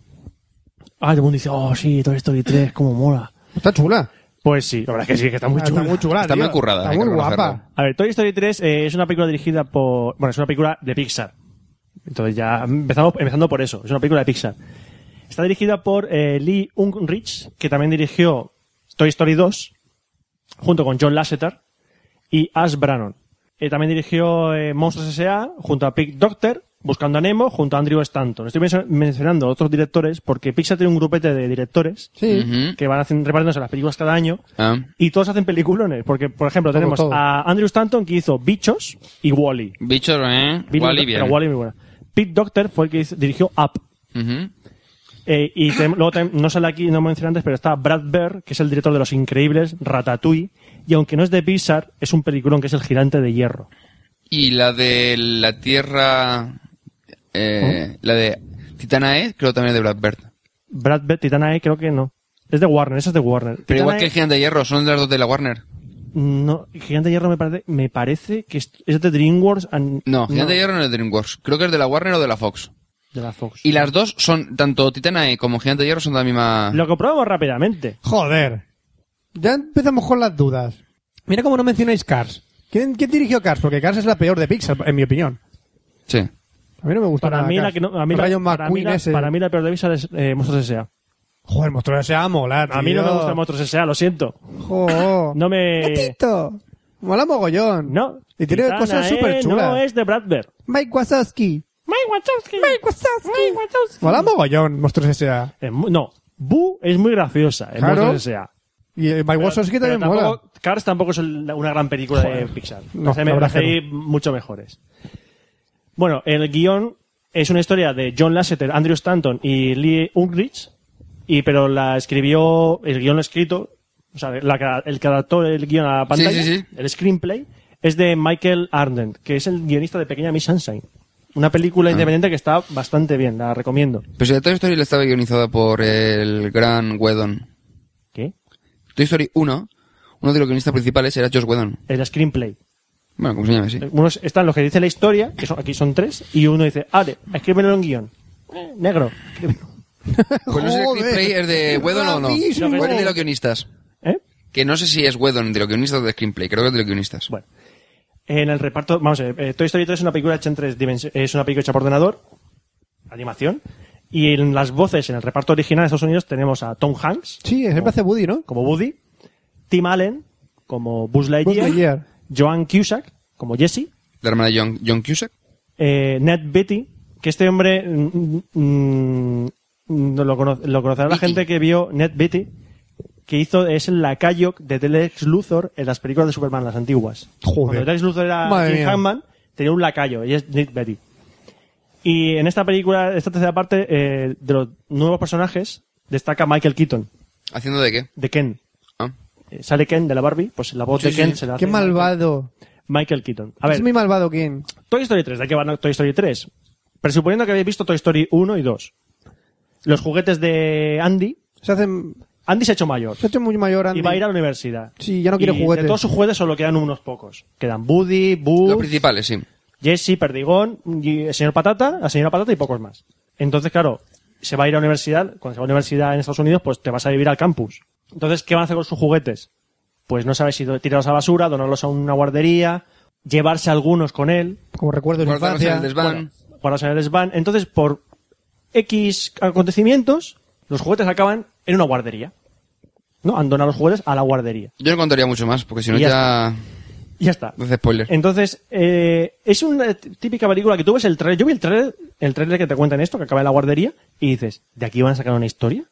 Speaker 2: Ah, todo el mundo dice, oh, sí, Toy Story 3, cómo mola.
Speaker 9: Está chula.
Speaker 2: Pues sí, la verdad es que sí, que está muy
Speaker 9: Ah,
Speaker 2: chula.
Speaker 9: Está muy chula,
Speaker 7: Está
Speaker 9: tío.
Speaker 7: muy currada, hay
Speaker 9: Está
Speaker 7: que
Speaker 9: muy guapa.
Speaker 7: reconocerlo.
Speaker 2: A ver, Toy Story 3 eh, es una película dirigida por... Bueno, es una película de Pixar. Entonces ya empezamos empezando por eso. Es una película de Pixar. Está dirigida por eh, Lee Unrich, que también dirigió Toy Story 2, junto con John Lasseter y Ash Brannon. Eh, también dirigió eh, Monstruos S.A. junto a Pig Doctor, Buscando a Nemo, junto a Andrew Stanton. Estoy menso- mencionando otros directores porque Pixar tiene un grupete de directores
Speaker 9: Sí.
Speaker 7: Ujú.
Speaker 2: que van haciendo, repartiéndose las películas cada año
Speaker 7: Ah.
Speaker 2: y todos hacen peliculones. Porque, por ejemplo,
Speaker 9: Como
Speaker 2: tenemos
Speaker 9: todo.
Speaker 2: a Andrew Stanton que hizo Bichos y Wally.
Speaker 7: Bicho, ¿eh? Wall-E bien.
Speaker 2: Pero Wally muy buena. Pete Doctor fue el que hizo- dirigió Up.
Speaker 7: Ujú.
Speaker 2: Eh,
Speaker 7: *gasps*
Speaker 2: y tenemos- luego tem- no sale aquí, no mencioné antes, pero está Brad Bird, que es el director de Los Increíbles, Ratatouille, y aunque no es de Pixar, es un peliculón que es El Gigante de Hierro.
Speaker 7: Y la de la Tierra... Eh, La de Titana E, creo también es de Brad Bird.
Speaker 2: Brad Bird, Titanae, creo que no. Es de Warner, eso es de Warner.
Speaker 7: Pero igual
Speaker 2: Titanae-
Speaker 7: que el Gigante de Hierro, son de las dos de la Warner.
Speaker 2: No, Gigante de Hierro me parece, me parece que es, es de DreamWorks. and-
Speaker 7: No, Gigante de Hierro no es de DreamWorks. Creo que es de la Warner o de la Fox.
Speaker 2: de la Fox.
Speaker 7: Y las dos son, tanto Titana E como Gigante de Hierro son de la misma...
Speaker 2: Lo comprobamos rápidamente.
Speaker 9: Joder. Ya empezamos con las dudas. Mira cómo no mencionáis Cars. ¿Quién, quién dirigió Cars? Porque Cars es la peor de Pixar, en mi opinión.
Speaker 7: Sí.
Speaker 9: A mí no me gusta
Speaker 2: Para
Speaker 9: nada
Speaker 2: mí, la
Speaker 9: Cars.
Speaker 2: que no- a mí la-
Speaker 9: Rayo
Speaker 2: para mí
Speaker 9: McQueen
Speaker 2: la-
Speaker 9: ese.
Speaker 2: para mí la peor de Pixar es eh, Monstruos S.A.
Speaker 9: Joder, monstruo ese a molar,
Speaker 2: A mí no me
Speaker 9: tío.
Speaker 2: gusta Monstruos S.A., lo siento. *laughs*
Speaker 9: Joder.
Speaker 2: No me-
Speaker 9: ¡Gatito! Mola mogollón.
Speaker 2: No.
Speaker 9: Y tiene
Speaker 2: Titanae
Speaker 9: cosas súper chulas.
Speaker 2: No es de Brad Bird.
Speaker 9: Mike Wazowski.
Speaker 10: Mike Wachowski. Mike Wachowski. Mike Wachowski.
Speaker 2: Mm.
Speaker 9: Mola mogollón, monstruos S.A.
Speaker 2: Es mu- no, Bu es muy graciosa en
Speaker 9: Claro.
Speaker 2: Monstruos S.A.
Speaker 9: Y eh, Mike Wazowski
Speaker 2: Pero
Speaker 9: también mola.
Speaker 2: tampoco- Cars tampoco es el- una gran película de Pixar.
Speaker 9: No,
Speaker 2: O sea, me
Speaker 9: la verdad
Speaker 2: parece
Speaker 9: que
Speaker 2: mucho mejores. Bueno, el guión es una historia de John Lasseter, Andrew Stanton y Lee Ungrich, y, pero la escribió, el guión lo escrito, o sea, la que- el que adaptó el guión a la pantalla,
Speaker 7: sí, sí.
Speaker 2: el screenplay, es de Michael Arndt, que es el guionista de Pequeña Miss Sunshine. Una
Speaker 7: Ah.
Speaker 2: película independiente que está bastante bien, la recomiendo.
Speaker 7: Pero si la Toy Story la estaba guionizada por el gran Whedon.
Speaker 2: ¿Qué?
Speaker 7: Toy Story 1, uno de los guionistas principales era Josh Whedon.
Speaker 2: El screenplay.
Speaker 7: Bueno, como se llama, sí.
Speaker 2: Unos están los que dice la historia, que son, aquí son tres, y uno dice, Ale, escríbelo en guión. Eh, Negro. *laughs* escríbelo.
Speaker 7: Pues no sé si el screenplay es de Whedon o no.
Speaker 9: Bravísimo.
Speaker 7: O es de los guionistas.
Speaker 2: ¿Eh?
Speaker 7: Que no sé si es Whedon de los guionistas o de screenplay. Creo que es de los guionistas.
Speaker 2: Bueno. En el reparto, vamos a ver, eh, Toy Story 3 es una película hecha en tres dimensiones, es una película hecha por ordenador, animación, y en las voces, en el reparto original de Estados Unidos, tenemos a Tom Hanks,
Speaker 9: Sí, siempre hace Woody, ¿no?
Speaker 2: como Woody, Tim Allen, como Buzz Lightyear,
Speaker 9: Buzz Lightyear.
Speaker 2: Joan Cusack, como Jesse,
Speaker 7: La hermana de John, John Cusack.
Speaker 2: eh, Ned Beatty, que este hombre mm, mm, mm, lo, cono- lo conocerá la
Speaker 7: Beatty.
Speaker 2: gente que vio Ned Beatty, que hizo es el lacayo de Lex Luthor en las películas de Superman, las antiguas.
Speaker 9: Joder.
Speaker 2: Cuando Lex Luthor era
Speaker 9: Madre
Speaker 2: Jim
Speaker 9: mía.
Speaker 2: Hackman, tenía un lacayo, y es Ned Beatty. Y en esta película, esta tercera parte, eh, de los nuevos personajes, destaca Michael Keaton,
Speaker 7: ¿Haciendo de qué?
Speaker 2: de Ken.
Speaker 7: Ah.
Speaker 2: Eh, sale Ken de la Barbie, pues la voz
Speaker 7: Sí,
Speaker 2: de
Speaker 7: sí,
Speaker 2: Ken
Speaker 7: sí.
Speaker 2: se la hace
Speaker 9: Qué malvado.
Speaker 2: Michael Keaton. A ver,
Speaker 9: Es muy malvado, ¿quién?
Speaker 2: Toy Story 3, ¿de qué va Toy Story 3? Presuponiendo que habéis visto Toy Story 1 y 2. Los juguetes de Andy.
Speaker 9: Se hacen...
Speaker 2: Andy se ha hecho mayor.
Speaker 9: Se ha hecho muy mayor Andy.
Speaker 2: Y va a ir a la universidad.
Speaker 9: Sí, ya no quiere
Speaker 2: Y
Speaker 9: juguetes.
Speaker 2: De todos sus juguetes solo quedan unos pocos. Quedan Buddy,
Speaker 7: Los
Speaker 2: Boo,
Speaker 7: principales, sí.
Speaker 2: Jesse, Perdigón, y el señor Patata, la señora Patata y pocos más. Entonces, claro, se va a ir a la universidad. Cuando se va a la universidad en Estados Unidos, pues te vas a vivir al campus. Entonces, ¿qué van a hacer con sus juguetes? Pues no sabes si tirarlos a la basura, donarlos a una guardería, llevarse algunos con él.
Speaker 9: Como recuerdo de su
Speaker 7: Guardarlos en el
Speaker 9: infancia.
Speaker 7: desván.
Speaker 2: guardados en el desván. Entonces, por X acontecimientos, los juguetes acaban en una guardería. ¿No? Han donado los juguetes a la guardería.
Speaker 7: Yo no contaría mucho más, porque si no
Speaker 2: Y ya
Speaker 7: ya...
Speaker 2: Y ya está.
Speaker 7: Hace spoiler.
Speaker 2: Entonces, eh, es una típica película que tú ves el trailer. Yo vi el trailer, el trailer que te cuentan esto, que acaba en la guardería, y dices, ¿de aquí van a sacar una historia?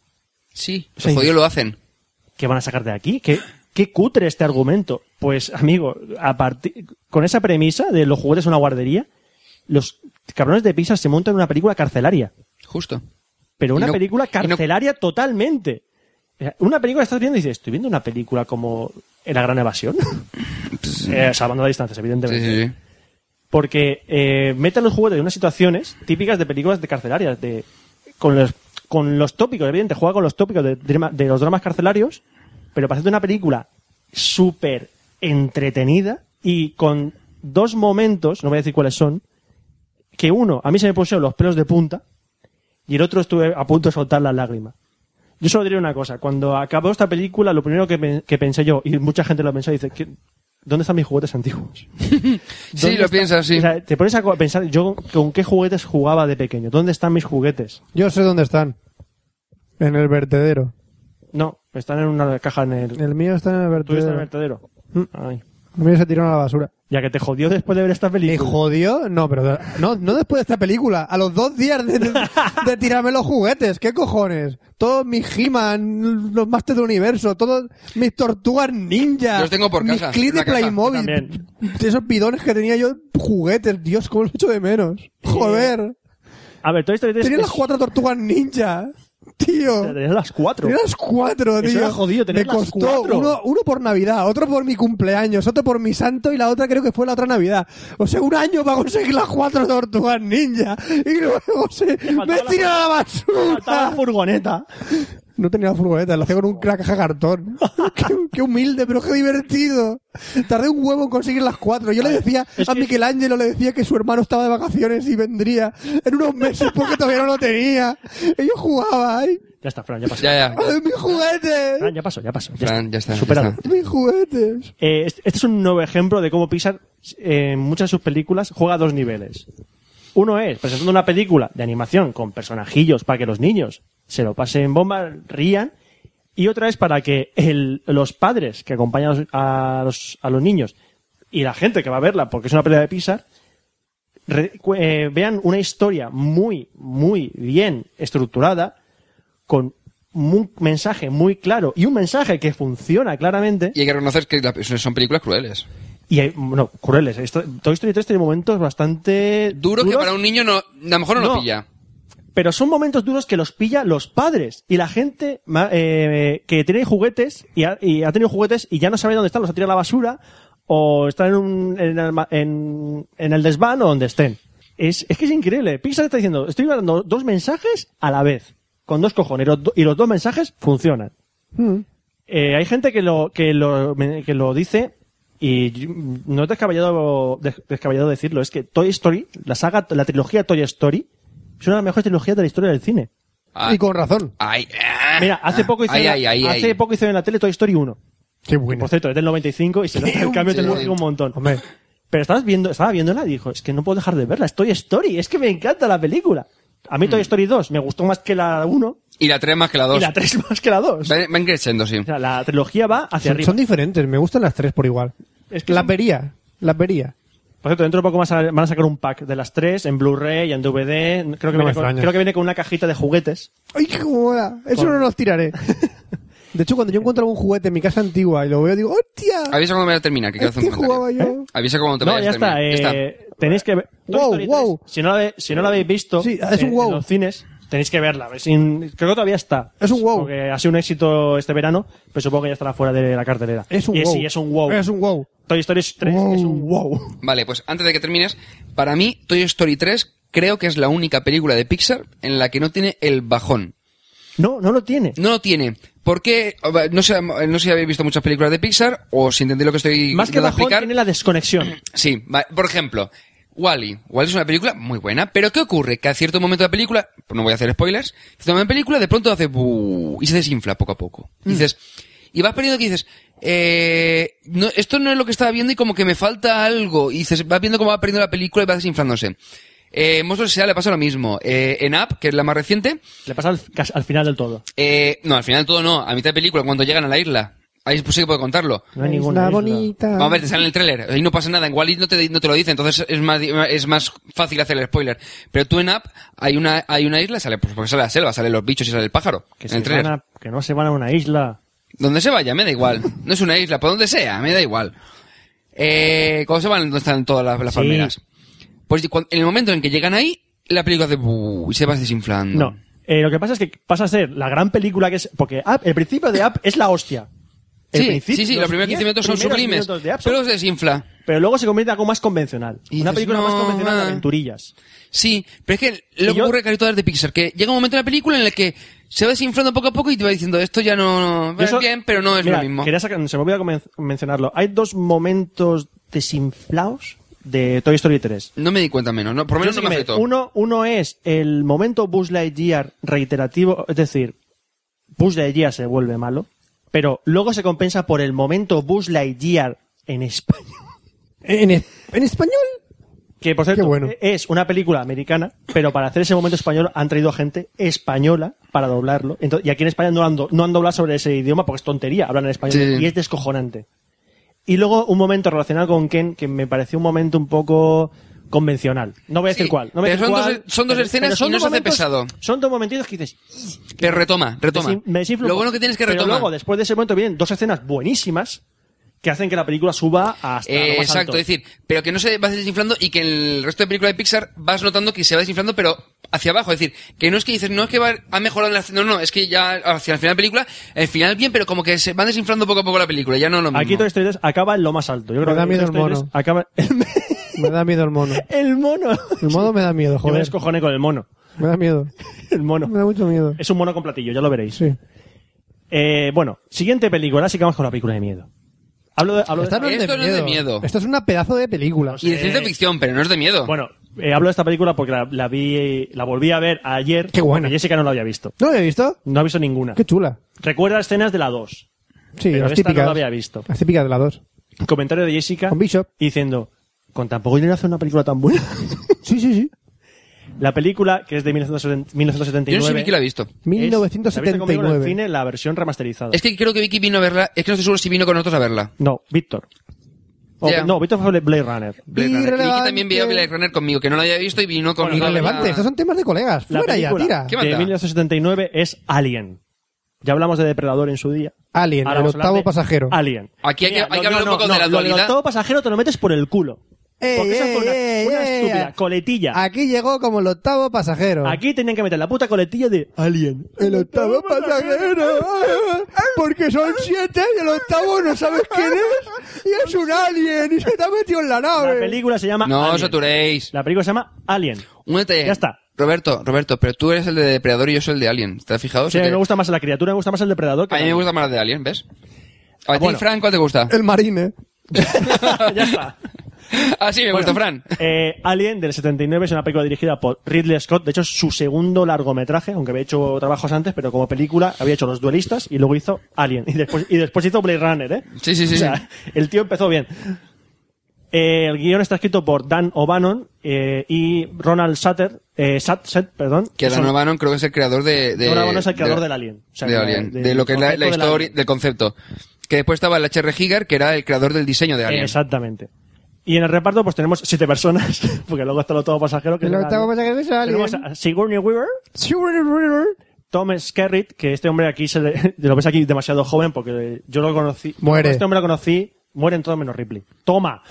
Speaker 7: Sí. Los
Speaker 2: Sí.
Speaker 7: jodidos lo hacen.
Speaker 2: ¿Qué van a sacar de aquí? ¿Qué, qué cutre este argumento? Pues, amigo, a parti- con esa premisa de los juguetes en una guardería, los cabrones de Pixar se montan una película carcelaria.
Speaker 7: Justo.
Speaker 2: Pero
Speaker 7: Y
Speaker 2: una
Speaker 7: no-
Speaker 2: película
Speaker 7: y no-
Speaker 2: carcelaria totalmente. O sea, Una película que estás viendo y dices, estoy viendo una película como en La Gran Evasión. *laughs* Eh, salvando las distancias,
Speaker 7: Sí,
Speaker 2: evidentemente.
Speaker 7: Pues, sí, sí.
Speaker 2: Porque eh, meten los juguetes en unas situaciones típicas de películas de carcelarias, de, con, los, con los tópicos, evidente, juega con los tópicos de, drama- de los dramas carcelarios, pero para hacerte una película súper entretenida y con dos momentos, no voy a decir cuáles son, que uno, a mí se me pusieron los pelos de punta y el otro estuve a punto de soltar las lágrimas. Yo solo diré una cosa, cuando acabó esta película, lo primero que, pen- que pensé yo, y mucha gente lo pensó, dice, "¿Qué- ¿dónde están mis juguetes antiguos?
Speaker 7: Sí,
Speaker 2: ¿Dónde
Speaker 7: lo
Speaker 2: está-
Speaker 7: piensas, sí.
Speaker 2: o sea, te pones a co- pensar, yo con qué juguetes jugaba de pequeño, ¿dónde están mis juguetes?
Speaker 9: Yo sé dónde están. En el vertedero.
Speaker 2: No, están en una caja en el...
Speaker 9: El mío está en el eh.
Speaker 2: ¿Tú estás en el
Speaker 9: vertedero.
Speaker 2: vertedero? Ay.
Speaker 9: Primero se tiraron a la basura.
Speaker 2: Ya que te jodió después de ver esta
Speaker 9: ¿Me
Speaker 2: película.
Speaker 9: jodió? No, pero no, no después de esta película. A los dos días de, de- de tirarme los juguetes. ¿Qué cojones? Todos mis He-Man, los Masters del Universo, todos mis tortugas ninja.
Speaker 7: Yo los tengo por
Speaker 9: mis
Speaker 7: casa,
Speaker 9: clips
Speaker 7: en una
Speaker 9: de
Speaker 7: caja,
Speaker 9: Playmobil.
Speaker 2: también.
Speaker 9: De esos bidones que tenía yo, juguetes. Dios, cómo los echo de menos. Joder.
Speaker 2: A ver, Toy Story 3
Speaker 9: Tenía
Speaker 2: es-
Speaker 9: las cuatro tortugas ninja. Tío.
Speaker 2: Tenías las cuatro.
Speaker 9: Tenía las cuatro,
Speaker 2: Eso
Speaker 9: tío.
Speaker 2: era jodido,
Speaker 9: Me
Speaker 2: tenías las
Speaker 9: costó
Speaker 2: cuatro.
Speaker 9: uno, uno por Navidad, otro por mi cumpleaños, otro por mi santo y la otra creo que fue la otra Navidad. O sea, un año para conseguir las cuatro tortugas ninja. Y luego se me
Speaker 2: faltaba la-
Speaker 9: tiré a la
Speaker 2: Faltaba la
Speaker 9: basura.
Speaker 2: furgoneta.
Speaker 9: No tenía furgoneta, lo hacía con un crack
Speaker 2: *laughs*
Speaker 9: de cartón. qué, qué humilde, pero qué divertido. Tardé un huevo en conseguir las cuatro. Yo le decía
Speaker 2: es
Speaker 9: a
Speaker 2: que-
Speaker 9: Michelangelo, le decía que su hermano estaba de vacaciones y vendría en unos meses porque todavía no lo tenía. Y yo jugaba, ay,
Speaker 2: Ya está, Fran, ya pasó.
Speaker 7: Ya, ya.
Speaker 9: ¡Ay, mis juguetes!
Speaker 2: Fran, ya pasó, ya pasó. Ya
Speaker 7: Fran,
Speaker 2: está.
Speaker 7: ya está, ya
Speaker 2: Superado.
Speaker 7: está.
Speaker 9: ¡Mis juguetes!
Speaker 2: Eh, este este es un nuevo ejemplo de cómo Pixar eh, en muchas de sus películas juega a dos niveles. Uno es presentando una película de animación con personajillos para que los niños se lo pasen bomba, rían. Y otra es para que el- los padres que acompañan a los, a, los, a los niños y la gente que va a verla, porque es una película de Pixar, re- cu- eh, vean una historia muy, muy bien estructurada, con un mensaje muy claro y un mensaje que funciona claramente.
Speaker 7: Y hay que reconocer que la- son películas crueles.
Speaker 2: Y hay, bueno, crueles. Esto, Toy Story 3 tiene momentos bastante.
Speaker 7: Duro que
Speaker 2: duros,
Speaker 7: para un niño no, a lo mejor no,
Speaker 2: No.
Speaker 7: lo pilla.
Speaker 2: Pero son momentos duros que los pilla los padres y la gente ma- eh, que tiene juguetes y ha, y ha tenido juguetes y ya no sabe dónde están, los ha tirado a la basura o están en, un, en, el, ma- en- en el desván o donde estén. Es, es que es increíble. Pixar está diciendo, estoy dando dos mensajes a la vez, con dos cojones, y los do- y los dos mensajes funcionan. Eh, hay gente que lo, que lo, que lo dice y yo- no es descabellado, des- descabellado decirlo, es que Toy Story, la saga, la trilogía Toy Story, es una de las mejores trilogías de la historia del cine.
Speaker 7: Ay,
Speaker 9: Y con razón.
Speaker 7: Ah, ay, ah,
Speaker 2: Mira, hace poco hice
Speaker 7: ay,
Speaker 2: en la-
Speaker 7: ay, ay,
Speaker 2: hace
Speaker 7: ay.
Speaker 2: poco hice en la tele Toy Story 1.
Speaker 9: Qué
Speaker 2: Que,
Speaker 9: bueno.
Speaker 2: por cierto, es del 95 y se nota el cambio
Speaker 7: Sí.
Speaker 2: tecnológico un montón.
Speaker 9: Hombre.
Speaker 2: Pero estabas viendo, estaba viéndola y dijo, es que no puedo dejar de verla, es Toy Story, es que me encanta la película. A
Speaker 7: Mm.
Speaker 2: mí Toy Story 2 me gustó más que la 1
Speaker 7: Y la 3 más que la 2.
Speaker 2: y la 3 *laughs* más que la 2.
Speaker 7: Van, van creciendo, sí.
Speaker 2: O sea, la trilogía va hacia
Speaker 9: Son,
Speaker 2: arriba.
Speaker 9: son diferentes, me gustan las tres por igual.
Speaker 2: Es que
Speaker 9: las
Speaker 2: son-
Speaker 9: vería, las vería.
Speaker 2: Por cierto, dentro de poco más a- van a sacar un pack de las tres en Blu-ray y en DVD. Creo que,
Speaker 9: No me
Speaker 2: viene con,
Speaker 9: extraña.
Speaker 2: creo que viene con una cajita de juguetes.
Speaker 9: ¡Ay, qué mola! Eso no los tiraré. *laughs* De hecho, cuando yo encuentro algún juguete en mi casa antigua y lo veo, digo, ¡hostia!
Speaker 7: Avisa cuando me vaya a terminar, que quiero hacer un
Speaker 9: Este jugaba
Speaker 7: comentario.
Speaker 9: yo.
Speaker 7: Avisa cuando te
Speaker 2: no,
Speaker 7: vayas
Speaker 2: ya
Speaker 7: a terminar.
Speaker 2: está, eh, Tenéis que ver. Toy
Speaker 9: Wow,
Speaker 2: Story 3,
Speaker 9: wow.
Speaker 2: Si, no la, ve- si no la habéis visto
Speaker 9: Sí, es
Speaker 2: en,
Speaker 9: un wow.
Speaker 2: en los cines, tenéis que verla. Es in- creo que todavía está.
Speaker 9: Es un wow.
Speaker 2: Porque ha sido un éxito este verano, pero supongo que ya estará fuera de la cartelera.
Speaker 9: Es un
Speaker 2: y
Speaker 9: wow.
Speaker 2: Sí, es un wow.
Speaker 9: Es un wow.
Speaker 2: Toy Story 3 es un wow.
Speaker 7: Vale, pues antes de que termines, para mí Toy Story 3 creo que es la única película de Pixar en la que no tiene el bajón.
Speaker 2: No, no lo tiene.
Speaker 7: No lo tiene. Porque, no sé, no sé si habéis visto muchas películas de Pixar o si entendéis lo que estoy
Speaker 2: Más que
Speaker 7: intentando
Speaker 2: bajón,
Speaker 7: explicar.
Speaker 2: tiene la desconexión.
Speaker 7: Sí, va- por ejemplo, Wally. Wally es una película muy buena, pero ¿qué ocurre? Que a cierto momento de la película, pues no voy a hacer spoilers, a cierto momento de la película de pronto hace bu y se desinfla poco a poco. Y dices, y vas perdiendo que dices, eh, no, esto no es lo que estaba viendo y como que me falta algo. Y dices, vas viendo cómo va perdiendo la película y va desinflándose. Eh, Monstruos S.A. le pasa lo mismo. Eh, en Up, que es la más reciente,
Speaker 2: Le pasa al, casi al final del todo.
Speaker 7: eh, no, al final todo no, a mitad de película, cuando llegan a la isla. Ahí pues sí que puedo contarlo.
Speaker 2: No hay
Speaker 9: Es
Speaker 2: ninguna
Speaker 9: una
Speaker 2: isla.
Speaker 9: bonita.
Speaker 7: Vamos a ver, te sale en el tráiler. Ahí no pasa nada. En Wally no te, no te lo dice, entonces es más, es más fácil hacer el spoiler. Pero tú en App hay una, hay una isla, sale, pues, porque sale la selva, salen los bichos y sale el pájaro.
Speaker 2: Que,
Speaker 7: en
Speaker 2: se
Speaker 7: el tráiler.
Speaker 2: van a- que no se van a una isla.
Speaker 7: Donde se vaya, me da igual. No es una isla, por donde sea, me da igual. Eh, cuando se van, donde están todas las, las
Speaker 2: Sí.
Speaker 7: palmeras. Pues cu- en el momento en que llegan ahí, la película hace "Bu", y se va desinflando.
Speaker 2: No. Eh, lo que pasa es que pasa a ser la gran película que es. Porque Up- el principio de App es la hostia. El
Speaker 7: Sí,
Speaker 2: principio-
Speaker 7: sí, sí, los, primeros 15
Speaker 2: diez
Speaker 7: minutos son
Speaker 2: primeros
Speaker 7: sublimes.
Speaker 2: minutos de Up son-
Speaker 7: pero se desinfla.
Speaker 2: pero luego se convierte en algo más convencional.
Speaker 7: Y
Speaker 2: una
Speaker 7: dices,
Speaker 2: película más
Speaker 7: "No,
Speaker 2: convencional de
Speaker 7: va".
Speaker 2: aventurillas.
Speaker 7: Sí, pero es que lo
Speaker 2: Y
Speaker 7: que
Speaker 2: yo-
Speaker 7: ocurre casi todas las de Pixar, que llega un momento en la película en el que se va desinflando poco a poco y te va diciendo esto ya no
Speaker 2: Yo
Speaker 7: va
Speaker 2: so-
Speaker 7: bien, pero no es
Speaker 2: Mira,
Speaker 7: lo mismo.
Speaker 2: quería sacar- se me olvidó comen- mencionarlo. Hay dos momentos desinflados de Toy Story 3.
Speaker 7: No me di cuenta menos, no, por lo menos
Speaker 2: Yo
Speaker 7: no
Speaker 2: sí
Speaker 7: me
Speaker 2: que me-
Speaker 7: afectó.
Speaker 2: Uno, uno es el momento Buzz Lightyear reiterativo, es decir, Buzz Lightyear se vuelve malo, pero luego se compensa por el momento Buzz Lightyear en España.
Speaker 9: ¿En, es- en español?
Speaker 2: Que por cierto,
Speaker 9: Qué bueno.
Speaker 2: es una película americana, pero para hacer ese momento español han traído gente española para doblarlo. Ento- y aquí en España no han, do- no han doblado sobre ese idioma porque es tontería, hablan en español
Speaker 7: Sí.
Speaker 2: y es descojonante. Y luego un momento relacionado con Ken que me pareció un momento un poco convencional. No voy a decir
Speaker 7: Sí,
Speaker 2: cuál. No voy a
Speaker 7: pero
Speaker 2: decir
Speaker 7: son
Speaker 2: cuál,
Speaker 7: dos- e-, son dos escenas y
Speaker 2: dos
Speaker 7: no se hace
Speaker 2: momentos-
Speaker 7: pesado.
Speaker 2: Son dos momentitos que dices,
Speaker 7: Pero retoma, retoma.
Speaker 2: me sin- me desinflo un
Speaker 7: Lo
Speaker 2: poco.
Speaker 7: bueno que tienes que
Speaker 2: Pero
Speaker 7: retoma.
Speaker 2: luego, después de ese momento, vienen dos escenas buenísimas que hacen que la película suba hasta.
Speaker 7: Eh,
Speaker 2: lo más
Speaker 7: exacto,
Speaker 2: alto.
Speaker 7: es decir, pero que no se va desinflando y que en el resto de películas de Pixar vas notando que se va desinflando, pero hacia abajo. Es decir, que no es que dices, no es que va, ha mejorado en la. No, no, es que ya hacia el final de la película, el final bien, pero como que se va desinflando poco a poco la película, ya no es lo mismo.
Speaker 2: Aquí Toy Story 3 acaba en lo más alto. Yo
Speaker 9: Me
Speaker 2: creo
Speaker 9: da
Speaker 2: que
Speaker 9: miedo
Speaker 2: Toy Story
Speaker 9: el
Speaker 2: 3
Speaker 9: mono.
Speaker 2: Acaba...
Speaker 9: Me da miedo el mono.
Speaker 2: *laughs* el mono.
Speaker 9: El mono me da miedo,
Speaker 2: Yo me
Speaker 9: joder.
Speaker 2: descojoné con el mono.
Speaker 9: Me da miedo.
Speaker 2: El mono.
Speaker 9: Me da mucho miedo.
Speaker 2: Es un mono con platillo, ya lo veréis.
Speaker 9: Sí.
Speaker 2: Eh, bueno, siguiente película. Así que vamos con la película de miedo. Hablo de, hablo de-
Speaker 9: Esta no es de
Speaker 7: Esto no es de miedo.
Speaker 9: Esto es una pedazo de película.
Speaker 7: Y de ciencia ficción, pero no es de miedo.
Speaker 2: eh, Bueno, eh, hablo de esta película porque la, la vi, la volví a ver ayer.
Speaker 9: Qué buena.
Speaker 2: porque Jessica no la había visto.
Speaker 9: ¿No lo había visto?
Speaker 2: No ha visto ninguna.
Speaker 9: Qué chula.
Speaker 2: Recuerda escenas de la 2.
Speaker 9: Sí,
Speaker 2: Pero
Speaker 9: las
Speaker 2: esta no
Speaker 9: típicas.
Speaker 2: la había visto.
Speaker 9: Las típicas de la 2.
Speaker 2: Comentario de Jessica
Speaker 9: Con Bishop.
Speaker 2: diciendo, con tampoco dinero hace una película tan buena. *laughs*
Speaker 9: Sí, sí, sí.
Speaker 2: la película, que es de 1970
Speaker 7: Yo
Speaker 2: 1979.
Speaker 7: no sé Vicky la ha visto.
Speaker 2: es- La viste conmigo en el
Speaker 9: 1979.
Speaker 2: cine, la versión remasterizada.
Speaker 7: Es que creo que Vicky vino a verla, es que no estoy seguro si vino con nosotros a verla.
Speaker 2: No, Víctor. O-
Speaker 7: Ya.
Speaker 2: No, Víctor fue Blade Runner.
Speaker 7: Blade Runner.
Speaker 9: Irrelevante.
Speaker 7: Vicky también vio Blade Runner conmigo, que no la había visto y vino conmigo. a verla.
Speaker 9: Irrelevante. Estos son temas de colegas.
Speaker 2: La
Speaker 9: Fuera ya,
Speaker 2: película
Speaker 9: tira.
Speaker 7: ¿Qué
Speaker 2: de
Speaker 7: manda?
Speaker 2: 1979 es Alien. Ya hablamos de Depredador en su día.
Speaker 9: Alien,
Speaker 2: Ahora
Speaker 9: el
Speaker 2: vamos a hablar
Speaker 9: octavo
Speaker 2: de
Speaker 9: pasajero.
Speaker 2: Alien.
Speaker 7: Aquí hay que- hay que hablar un poco de la
Speaker 2: lo del
Speaker 7: dualidad.
Speaker 2: octavo pasajero te lo metes por el culo.
Speaker 9: Ey,
Speaker 2: Porque eso
Speaker 9: ey,
Speaker 2: fue una,
Speaker 9: ey,
Speaker 2: una
Speaker 9: ey,
Speaker 2: estúpida
Speaker 9: ey.
Speaker 2: coletilla.
Speaker 9: Aquí llegó como el octavo pasajero.
Speaker 2: Aquí tenían que meter la puta coletilla de Alien.
Speaker 9: El octavo pasajero. Porque son siete y el octavo no sabes quién es. Y es un alien y se te ha metido en la
Speaker 2: La
Speaker 9: nave.
Speaker 2: película se llama
Speaker 7: No
Speaker 2: Alien.
Speaker 7: os saturéis.
Speaker 2: Ah, La película se llama Alien.
Speaker 7: Únete.
Speaker 2: Ya está.
Speaker 7: Roberto, Roberto, pero tú eres el de Depredador y yo soy el de Alien. ¿Te has fijado?
Speaker 2: O sea,
Speaker 7: Sí,
Speaker 2: me gusta más la criatura, me gusta más el depredador. que
Speaker 7: A mí me
Speaker 2: el
Speaker 7: gusta más la de Alien, ¿ves? A ti,
Speaker 2: bueno.
Speaker 7: Fran, ¿cuál te gusta?
Speaker 9: El marine.
Speaker 2: alien. *laughs* ya está.
Speaker 7: Ah, sí, me gusta, Fran.
Speaker 2: Eh, Alien del 79 es una película dirigida por Ridley Scott. De hecho, es su segundo largometraje, aunque había hecho trabajos antes, pero como película había hecho Los Duelistas y luego hizo Alien. Y después, y después hizo Blade Runner, ¿eh?
Speaker 7: Sí, sí, sí,
Speaker 2: O sea, el tío empezó bien. Eh, el guión está escrito por Dan O'Bannon eh, y Ronald Sutter, eh, Satset, perdón.
Speaker 7: Que
Speaker 2: Son-
Speaker 7: Dan O'Bannon creo que es el creador de... de
Speaker 2: Don O'Bannon es el creador
Speaker 7: de-
Speaker 2: del Alien. O sea,
Speaker 7: de
Speaker 2: de-
Speaker 7: Alien.
Speaker 2: de-
Speaker 7: De, lo que es la,
Speaker 2: del concepto
Speaker 7: la
Speaker 2: del
Speaker 7: historia,
Speaker 2: Alien.
Speaker 7: del concepto. Que después estaba el H.R. Giger, que era el creador del diseño de Alien.
Speaker 2: Exactamente. Y en el reparto pues tenemos siete personas, *laughs* porque luego está el octavo pasajero que
Speaker 9: El
Speaker 2: es
Speaker 9: octavo pasajero es alien.
Speaker 2: Tenemos a Sigourney Weaver, Tom Skerritt, que este hombre aquí se le, *laughs* lo ves aquí demasiado joven porque yo lo conocí.
Speaker 9: Muere.
Speaker 2: Este hombre lo conocí, mueren todos menos Ripley. Toma.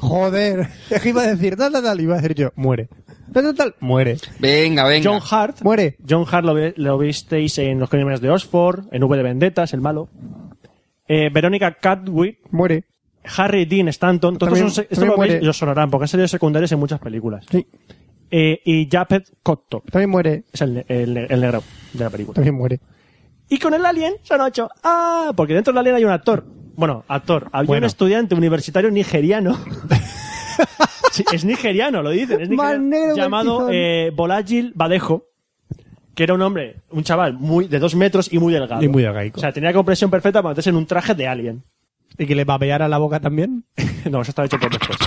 Speaker 9: Joder. *laughs* Es que iba a decir tal, tal, tal. Iba a decir yo, muere. Tal, tal, tal. Muere.
Speaker 7: Venga, venga.
Speaker 2: John Hart.
Speaker 9: Muere.
Speaker 2: John Hart lo, ve- lo visteis en Los Crímenes de Oxford, en V de Vendetas, el malo. Eh, Verónica Catwick,
Speaker 9: Muere.
Speaker 2: Harry Dean Stanton. Todos
Speaker 9: También-
Speaker 2: son, esto
Speaker 9: también
Speaker 2: lo veis
Speaker 9: muere.
Speaker 2: y os sonarán porque han salido secundarios en muchas películas.
Speaker 9: Sí.
Speaker 2: Eh, y Japet Cotto.
Speaker 9: También muere.
Speaker 2: Es el, ne- el ne- el negro de la película.
Speaker 9: También muere.
Speaker 2: Y con el alien son ocho. ¡Ah! Porque dentro del alien hay un actor. Bueno, actor. Había
Speaker 9: Bueno.
Speaker 2: un estudiante universitario
Speaker 9: *laughs*
Speaker 2: nigeriano. Sí, es nigeriano, lo dicen. Es nigeriano,
Speaker 9: Más negro que el
Speaker 2: llamado
Speaker 9: tizón.
Speaker 2: eh, Bolagil Badejo. Que era un hombre, un chaval muy de dos metros y muy delgado.
Speaker 9: Y muy delgaico.
Speaker 2: O sea, tenía compresión perfecta para meterse en un traje de alien. *laughs*
Speaker 9: ¿Y que le vapeara la boca también?
Speaker 2: no, eso estaba hecho por después.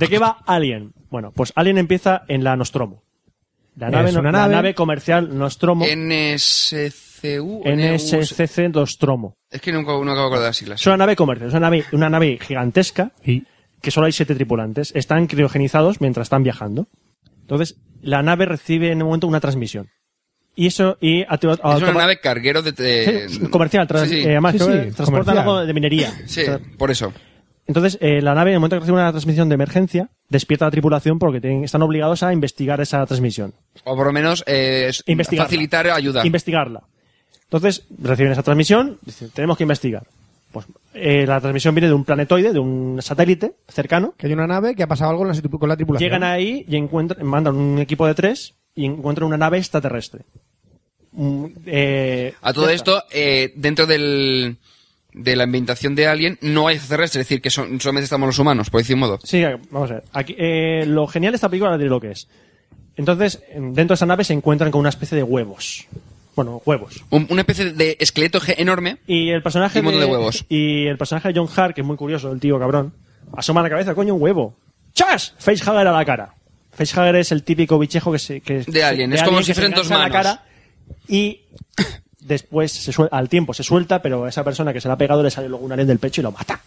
Speaker 2: ¿De qué va Alien? Bueno, pues Alien empieza en la Nostromo. La
Speaker 9: Es
Speaker 2: nave, no-
Speaker 9: una
Speaker 2: la
Speaker 9: nave.
Speaker 2: nave comercial Nostromo.
Speaker 7: NSCU. NSC.
Speaker 2: NSCC Nostromo.
Speaker 7: Es que nunca, no acabo de acordar las siglas.
Speaker 2: Es una nave comercial, es una nave, una nave gigantesca que solo hay siete tripulantes. Están criogenizados mientras están viajando. Entonces, la nave recibe en un momento una transmisión. Y eso, y activa-
Speaker 7: Es una
Speaker 2: automa-
Speaker 7: nave carguero de... de-
Speaker 2: Sí, comercial, tras-
Speaker 7: Sí, sí.
Speaker 2: eh, además
Speaker 9: Sí,
Speaker 2: creo que
Speaker 9: sí,
Speaker 2: transportan
Speaker 9: comercial.
Speaker 2: algo de minería.
Speaker 7: Sí,
Speaker 2: O sea,
Speaker 7: por eso.
Speaker 2: entonces, eh, la nave, en el momento que recibe una transmisión de emergencia, despierta a la tripulación porque tienen- están obligados a investigar esa transmisión.
Speaker 7: O por lo menos eh,
Speaker 2: Investigarla.
Speaker 7: facilitar ayuda.
Speaker 2: Investigarla. Entonces, reciben esa transmisión, dicen, tenemos que investigar. Pues eh, la transmisión viene de un planetoide, de un satélite cercano.
Speaker 9: Que hay una nave que ha pasado algo en la situ- con la tripulación.
Speaker 2: Llegan ahí y encuentran, mandan un equipo de tres y encuentran una nave extraterrestre. Mm, eh,
Speaker 7: A todo
Speaker 2: ya está.
Speaker 7: esto, eh, dentro del, de la ambientación de Alien, no hay extraterrestres, es decir, que son- solamente estamos los humanos, por decir un modo.
Speaker 2: Sí, vamos a ver. Aquí, eh, lo genial de esta película ahora diré lo que es. Entonces, en- dentro de esa nave se encuentran con una especie de huevos. Bueno, huevos.
Speaker 7: Un- una especie de esqueleto ge- enorme.
Speaker 2: Y el personaje
Speaker 7: Y un montón de huevos.
Speaker 2: *laughs* y el personaje de John Hart, que es muy curioso, el tío cabrón, asoma la cabeza, coño, un huevo. ¡Chas! Facehugger a la cara. Facehugger es el típico bichejo que se... Que,
Speaker 7: De alien, es como si
Speaker 2: que se
Speaker 7: fueran dos
Speaker 2: engancha en la
Speaker 7: manos.
Speaker 2: cara
Speaker 7: *coughs*
Speaker 2: y después, se suel- al tiempo, se suelta, pero a esa persona que se la ha pegado le sale luego un alien del pecho y lo mata.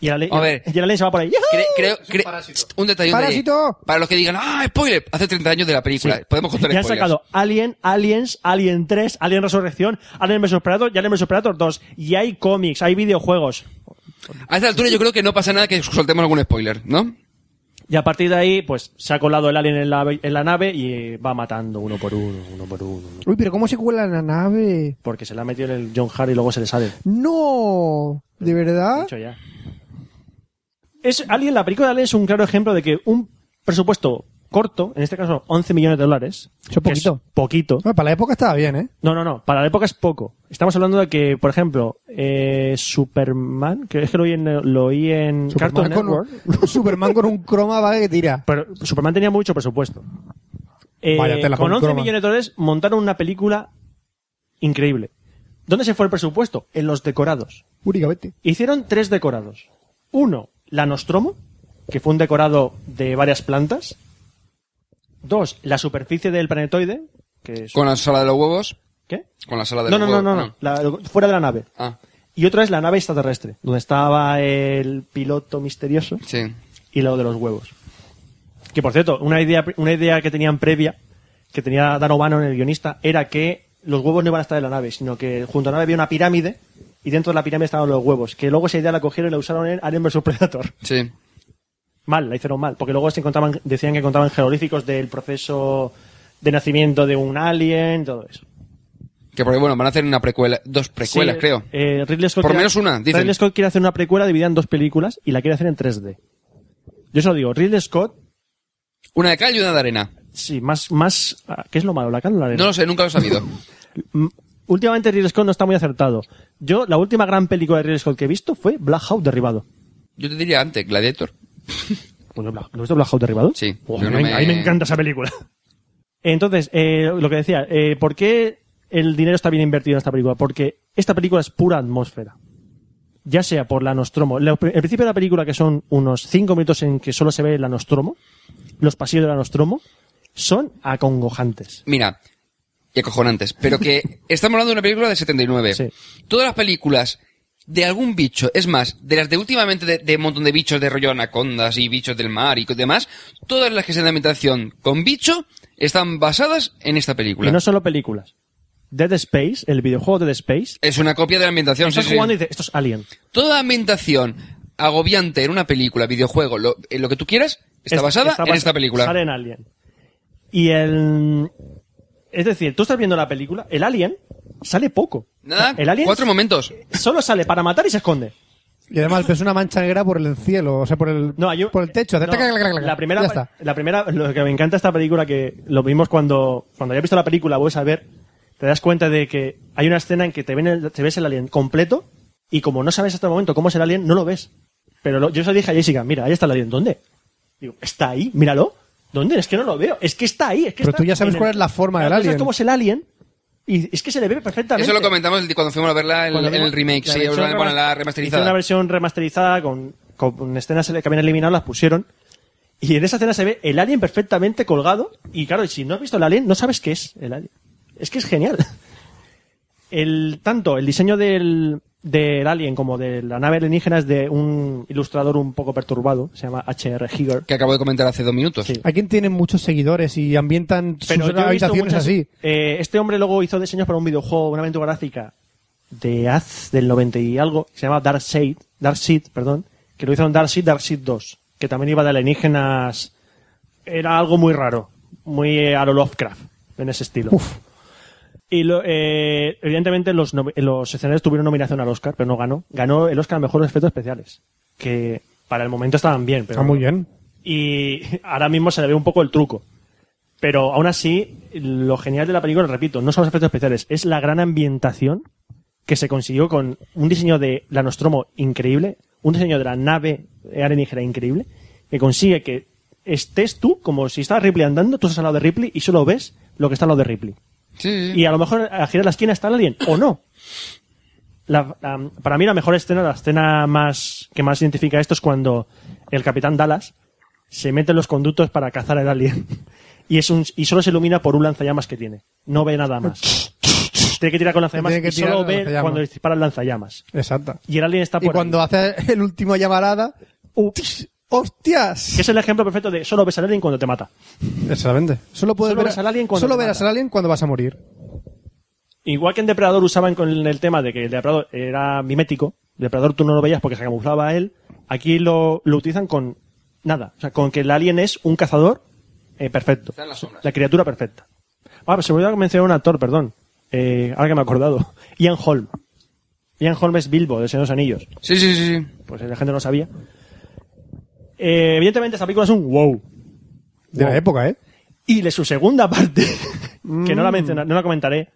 Speaker 2: Y la ley,
Speaker 7: A ver.
Speaker 2: y la ley se va por ahí.
Speaker 7: Cre- creo, cre- un detalle un
Speaker 9: Parásito.
Speaker 7: detalle. para los que digan ah spoiler hace 30 años de la película
Speaker 2: *laughs* Sí.
Speaker 7: podemos contar
Speaker 2: Ya han
Speaker 7: spoilers.
Speaker 2: sacado Alien, Aliens, Alien 3, Alien Resurrección, Alien vs Predator y Alien vs Predator 2. Y hay cómics, hay videojuegos.
Speaker 7: a esta altura yo creo que no pasa nada que soltemos algún spoiler ¿no?
Speaker 2: Y a partir de ahí, pues se ha colado el alien en la, en la nave y eh, va matando uno por uno, uno por uno. uno.
Speaker 9: Uy, pero ¿cómo se cuela en la nave?
Speaker 2: Porque se le ha metido en el John Harry y luego se le sale.
Speaker 9: No, ¿de verdad?
Speaker 2: Dicho ya. Es, Alien, la película de Alien es un claro ejemplo de que un presupuesto corto, en este caso 11 millones de dólares,
Speaker 9: Eso es
Speaker 2: que es
Speaker 9: poquito.
Speaker 2: poquito,
Speaker 9: Bueno, Ah, para la época estaba bien, ¿eh?
Speaker 2: No, no, no. Para la época es poco. Estamos hablando de que, por ejemplo, eh, Superman, que es que lo oí en, lo oí en Cartoon
Speaker 9: con
Speaker 2: Network,
Speaker 9: un, *laughs* Superman con un croma, vale, que tira.
Speaker 2: pero Superman tenía mucho presupuesto. Eh,
Speaker 9: Vaya tela
Speaker 2: con
Speaker 9: con
Speaker 2: 11
Speaker 9: croma.
Speaker 2: millones de dólares montaron una película increíble. ¿Dónde se fue el presupuesto? En los decorados.
Speaker 9: Únicamente.
Speaker 2: Hicieron tres decorados. Uno, la Nostromo, que fue un decorado de varias plantas. Dos, la superficie del planetoide, que es...
Speaker 7: con la sala de los huevos
Speaker 2: ¿Qué?
Speaker 7: con la sala de
Speaker 2: No, no,
Speaker 7: los
Speaker 2: no,
Speaker 7: huevos
Speaker 2: no, no. La- fuera de la nave.
Speaker 7: ah
Speaker 2: Y otra es la nave extraterrestre, donde estaba el piloto misterioso
Speaker 7: sí
Speaker 2: y lo de los huevos. Que por cierto, una idea, una idea que tenían previa, que tenía Dan O'Bannon, el guionista, era que los huevos no iban a estar en la nave, sino que junto a la nave había una pirámide y dentro de la pirámide estaban los huevos. Que luego esa idea la cogieron y la usaron en Alien vs Predator. *laughs*
Speaker 7: sí
Speaker 2: Mal, la hicieron mal, porque luego se encontraban, decían que encontraban jeroglíficos del proceso de nacimiento de un alien, todo eso.
Speaker 7: que porque bueno van a hacer una precuela dos precuelas
Speaker 2: Sí,
Speaker 7: creo
Speaker 2: eh, Ridley Scott
Speaker 7: Por
Speaker 2: quiere-
Speaker 7: lo menos una, dicen.
Speaker 2: Ridley Scott quiere hacer una precuela dividida en dos películas y la quiere hacer en 3D. Yo eso lo digo, Ridley Scott,
Speaker 7: una de cal y una de arena
Speaker 2: sí, más, más, ah, ¿qué es lo malo? La cara o la arena?
Speaker 7: no lo sé nunca
Speaker 2: *laughs*
Speaker 7: lo he sabido
Speaker 2: Mm, Últimamente Ridley Scott no está muy acertado. Yo, la última gran película de Ridley Scott que he visto fue Black Hawk derribado.
Speaker 7: yo te diría antes Gladiator
Speaker 2: Bueno, Black- ¿No has visto Black Hawk derribado?
Speaker 7: Sí,
Speaker 2: Oh,
Speaker 7: yo
Speaker 2: a mí me,
Speaker 7: no me-
Speaker 2: a mí me encanta esa película. *laughs* Entonces, eh, lo que decía, eh, ¿por qué el dinero está bien invertido en esta película? Porque esta película es pura atmósfera. Ya sea por la Nostromo. La- el principio de la película, que son unos cinco minutos en que solo se ve la Nostromo, los pasillos de la Nostromo, son acongojantes.
Speaker 7: mira y acojonantes pero que estamos hablando de una película de 79
Speaker 2: Sí.
Speaker 7: todas las películas de algún bicho, es más, de las de últimamente de, de un montón de bichos de rollo anacondas y bichos del mar y co- demás, todas las que sean de ambientación con bicho están basadas en esta película.
Speaker 2: Y no solo películas. Dead Space, el videojuego Dead Space,
Speaker 7: Es una copia de la ambientación. sí,
Speaker 2: estás
Speaker 7: sí.
Speaker 2: jugando y dices, esto es Alien.
Speaker 7: Toda ambientación agobiante en una película, videojuego, lo, en lo que tú quieras, está
Speaker 2: Es-
Speaker 7: basada
Speaker 2: está
Speaker 7: en
Speaker 2: basa-
Speaker 7: esta película.
Speaker 2: Sale en Alien. Y el... Es decir, tú estás viendo la película, el Alien sale poco.
Speaker 7: Nada,
Speaker 2: O sea, el Alien
Speaker 7: cuatro momentos.
Speaker 2: solo sale para matar y se esconde.
Speaker 9: Y además ves una mancha negra por el cielo, o sea, por el,
Speaker 2: No, hay un-
Speaker 9: por el techo. Hace
Speaker 2: no,
Speaker 9: tac, tac, tac, tac,
Speaker 2: la primera,
Speaker 9: Ya está.
Speaker 2: la primera, lo que me encanta de esta película que lo vimos cuando, cuando hayas visto la película, vuelves a ver, te das cuenta de que hay una escena en que te, ven el- te ves el alien completo y como no sabes hasta el momento cómo es el alien, no lo ves. Pero lo- yo se lo dije a Jessica, mira, ahí está el alien, ¿dónde? Digo, está ahí, míralo. ¿Dónde? Es que no lo veo. Es que está ahí. Es que
Speaker 9: Pero
Speaker 2: está
Speaker 9: tú ya sabes
Speaker 2: en
Speaker 9: cuál es la forma
Speaker 2: Claro, tú
Speaker 9: del
Speaker 2: sabes
Speaker 9: alien.
Speaker 2: cómo es el alien y es que se le ve perfectamente.
Speaker 7: Eso lo comentamos el- cuando fuimos a verla en
Speaker 2: Cuando
Speaker 7: el, en el
Speaker 2: vimos
Speaker 7: remake,
Speaker 2: la
Speaker 7: sí,
Speaker 2: versión remas-
Speaker 7: bueno, la
Speaker 2: hicieron una
Speaker 7: remasterizada.
Speaker 2: versión remasterizada con, con escenas que habían eliminado, las pusieron. Y en esa escena se ve el alien perfectamente colgado. Y claro, si no has visto el alien, no sabes qué es el alien. Es que es genial. *laughs* El, tanto el diseño del, del alien como de la nave alienígena es de un ilustrador un poco perturbado, se llama H.R. Giger.
Speaker 7: Que acabo de comentar hace dos minutos.
Speaker 2: Sí.
Speaker 9: Hay quien tiene muchos seguidores y ambientan
Speaker 2: Pero
Speaker 9: sus
Speaker 2: yo he visto
Speaker 9: habitaciones
Speaker 2: muchas-
Speaker 9: así.
Speaker 2: eh, este hombre luego hizo diseños para un videojuego, una aventura gráfica de Az del 90 y algo, que se llama Dark Shade, Dark Seed, perdón, que lo hizo en Dark Seed, Dark Seed 2, que también iba de alienígenas. Era algo muy raro, muy eh, a lo Lovecraft, en ese estilo.
Speaker 9: Uf.
Speaker 2: Y lo- eh, evidentemente los, nomi- los escenarios tuvieron nominación al Oscar, pero no ganó. Ganó el Oscar a Mejores Efectos Especiales, que para el momento estaban bien. Pero
Speaker 9: Está muy bien.
Speaker 2: y ahora mismo se le ve un poco el truco. Pero aún así, lo genial de la película, repito, no son los efectos especiales, es la gran ambientación que se consiguió con un diseño de la Nostromo increíble, un diseño de la nave alienígena increíble, que consigue que estés tú, como si estás Ripley andando, tú estás al lado de Ripley y solo ves lo que está al lado de Ripley.
Speaker 7: Sí, sí.
Speaker 2: Y a lo mejor a girar la esquina está el alien, o no. La- la- para mí la mejor escena, la escena más que más identifica esto es cuando el capitán Dallas se mete en los conductos para cazar *laughs*
Speaker 9: *laughs*
Speaker 2: al alien. Y, es un, y solo se ilumina por un lanzallamas que tiene. No ve nada más. tiene que tirar con lanzallamas
Speaker 9: Tiene que
Speaker 2: y
Speaker 9: tirar
Speaker 2: solo
Speaker 9: con
Speaker 2: ver
Speaker 9: lanzallamas.
Speaker 2: cuando le disparan lanzallamas.
Speaker 9: Exacto.
Speaker 2: Y el alien está Ah, por
Speaker 9: Y
Speaker 2: ahí.
Speaker 9: cuando hace el último llamarada. ¡tis! ¡Hostias!
Speaker 2: Que es el ejemplo perfecto de solo ves al alien cuando te mata.
Speaker 9: Exactamente. Solo puedes
Speaker 2: Solo
Speaker 9: ver,
Speaker 2: ves al alien cuando
Speaker 9: solo
Speaker 2: te
Speaker 9: verás
Speaker 2: mata.
Speaker 9: al alien cuando vas a morir.
Speaker 2: Igual que en Depredador usaban con el tema de que el Depredador era mimético, Depredador tú no lo veías porque se camuflaba a él, aquí lo, lo utilizan con nada, o sea, con que el alien es un cazador eh, perfecto,
Speaker 7: Está en las sombras.
Speaker 2: la criatura perfecta. Ah, pero se me olvidó mencionar un actor, perdón, eh, ahora que me he acordado, Ian Holm. Ian Holm es Bilbo, de Señor de los Anillos,
Speaker 7: Sí, sí, sí. sí.
Speaker 2: pues eh, la gente no lo sabía. Eh, evidentemente esta película es un wow,
Speaker 9: De la época, ¿eh?
Speaker 2: y de su segunda *laughs* parte, que no la, menciona- no la comentaré,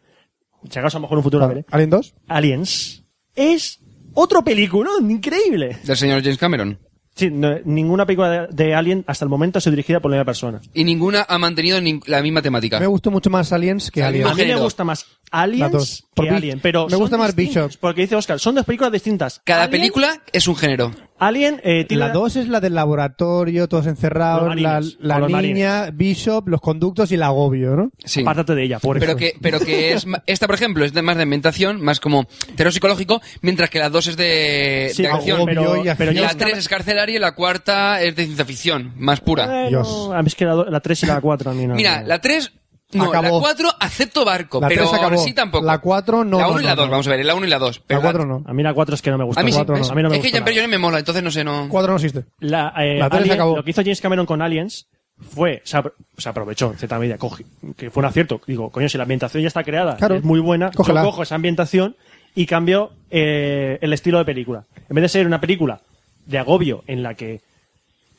Speaker 2: si acaso a lo mejor en un futuro la veré,
Speaker 9: Alien 2.
Speaker 2: Aliens es otro peliculón increíble.
Speaker 7: Del señor James Cameron.
Speaker 2: Sí, no, ninguna película de, de Alien hasta el momento ha sido dirigida por la misma persona.
Speaker 7: Y ninguna ha mantenido nin- la misma
Speaker 2: Ah.
Speaker 7: temática.
Speaker 9: Me gustó mucho más Aliens que
Speaker 7: Sí,
Speaker 9: Alien.
Speaker 2: A mí me
Speaker 7: Género.
Speaker 2: gusta más
Speaker 9: Las
Speaker 2: Aliens
Speaker 9: dos. Por
Speaker 2: que
Speaker 9: Bi-
Speaker 2: Alien, pero
Speaker 9: me
Speaker 2: son
Speaker 9: gusta más
Speaker 2: distintos,
Speaker 9: Bishop.
Speaker 2: Porque dice Oscar, son dos películas distintas.
Speaker 7: Cada
Speaker 2: Alien-
Speaker 7: película es un género.
Speaker 2: Alien eh, tiene
Speaker 9: La 2 es la del laboratorio, todos encerrados,
Speaker 2: Los
Speaker 9: la,
Speaker 2: marines,
Speaker 9: la
Speaker 2: con los
Speaker 9: niña, Bishop, los conductos y el agobio, ¿no?
Speaker 7: Sí.
Speaker 2: Apártate de ella, por
Speaker 7: Pero que, pero que es ma- esta, por ejemplo, es de más de ambientación, más como terror psicológico, mientras que las dos es de,
Speaker 2: Sí,
Speaker 7: eh,
Speaker 2: ah,
Speaker 7: de acción.
Speaker 9: agobio
Speaker 2: pero-
Speaker 9: y
Speaker 2: pero
Speaker 7: Y
Speaker 2: yo-
Speaker 7: la tres es carcelaria y la cuarta es de ciencia ficción, más pura.
Speaker 2: Bueno,
Speaker 9: Dios.
Speaker 2: a mí es que la do- la 3 y la 4 a mí no.
Speaker 7: Mira,
Speaker 2: no.
Speaker 7: la tres No,
Speaker 9: Acabó.
Speaker 7: la cuatro acepto barco,
Speaker 9: La
Speaker 7: pero
Speaker 9: tres acabó.
Speaker 7: aún así tampoco.
Speaker 9: La cuatro no,
Speaker 7: La
Speaker 9: no,
Speaker 7: uno y
Speaker 9: no,
Speaker 7: la dos,
Speaker 9: no.
Speaker 7: vamos a ver, la uno y la dos. pero
Speaker 9: La 4 no.
Speaker 2: A mí la 4 es que no me gusta.
Speaker 7: A mí sí,
Speaker 9: cuatro
Speaker 7: ¿ves?
Speaker 2: a mí no me
Speaker 7: es que
Speaker 2: gusta.
Speaker 7: Jean
Speaker 2: nada.
Speaker 7: Perrione me mola, entonces no sé, no.
Speaker 9: 4 no existe.
Speaker 2: La, eh,
Speaker 9: La tres
Speaker 2: Alien-
Speaker 9: acabó.
Speaker 2: Lo que hizo James Cameron con Aliens fue, se, apro- se aprovechó en cierta medida, coge- que fue un acierto. Digo, coño, si la ambientación ya está creada,
Speaker 9: Claro.
Speaker 2: es muy buena,
Speaker 9: Cógela.
Speaker 2: yo cojo esa ambientación y cambio eh, el estilo de película. En vez de ser una película de agobio en la que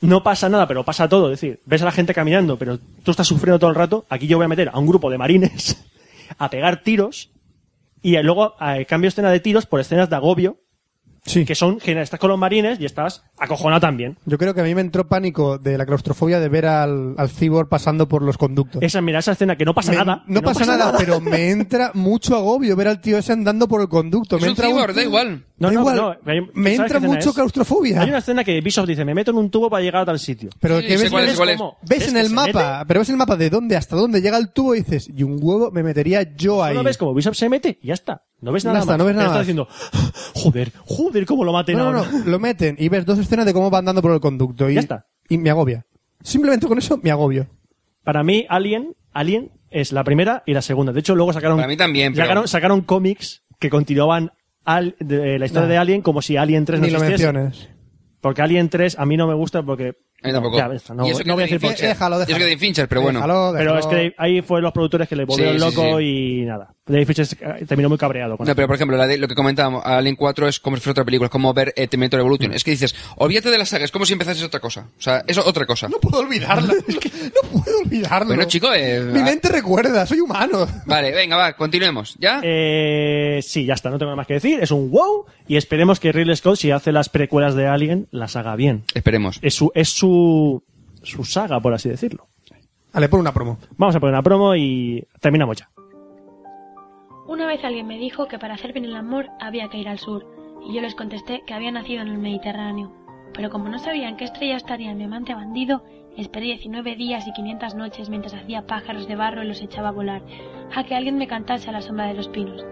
Speaker 2: no pasa nada, pero pasa todo. Es decir, ves a la gente caminando, pero tú estás sufriendo todo el rato. Aquí yo voy a meter a un grupo de marines *laughs* a pegar tiros y eh, luego eh, cambio escena de tiros por escenas de agobio
Speaker 9: Sí.
Speaker 2: que son, que estás con los marines y estás acojonado también.
Speaker 9: Yo creo que a mí me entró pánico de la claustrofobia de ver al, al cibor pasando por los conductos.
Speaker 2: Esa, mira, esa escena que no pasa
Speaker 9: Me-
Speaker 2: nada.
Speaker 9: No, pasa, nada, pero me entra mucho agobio ver al tío ese andando por el conducto.
Speaker 7: Es
Speaker 9: me
Speaker 7: un
Speaker 9: entra
Speaker 7: cibor, da igual.
Speaker 2: No,
Speaker 9: da
Speaker 2: no,
Speaker 9: igual.
Speaker 2: no, hay-
Speaker 9: me
Speaker 2: ¿sabes
Speaker 9: entra
Speaker 2: qué escena
Speaker 9: mucho
Speaker 2: es?
Speaker 9: claustrofobia.
Speaker 2: Hay una escena que Bishop dice, me meto en un tubo para llegar a tal sitio.
Speaker 9: Pero
Speaker 7: Sí,
Speaker 9: que
Speaker 7: sé
Speaker 9: ves,
Speaker 7: cuál es,
Speaker 9: ves-
Speaker 7: cuál es.
Speaker 2: cómo-
Speaker 9: ves en
Speaker 2: que
Speaker 9: el
Speaker 2: se
Speaker 9: mapa,
Speaker 2: mete?
Speaker 9: pero ves en el mapa de dónde hasta dónde llega el tubo y dices, y un huevo me metería yo ahí.
Speaker 2: Solo ves como Bishop se mete y ya está. No ves
Speaker 9: Ya
Speaker 2: nada
Speaker 9: está,
Speaker 2: más.
Speaker 9: no ves
Speaker 2: Pero
Speaker 9: nada
Speaker 2: estás diciendo, "Ah, joder, joder, cómo lo maten
Speaker 9: no, no,
Speaker 2: ahora.
Speaker 9: no, lo meten y ves dos escenas de cómo va andando por el conducto y,
Speaker 2: Ya está.
Speaker 9: y me agobia. Simplemente con eso me agobio.
Speaker 2: Para mí, Alien, Alien es la primera y la segunda. De hecho, luego sacaron...
Speaker 7: Para mí también, pero-
Speaker 2: Sacaron, sacaron cómics que continuaban al- de- eh, la historia
Speaker 9: No.
Speaker 2: de Alien como si Alien 3 no
Speaker 9: Ni lo
Speaker 2: existiese.
Speaker 9: menciones.
Speaker 2: Porque Alien 3 a mí no me gusta porque...
Speaker 7: A mí tampoco.
Speaker 2: Ya, está, no,
Speaker 7: Y eso que
Speaker 2: no voy a
Speaker 7: es de
Speaker 2: decir por
Speaker 7: Fincher.
Speaker 2: qué.
Speaker 9: Déjalo,
Speaker 7: Y eso que
Speaker 9: déjalo.
Speaker 7: es de Fincher, pero bueno.
Speaker 9: Déjalo,
Speaker 2: Pero es
Speaker 9: déjalo.
Speaker 2: que ahí fue los productores que le volvieron
Speaker 7: Sí, sí,
Speaker 2: loco y nada. David Fincher eh, terminó muy cabreado con
Speaker 7: No,
Speaker 2: eso.
Speaker 7: pero por ejemplo, la de- lo que comentábamos, Alien 4 es como si fuera otra película, es como ver eh, Terminator
Speaker 2: Mm.
Speaker 7: Evolution. Es que dices, olvídate de la saga, es como si empezases otra cosa. O sea, es otra cosa.
Speaker 9: No puedo olvidarla. *laughs* Es que no puedo olvidarlo.
Speaker 7: Bueno, chico, eh,
Speaker 9: Mi
Speaker 7: ah.
Speaker 9: mente recuerda, soy humano.
Speaker 7: Vale, venga, va, continuemos. ¿Ya?
Speaker 2: Eh, sí, ya está, no tengo nada más que decir. Es un wow y esperemos que Ridley Scott, si hace las precuelas de Alien, las haga bien.
Speaker 7: Esperemos.
Speaker 2: Es su, es su, su saga, por así decirlo.
Speaker 9: Vale, pon una promo.
Speaker 2: Vamos a poner una promo y terminamos ya.
Speaker 8: Una vez alguien me dijo que para hacer bien el amor había que ir al sur, y yo les contesté que había nacido en el Mediterráneo. Pero como no sabían qué estrella estaría en mi amante bandido, esperé 19 días y 500 noches mientras hacía pájaros de barro y los echaba a volar, a que alguien me cantase a la sombra de los pinos.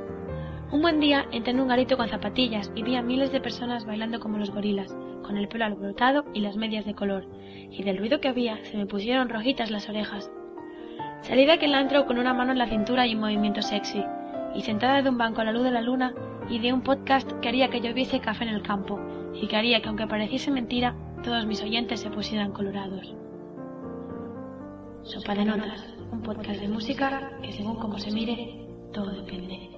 Speaker 8: Un buen día entré en un garito con zapatillas y vi a miles de personas bailando como los gorilas, con el pelo alborotado y las medias de color, y del ruido que había se me pusieron rojitas las orejas. Salí de aquel antro con una mano en la cintura y un movimiento sexy, y sentada de un banco a la luz de la luna, ideé un podcast que haría que lloviese café en el campo, y que haría que aunque pareciese mentira, todos mis oyentes se pusieran colorados. Sopa de Notas, un podcast de música que según como se mire, todo depende.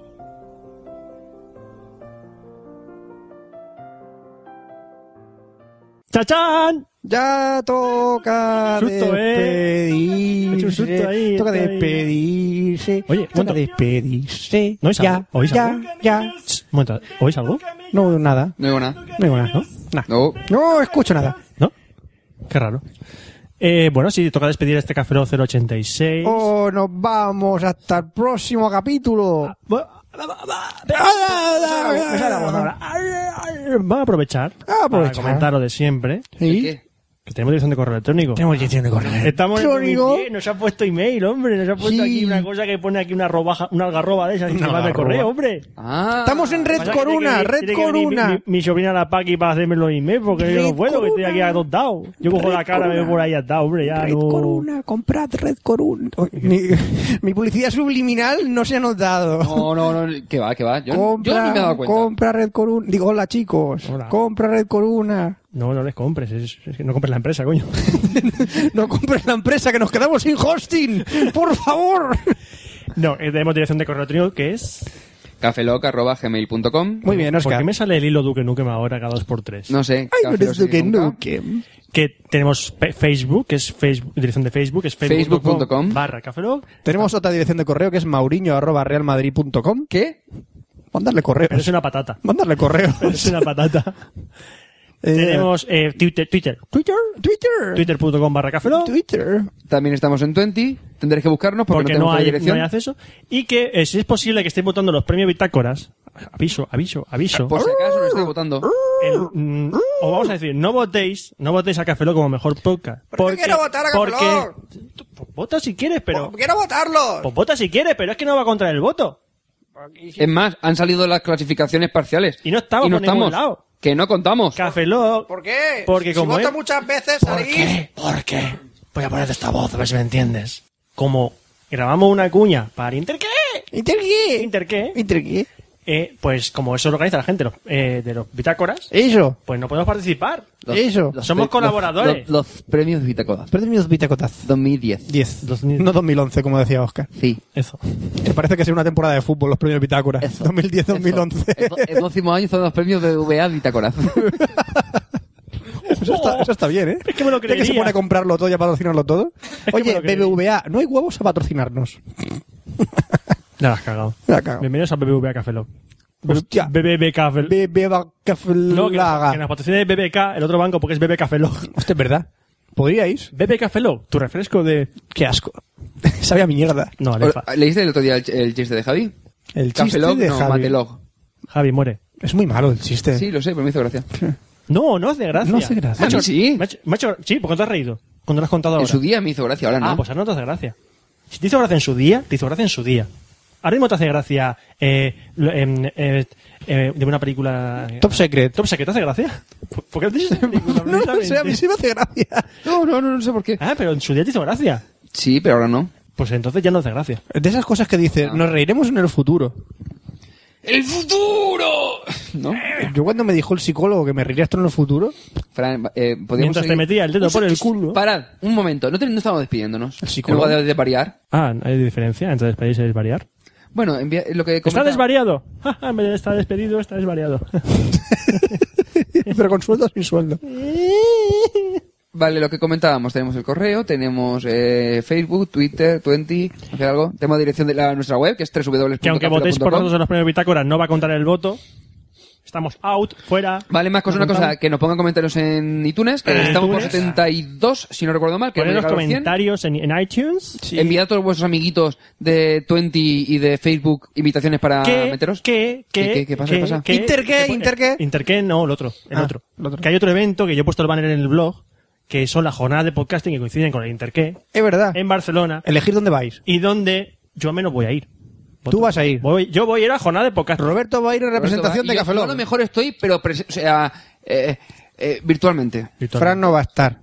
Speaker 2: ¡Chachán!
Speaker 9: Ya toca
Speaker 2: Susto, eh.
Speaker 9: despedirse.
Speaker 2: Me he hecho un susto ahí,
Speaker 9: toca
Speaker 2: estoy ahí.
Speaker 9: despedirse.
Speaker 2: Oye, un
Speaker 9: toca
Speaker 2: momento.
Speaker 9: despedirse.
Speaker 2: ¿No oís
Speaker 9: ya,
Speaker 2: algo? ¿Oís
Speaker 9: ya,
Speaker 2: algo?
Speaker 9: ya.
Speaker 2: Un momento, ¿Oís algo?
Speaker 9: No veo nada.
Speaker 7: No digo nada.
Speaker 9: No veo nada. No, Nah.
Speaker 7: No.
Speaker 9: No escucho nada.
Speaker 2: ¿No? Qué raro. Eh, bueno, sí, toca despedir este Café Lock 086.
Speaker 9: Oh, nos vamos hasta el próximo capítulo.
Speaker 2: Bueno, Vamos a aprovechar
Speaker 9: Ah,
Speaker 2: para
Speaker 9: aprovechar.
Speaker 2: comentar lo de siempre.
Speaker 9: ¿Y?
Speaker 7: ¿Qué?
Speaker 2: Que tenemos dirección de correo electrónico.
Speaker 9: Tenemos dirección de correo
Speaker 2: Estamos en
Speaker 9: electrónico.
Speaker 2: 2010, nos ha puesto email, hombre. Nos ha puesto
Speaker 9: Sí.
Speaker 2: aquí una cosa que pone aquí una arrobaja, una algarroba de esas
Speaker 9: Una
Speaker 2: encima del
Speaker 9: algarroba.
Speaker 2: correo, hombre.
Speaker 7: Ah,
Speaker 9: Estamos en Red
Speaker 2: Pasa que
Speaker 9: Corona,
Speaker 2: tiene que venir-
Speaker 9: Red
Speaker 2: tiene que venir Mi,
Speaker 9: Corona.
Speaker 2: mi- mi sobrina la Paqui para hacerme los emails porque yo
Speaker 9: Red
Speaker 2: no puedo, que estoy aquí
Speaker 9: Corona.
Speaker 2: atotado. Yo cojo la
Speaker 9: Red
Speaker 2: cara, me
Speaker 9: Corona.
Speaker 2: voy por ahí atado, hombre, ya
Speaker 9: Red
Speaker 2: no.
Speaker 9: Corona, comprad Red Corona. Mi, mi publicidad subliminal no se ha notado.
Speaker 7: No, no, no, que va, que va. Yo,
Speaker 9: compra,
Speaker 7: yo ni me he dado cuenta.
Speaker 9: compra Red Corona. Digo, hola chicos,
Speaker 2: Hola.
Speaker 9: compra Red Corona. *laughs*
Speaker 2: No, no les compres, es, es que no compres la empresa, coño. *laughs*
Speaker 9: No compres la empresa, que nos quedamos sin hosting. Por favor.
Speaker 2: No, eh, tenemos dirección de correo electrónico que es.
Speaker 7: Cafeloc.gmail.com
Speaker 9: Muy bien,
Speaker 2: ¿Por
Speaker 9: Oscar.
Speaker 2: qué me sale el hilo Duque Nukem ahora cada dos por tres?
Speaker 7: No sé.
Speaker 9: Ay, pero
Speaker 7: Cafeloc
Speaker 9: es que
Speaker 7: sin
Speaker 9: no,
Speaker 7: K.
Speaker 9: que...
Speaker 2: Que tenemos pe- Facebook, que es Facebook, dirección de Facebook, es
Speaker 7: Facebook punto com.
Speaker 2: barra Cafelog.
Speaker 9: Tenemos otra dirección de correo que es mauriño.realmadrid.com. ¿Qué? Mandarle
Speaker 2: Pero es
Speaker 9: correos.
Speaker 2: una patata. *laughs*
Speaker 9: Mandarle correos.
Speaker 2: Es una patata.
Speaker 9: *laughs*
Speaker 7: *laughs*
Speaker 9: Eh,
Speaker 2: Tenemos eh, Twitter, Twitter,
Speaker 9: Twitter. Twitter.
Speaker 2: twitter.com barra Cafelog.
Speaker 9: Twitter.
Speaker 7: También estamos en 20. Tendréis que buscarnos
Speaker 2: porque
Speaker 7: porque,
Speaker 2: no,
Speaker 7: tenemos la
Speaker 2: hay, no
Speaker 7: dirección.
Speaker 2: hay acceso. Y que eh, si es posible que estéis votando los premios bitácoras, aviso, aviso, aviso.
Speaker 7: Por si acaso no
Speaker 9: Uh,
Speaker 7: estoy votando.
Speaker 2: El, mm, os vamos a decir, no votéis, no votéis a Cafeló como mejor podcast.
Speaker 9: ¿Por qué quiero votar a Café Lock?
Speaker 2: porque- tú- pues vota si quieres, pero.
Speaker 9: ¡Quiero votarlo!
Speaker 2: Pues vota si quieres, pero es que no va contra el voto.
Speaker 7: Es más, han salido las clasificaciones parciales.
Speaker 2: Y no estamos
Speaker 7: Y no
Speaker 2: por ningún
Speaker 7: estamos.
Speaker 2: lado.
Speaker 7: Que no contamos.
Speaker 2: Cafeló.
Speaker 7: Eh,
Speaker 9: qué?
Speaker 2: Porque como es-
Speaker 9: muchas veces, salís-
Speaker 2: ¿Por qué? Voy a ponerte esta voz, a ver si me entiendes. Como grabamos una cuña para Inter qué?
Speaker 9: ¿Inter qué?
Speaker 2: ¿Inter qué?
Speaker 9: ¿Inter qué?
Speaker 2: Eh, pues como eso lo organiza la gente los- eh, de los bitácoras,
Speaker 9: Eso.
Speaker 2: pues no podemos participar.
Speaker 9: Eso.
Speaker 2: Somos
Speaker 7: pre-
Speaker 2: colaboradores.
Speaker 7: Los, los premios Vitacodas.
Speaker 9: Premios Bitacotaz.
Speaker 7: 2010.
Speaker 9: 10.
Speaker 2: 2000.
Speaker 9: No 2011, como decía Oscar.
Speaker 7: Sí.
Speaker 2: Eso.
Speaker 9: Que parece que sea una temporada de fútbol los premios Bitácora.
Speaker 7: Eso.
Speaker 9: 2010-2011.
Speaker 7: Eso.
Speaker 9: *laughs*
Speaker 7: El próximo año son los premios de VA Vitacoras.
Speaker 9: Eso está, eso está bien, ¿eh?
Speaker 2: Es que me lo
Speaker 9: Ya que se
Speaker 2: creería.
Speaker 9: pone a comprarlo todo y a
Speaker 2: *laughs*
Speaker 9: patrocinarlo todo.
Speaker 2: que me
Speaker 9: Oye,
Speaker 2: lo creería.
Speaker 9: BBVA, no hay huevos a patrocinarnos.
Speaker 2: Ya la has cagado.
Speaker 9: La cago.
Speaker 2: Bienvenidos a BBVA Café Lock.
Speaker 9: Hostia.
Speaker 2: BBB Café Lock.
Speaker 9: BBVA Café
Speaker 2: No, que, nos-
Speaker 9: Laga.
Speaker 2: que nos patrocine BBK, el otro banco, porque es BB Café Lock.
Speaker 9: Hostia, es verdad. ¿Podríais?
Speaker 2: BB Café Lock, tu refresco de...
Speaker 9: Qué asco. *laughs* Sabía mierda.
Speaker 2: No, Alefa.
Speaker 7: *laughs* ¿Leíste el otro día el, ch- el chiste de Javi?
Speaker 9: El
Speaker 7: Café
Speaker 9: chiste
Speaker 7: Log,
Speaker 9: de
Speaker 7: no,
Speaker 9: Javi.
Speaker 7: Matelog.
Speaker 2: Javi, muere.
Speaker 9: Es muy malo el chiste.
Speaker 7: Sí, lo sé, pero me
Speaker 2: *laughs*
Speaker 7: hizo gracia.
Speaker 2: No, no hace gracia.
Speaker 9: No hace gracia.
Speaker 7: A mí sí.
Speaker 2: Macho, macho- sí, porque te has reído. Cuando lo has contado ahora.
Speaker 7: En su día me hizo gracia, ahora no.
Speaker 2: Ah, pues ahora no te hace gracia. Si te hizo gracia en su día, te hizo gracia en su día. Ahora mismo te hace gracia eh, lo- em, eh, eh, de una película... eh,
Speaker 9: Top Secret.
Speaker 2: *laughs* Top Secret, ¿te hace gracia? ¿Por- ¿Por qué no te dices
Speaker 9: *laughs*
Speaker 2: esa película?
Speaker 9: No lo sé, a mí sí me hace gracia.
Speaker 7: No, no, no, no sé por qué.
Speaker 2: Ah, pero en su día te hizo gracia.
Speaker 7: Sí, pero ahora no.
Speaker 2: Pues entonces ya no hace gracia.
Speaker 9: De esas cosas que dice, nos reiremos en el futuro.
Speaker 7: ¡El futuro! ¿No?
Speaker 9: Yo cuando me dijo el psicólogo que me reiría esto en el futuro, *laughs*
Speaker 7: Fran, eh, podríamos
Speaker 2: Mientras te
Speaker 7: seguir-
Speaker 2: metía el dedo por el culo.
Speaker 7: Parad, un momento. No, te- no estamos despidiéndonos.
Speaker 9: El
Speaker 7: En
Speaker 9: psicólogo.
Speaker 7: lugar de, de variar.
Speaker 2: Ah, ¿hay diferencia entre despedirse y desvariar?
Speaker 7: Bueno, envía- lo que
Speaker 2: ¡Está
Speaker 7: comentaba-
Speaker 2: desvariado! *laughs* Ja, ja, en vez de está despedido, está
Speaker 9: *laughs*
Speaker 2: desvariado.
Speaker 9: pero con sueldo o sin sueldo.
Speaker 7: Vale, lo que comentábamos. Tenemos el correo, tenemos eh, Facebook, Twitter, 20, hacer algo. Tenemos la dirección de la, nuestra web, que es www.
Speaker 2: que aunque votéis por nosotros en los premios bitácoras, no va a contar el voto. Estamos out, fuera.
Speaker 7: Vale, más cosa,
Speaker 2: No
Speaker 7: una cosa,
Speaker 2: contamos.
Speaker 7: que nos pongan comentarios en iTunes, que estamos por
Speaker 2: iTunes.
Speaker 7: 72, si no recuerdo mal, que
Speaker 2: Poned los
Speaker 7: hemos llegado a los 100.
Speaker 2: comentarios en, en iTunes.
Speaker 7: Enviad a todos vuestros amiguitos de 20 y de Facebook invitaciones para
Speaker 2: ¿Qué,
Speaker 7: meteros.
Speaker 2: ¿Qué? ¿Qué?
Speaker 7: ¿Qué, qué, qué pasa, qué pasa?
Speaker 9: ¿Inter qué, inter qué?
Speaker 2: Inter qué, no, el otro. El,
Speaker 9: Ah,
Speaker 2: otro.
Speaker 9: el otro.
Speaker 2: Que hay otro evento que yo he puesto el banner en el blog, que son las jornadas de podcasting que coinciden con el Inter qué,
Speaker 9: Es verdad.
Speaker 2: en Barcelona,
Speaker 9: Elegir dónde vais.
Speaker 2: y donde yo al menos voy a ir.
Speaker 9: Tú vas a ir.
Speaker 2: Voy- yo voy a ir a jornada de podcasting.
Speaker 9: Roberto va a ir en representación
Speaker 7: Roberto,
Speaker 9: de
Speaker 7: yo-
Speaker 9: Café
Speaker 7: Yo a
Speaker 9: Lock.
Speaker 7: lo mejor estoy, pero pres- o sea, eh, eh, virtualmente.
Speaker 9: Fran no va a estar.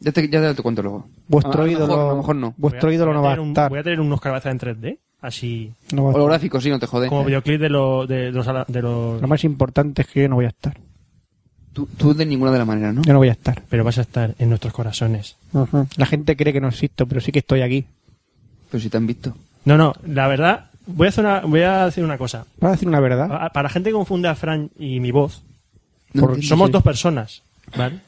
Speaker 7: Ya te, ya te cuento luego.
Speaker 9: Vuestro
Speaker 7: Ah, A- a lo
Speaker 9: ídolo.
Speaker 7: mejor- a lo mejor no.
Speaker 9: Vuestro
Speaker 2: Voy a-
Speaker 9: ídolo
Speaker 2: voy
Speaker 9: no va a
Speaker 2: tener un-
Speaker 9: estar.
Speaker 2: Voy a tener unos cabezas en 3D, así
Speaker 9: No va a estar.
Speaker 7: Holográfico, sí, no te jode.
Speaker 2: como videoclip de, lo- de los... ala- De los
Speaker 9: Lo más importante es que yo no voy a estar.
Speaker 7: Tú, tú de ninguna de las maneras, ¿no?
Speaker 9: Yo no voy a estar.
Speaker 2: pero vas a estar en nuestros corazones.
Speaker 9: Ujú. La gente cree que no existo, pero sí que estoy aquí.
Speaker 7: Pero si te han visto.
Speaker 2: No, no, la verdad, voy a, hacer una, voy a decir una cosa.
Speaker 9: ¿Vas a decir una verdad?
Speaker 2: Pa- Para la gente que confunde a Fran y mi voz,
Speaker 7: No
Speaker 9: Por-
Speaker 7: entiendo,
Speaker 2: somos
Speaker 7: sí.
Speaker 2: dos personas, ¿vale?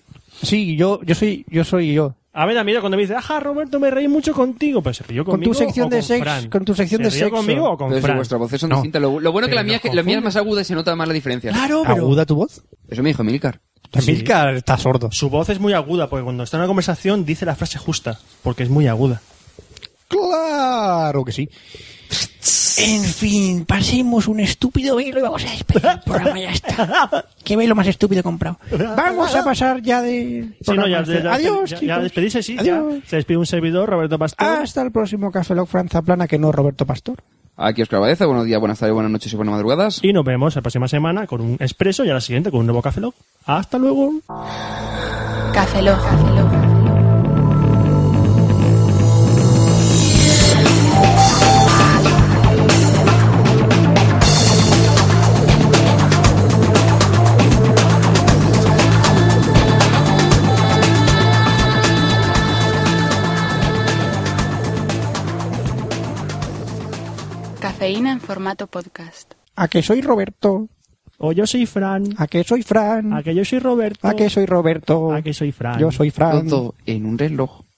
Speaker 9: Sí, yo, yo soy yo. Soy yo.
Speaker 2: A ver, da miedo cuando me dice, ajá, Roberto, me reí mucho contigo. Pues se rió
Speaker 9: Con
Speaker 2: conmigo.
Speaker 9: tu sección
Speaker 2: o
Speaker 9: de
Speaker 2: con
Speaker 9: sex-
Speaker 2: Fran.
Speaker 9: con tu sección
Speaker 2: ¿Se
Speaker 9: de
Speaker 2: rió
Speaker 9: sexo.
Speaker 2: conmigo o con
Speaker 7: Pero si
Speaker 2: Fran?
Speaker 7: vuestras voces son
Speaker 2: No.
Speaker 7: distintas. Lo, lo bueno que
Speaker 2: Pero
Speaker 7: la mía,
Speaker 2: nos
Speaker 7: es que la mía es
Speaker 2: confunde.
Speaker 7: más aguda y se nota más la diferencia.
Speaker 2: Claro, pero
Speaker 9: ¿Aguda tu voz?
Speaker 7: Eso me dijo Emilcar.
Speaker 2: Sí.
Speaker 9: Milcar está sordo.
Speaker 2: su voz es muy aguda porque cuando está en una conversación dice la frase justa, porque es muy aguda.
Speaker 9: Claro que sí. En fin, pasemos un estúpido velo y vamos a despedir el programa. Ya está. Qué velo más estúpido he comprado. Vamos a pasar ya de.
Speaker 2: Sí, no, ya,
Speaker 9: programa
Speaker 2: ya,
Speaker 9: este.
Speaker 2: ya-
Speaker 9: Adiós,
Speaker 2: ya, ya
Speaker 9: chicos.
Speaker 2: despedirse, sí. ya.
Speaker 9: Adiós.
Speaker 2: Se despide un servidor, Roberto Pastor.
Speaker 9: Hasta el próximo Café Lock Franza Plana, que no Roberto Pastor.
Speaker 7: Aquí Oscar Badeza, buenos días, buenas tardes, buenas noches y buenas madrugadas.
Speaker 2: Y nos vemos la próxima semana con un expreso y a la siguiente con un nuevo Café Lock. Hasta luego.
Speaker 5: Café Lock. Cafeína en formato podcast.
Speaker 9: A que soy Roberto.
Speaker 2: O yo soy Fran.
Speaker 9: A que soy Fran.
Speaker 2: A que yo soy Roberto.
Speaker 9: A que soy Roberto.
Speaker 2: A que soy Fran.
Speaker 9: Yo soy Fran.
Speaker 7: Todo en un reloj.